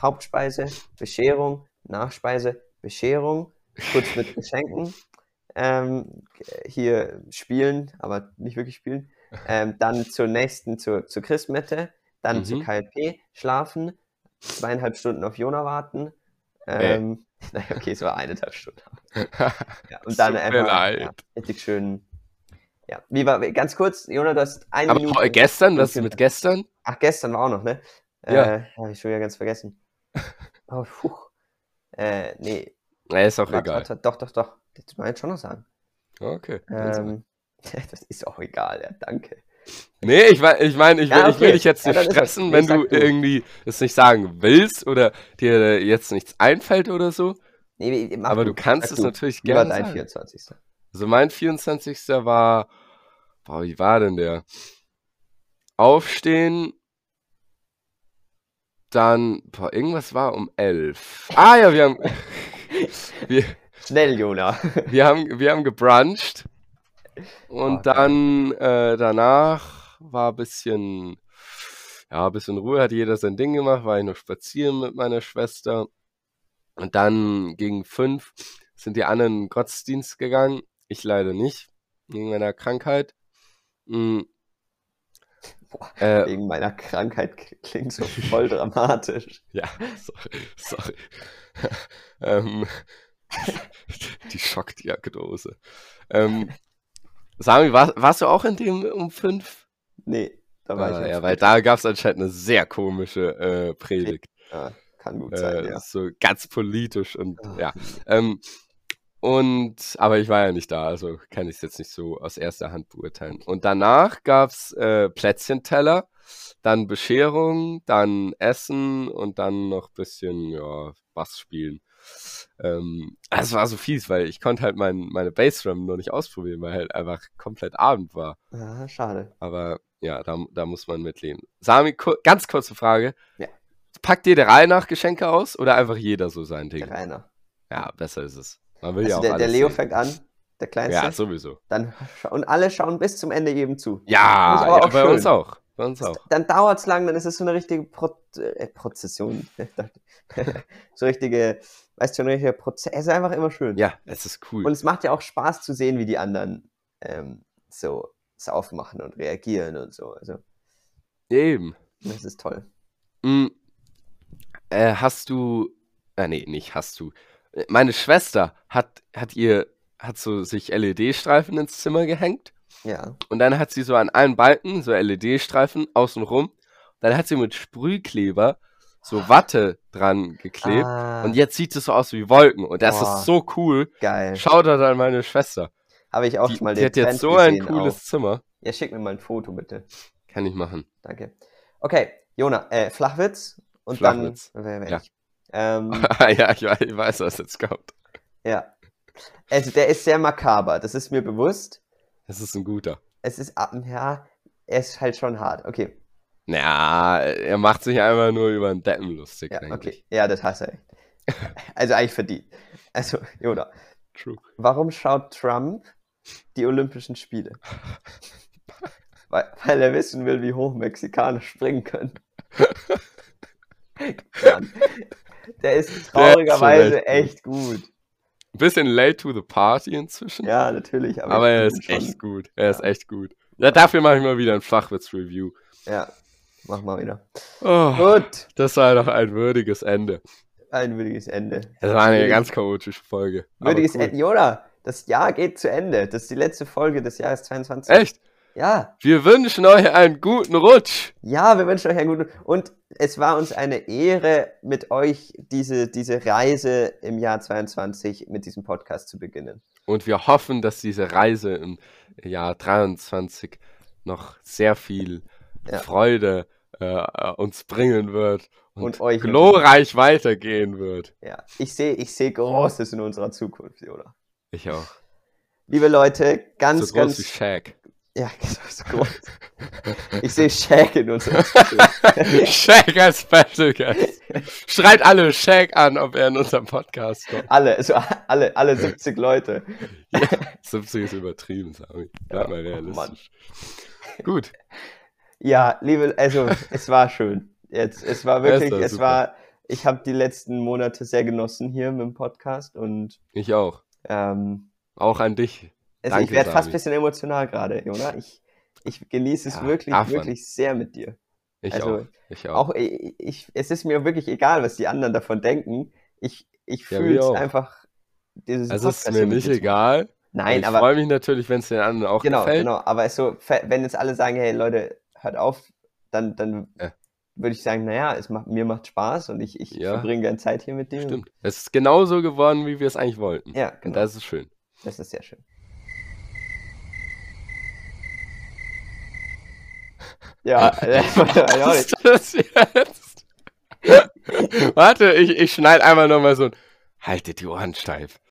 S1: Hauptspeise, Bescherung, Nachspeise, Bescherung, kurz mit Geschenken, ähm, hier spielen, aber nicht wirklich spielen, ähm, dann zur nächsten, zur, zur Christmette, dann
S2: Mhm.
S1: zur KLP, schlafen, zweieinhalb Stunden auf Jona warten, ähm, naja, okay, es war eineinhalb Stunden. Ja, und dann
S2: Tut mir
S1: einfach
S2: leid.
S1: Ja, richtig schön. Ja, wie war, ganz kurz, Jona, du hast eine
S2: Aber
S1: Minute.
S2: auch, äh, gestern, was ist mit gestern?
S1: Ach, gestern war auch noch, ne?
S2: Ja.
S1: Äh, Habe ich schon wieder ganz vergessen. Oh, puh. Äh, nee.
S2: Nee, ist auch
S1: Warte,
S2: egal.
S1: warte, doch, doch, doch. Das war jetzt schon noch sagen.
S2: Okay.
S1: Ähm, das ist auch egal, ja, danke.
S2: Nee, ich meine, ich, mein, ich, will,
S1: Ja,
S2: ich will
S1: okay.
S2: dich jetzt
S1: Ja,
S2: nicht
S1: dann ist okay.
S2: stressen,
S1: Nee,
S2: wenn
S1: sag
S2: du,
S1: du.
S2: irgendwie es nicht sagen willst oder dir jetzt nichts einfällt oder so.
S1: Nee, mach
S2: Aber du kannst
S1: sag
S2: es natürlich
S1: Wie war
S2: gerne
S1: dein
S2: sagen.
S1: 24.
S2: Also mein 24. war. Boah, wie war denn der? Aufstehen. Dann. Boah, irgendwas war um 11. Ah ja, wir haben. wir,
S1: Schnell, Jona.
S2: wir haben, wir haben gebruncht. Und
S1: Ah, geil.
S2: dann äh, danach war ein bisschen, ja, ein bisschen Ruhe, hat jeder sein Ding gemacht, war ich noch spazieren mit meiner Schwester. Und dann gegen fünf sind die anderen in den Gottesdienst gegangen. Ich leider nicht, wegen meiner Krankheit. Mm.
S1: Boah,
S2: Äh,
S1: Wegen meiner Krankheit klingt so voll dramatisch.
S2: ja, sorry. sorry. ähm, die Schockdiagnose. Ähm, Sami, war, warst du auch in dem um fünf?
S1: Nee, da war ich
S2: Ah,
S1: auf
S2: ja, weil da gab es anscheinend eine sehr komische äh, Predigt.
S1: Ja, kann gut sein,
S2: Äh,
S1: ja.
S2: So ganz politisch und
S1: Ah.
S2: ja. Ähm, Und, aber ich war ja nicht da, also kann ich es jetzt nicht so aus erster Hand beurteilen. Und danach gab es äh, Plätzchenteller, dann Bescherung, dann Essen und dann noch ein bisschen, ja, Bass spielen. Ähm, das war so fies, weil ich konnte halt mein, meine Bassdrum noch nicht ausprobieren, weil halt einfach komplett Abend war.
S1: Ah, schade.
S2: Aber ja, da, da muss man mitleben. Sami, ku ganz kurze Frage.
S1: Ja.
S2: Packt ihr der Reihe nach Geschenke aus oder einfach jeder so sein Ding?
S1: Der Rainer.
S2: Ja, besser ist es. Man will ja
S1: Also
S2: auch
S1: der, der
S2: alles
S1: Leo
S2: sehen.
S1: fängt an, der Kleinste.
S2: Ja, also sowieso.
S1: Dann, scha- und alle schauen bis zum Ende jedem zu.
S2: Ja,
S1: Das ist
S2: ja
S1: aber auch
S2: bei
S1: schön.
S2: uns auch. Bei uns auch.
S1: Dann dauert es lang, dann ist es so eine richtige Pro äh, Prozession. so richtige, weißt du, ein richtiger Prozess. Es ist einfach immer schön.
S2: Ja, es ist cool.
S1: Und es macht ja auch Spaß zu sehen, wie die anderen ähm, so es aufmachen und reagieren und so. Also,
S2: Eben.
S1: das ist toll.
S2: Mm. Äh, hast du. Ah, nee, nicht hast du. Äh, Meine Schwester hat, hat ihr, hat so sich LED-Streifen ins Zimmer gehängt
S1: Ja.
S2: und dann hat sie so an allen Balken so LED-Streifen außenrum. Dann hat sie mit Sprühkleber so Watte dran geklebt
S1: Ah,
S2: und jetzt sieht es so aus wie Wolken und das
S1: Boah.
S2: ist so cool.
S1: geil.
S2: Schau da dann meine Schwester.
S1: Habe ich auch
S2: Die,
S1: schon mal
S2: die
S1: den
S2: hat jetzt
S1: Trend
S2: so ein
S1: gesehen
S2: cooles
S1: Auch.
S2: Zimmer.
S1: Ja, schick mir mal ein Foto, bitte.
S2: Kann ich machen.
S1: Danke. Okay, Jona, äh, Flachwitz und
S2: Flachwitz.
S1: dann. Wer, wer
S2: Ja.
S1: Ich. Ähm,
S2: Ah ja, ich weiß, ich weiß, was jetzt kommt.
S1: ja. Also der ist sehr makaber, das ist mir bewusst.
S2: Das ist ein guter.
S1: Es ist ab ja, er ist halt schon hart. Okay.
S2: Na, er macht sich einfach nur über den Deppen lustig,
S1: Ja,
S2: denke ich.
S1: okay. Ja, das hast du recht. Also eigentlich verdient. Also, Jona,
S2: True.
S1: warum schaut Trump die Olympischen Spiele? Weil, weil er wissen will, wie hoch Mexikaner springen können. Mann. Der ist traurigerweise
S2: Recht. ne?
S1: echt gut.
S2: Ein bisschen late to the party inzwischen,
S1: Ja, natürlich. Aber,
S2: aber er ist
S1: schon-
S2: echt gut. Er ist echt gut. Ja, dafür mache ich mal wieder ein Flachwitz-Review.
S1: Ja, mach mal wieder.
S2: Oh,
S1: Gut,
S2: das war doch ein würdiges Ende.
S1: ein würdiges Ende.
S2: Das war eine
S1: Würdig-
S2: ganz chaotische Folge. aber
S1: Würdiges
S2: cool.
S1: Ende. Jona, das Jahr geht zu Ende. Das ist die letzte Folge des Jahres 22.
S2: Echt?
S1: Ja,
S2: Wir wünschen euch einen guten Rutsch.
S1: ja, wir wünschen euch einen guten. Und es war uns eine Ehre, mit euch diese, diese Reise im Jahr 22 mit diesem Podcast zu beginnen.
S2: Und wir hoffen, dass diese Reise im Jahr 23 noch sehr viel
S1: Ja.
S2: Freude äh, uns bringen wird
S1: Und euch
S2: glorreich weitergehen wird.
S1: Ja, ich sehe ich sehe Großes in unserer Zukunft, Jona.
S2: Ich auch.
S1: Liebe Leute, ganz,
S2: so groß wie
S1: ganz.
S2: Shaq.
S1: Ja, so groß. Ich sehe Shaq in unserer Zukunft.
S2: Shaq als Special Guest. Schreibt alle Shaq an, ob er in unserem Podcast kommt.
S1: Alle, so alle, alle 70 Leute.
S2: 70 ist übertrieben, Sami. Bleib
S1: Ja,
S2: mal
S1: oh
S2: realistisch. Gut.
S1: Ja, liebe, also es war schön. Jetzt, es war
S2: Ja, ist
S1: wirklich,
S2: doch
S1: es
S2: super.
S1: war, ich habe die letzten Monate sehr genossen hier mit dem Podcast und
S2: Ich auch.
S1: ähm,
S2: Auch an dich.
S1: also ich
S2: Danke,
S1: werde fast
S2: Sami.
S1: ein bisschen emotional gerade, Jona. Ich, ich genieße es
S2: Ja,
S1: wirklich,
S2: darf man.
S1: wirklich sehr mit dir.
S2: Ich
S1: Also,
S2: auch. Ich auch.
S1: Auch ich, ich, es ist mir wirklich egal, was die anderen davon denken. Ich, ich
S2: Ja,
S1: fühle
S2: mir
S1: es
S2: auch.
S1: einfach. Dieses
S2: Also es ist
S1: Podcast
S2: mir
S1: hier mit
S2: nicht
S1: dir zu machen.
S2: egal.
S1: Nein,
S2: ich
S1: aber
S2: freue mich natürlich, wenn es den anderen auch
S1: Genau,
S2: gefällt.
S1: genau. Aber es so, fe- wenn jetzt alle sagen, hey Leute, hört auf, dann, dann
S2: Ja.
S1: würde ich sagen, naja, es macht, mir macht Spaß und ich, ich
S2: Ja.
S1: verbringe gerne Zeit hier mit dir.
S2: Stimmt. Es ist genauso geworden, wie wir es eigentlich wollten.
S1: Ja,
S2: Und
S1: genau. Das,
S2: das ist schön.
S1: ist sehr schön. Ja, das war ja auch
S2: Was
S1: nicht.
S2: ist das jetzt? Warte, ich, ich schneide einmal nochmal so ein. Haltet die Ohren steif.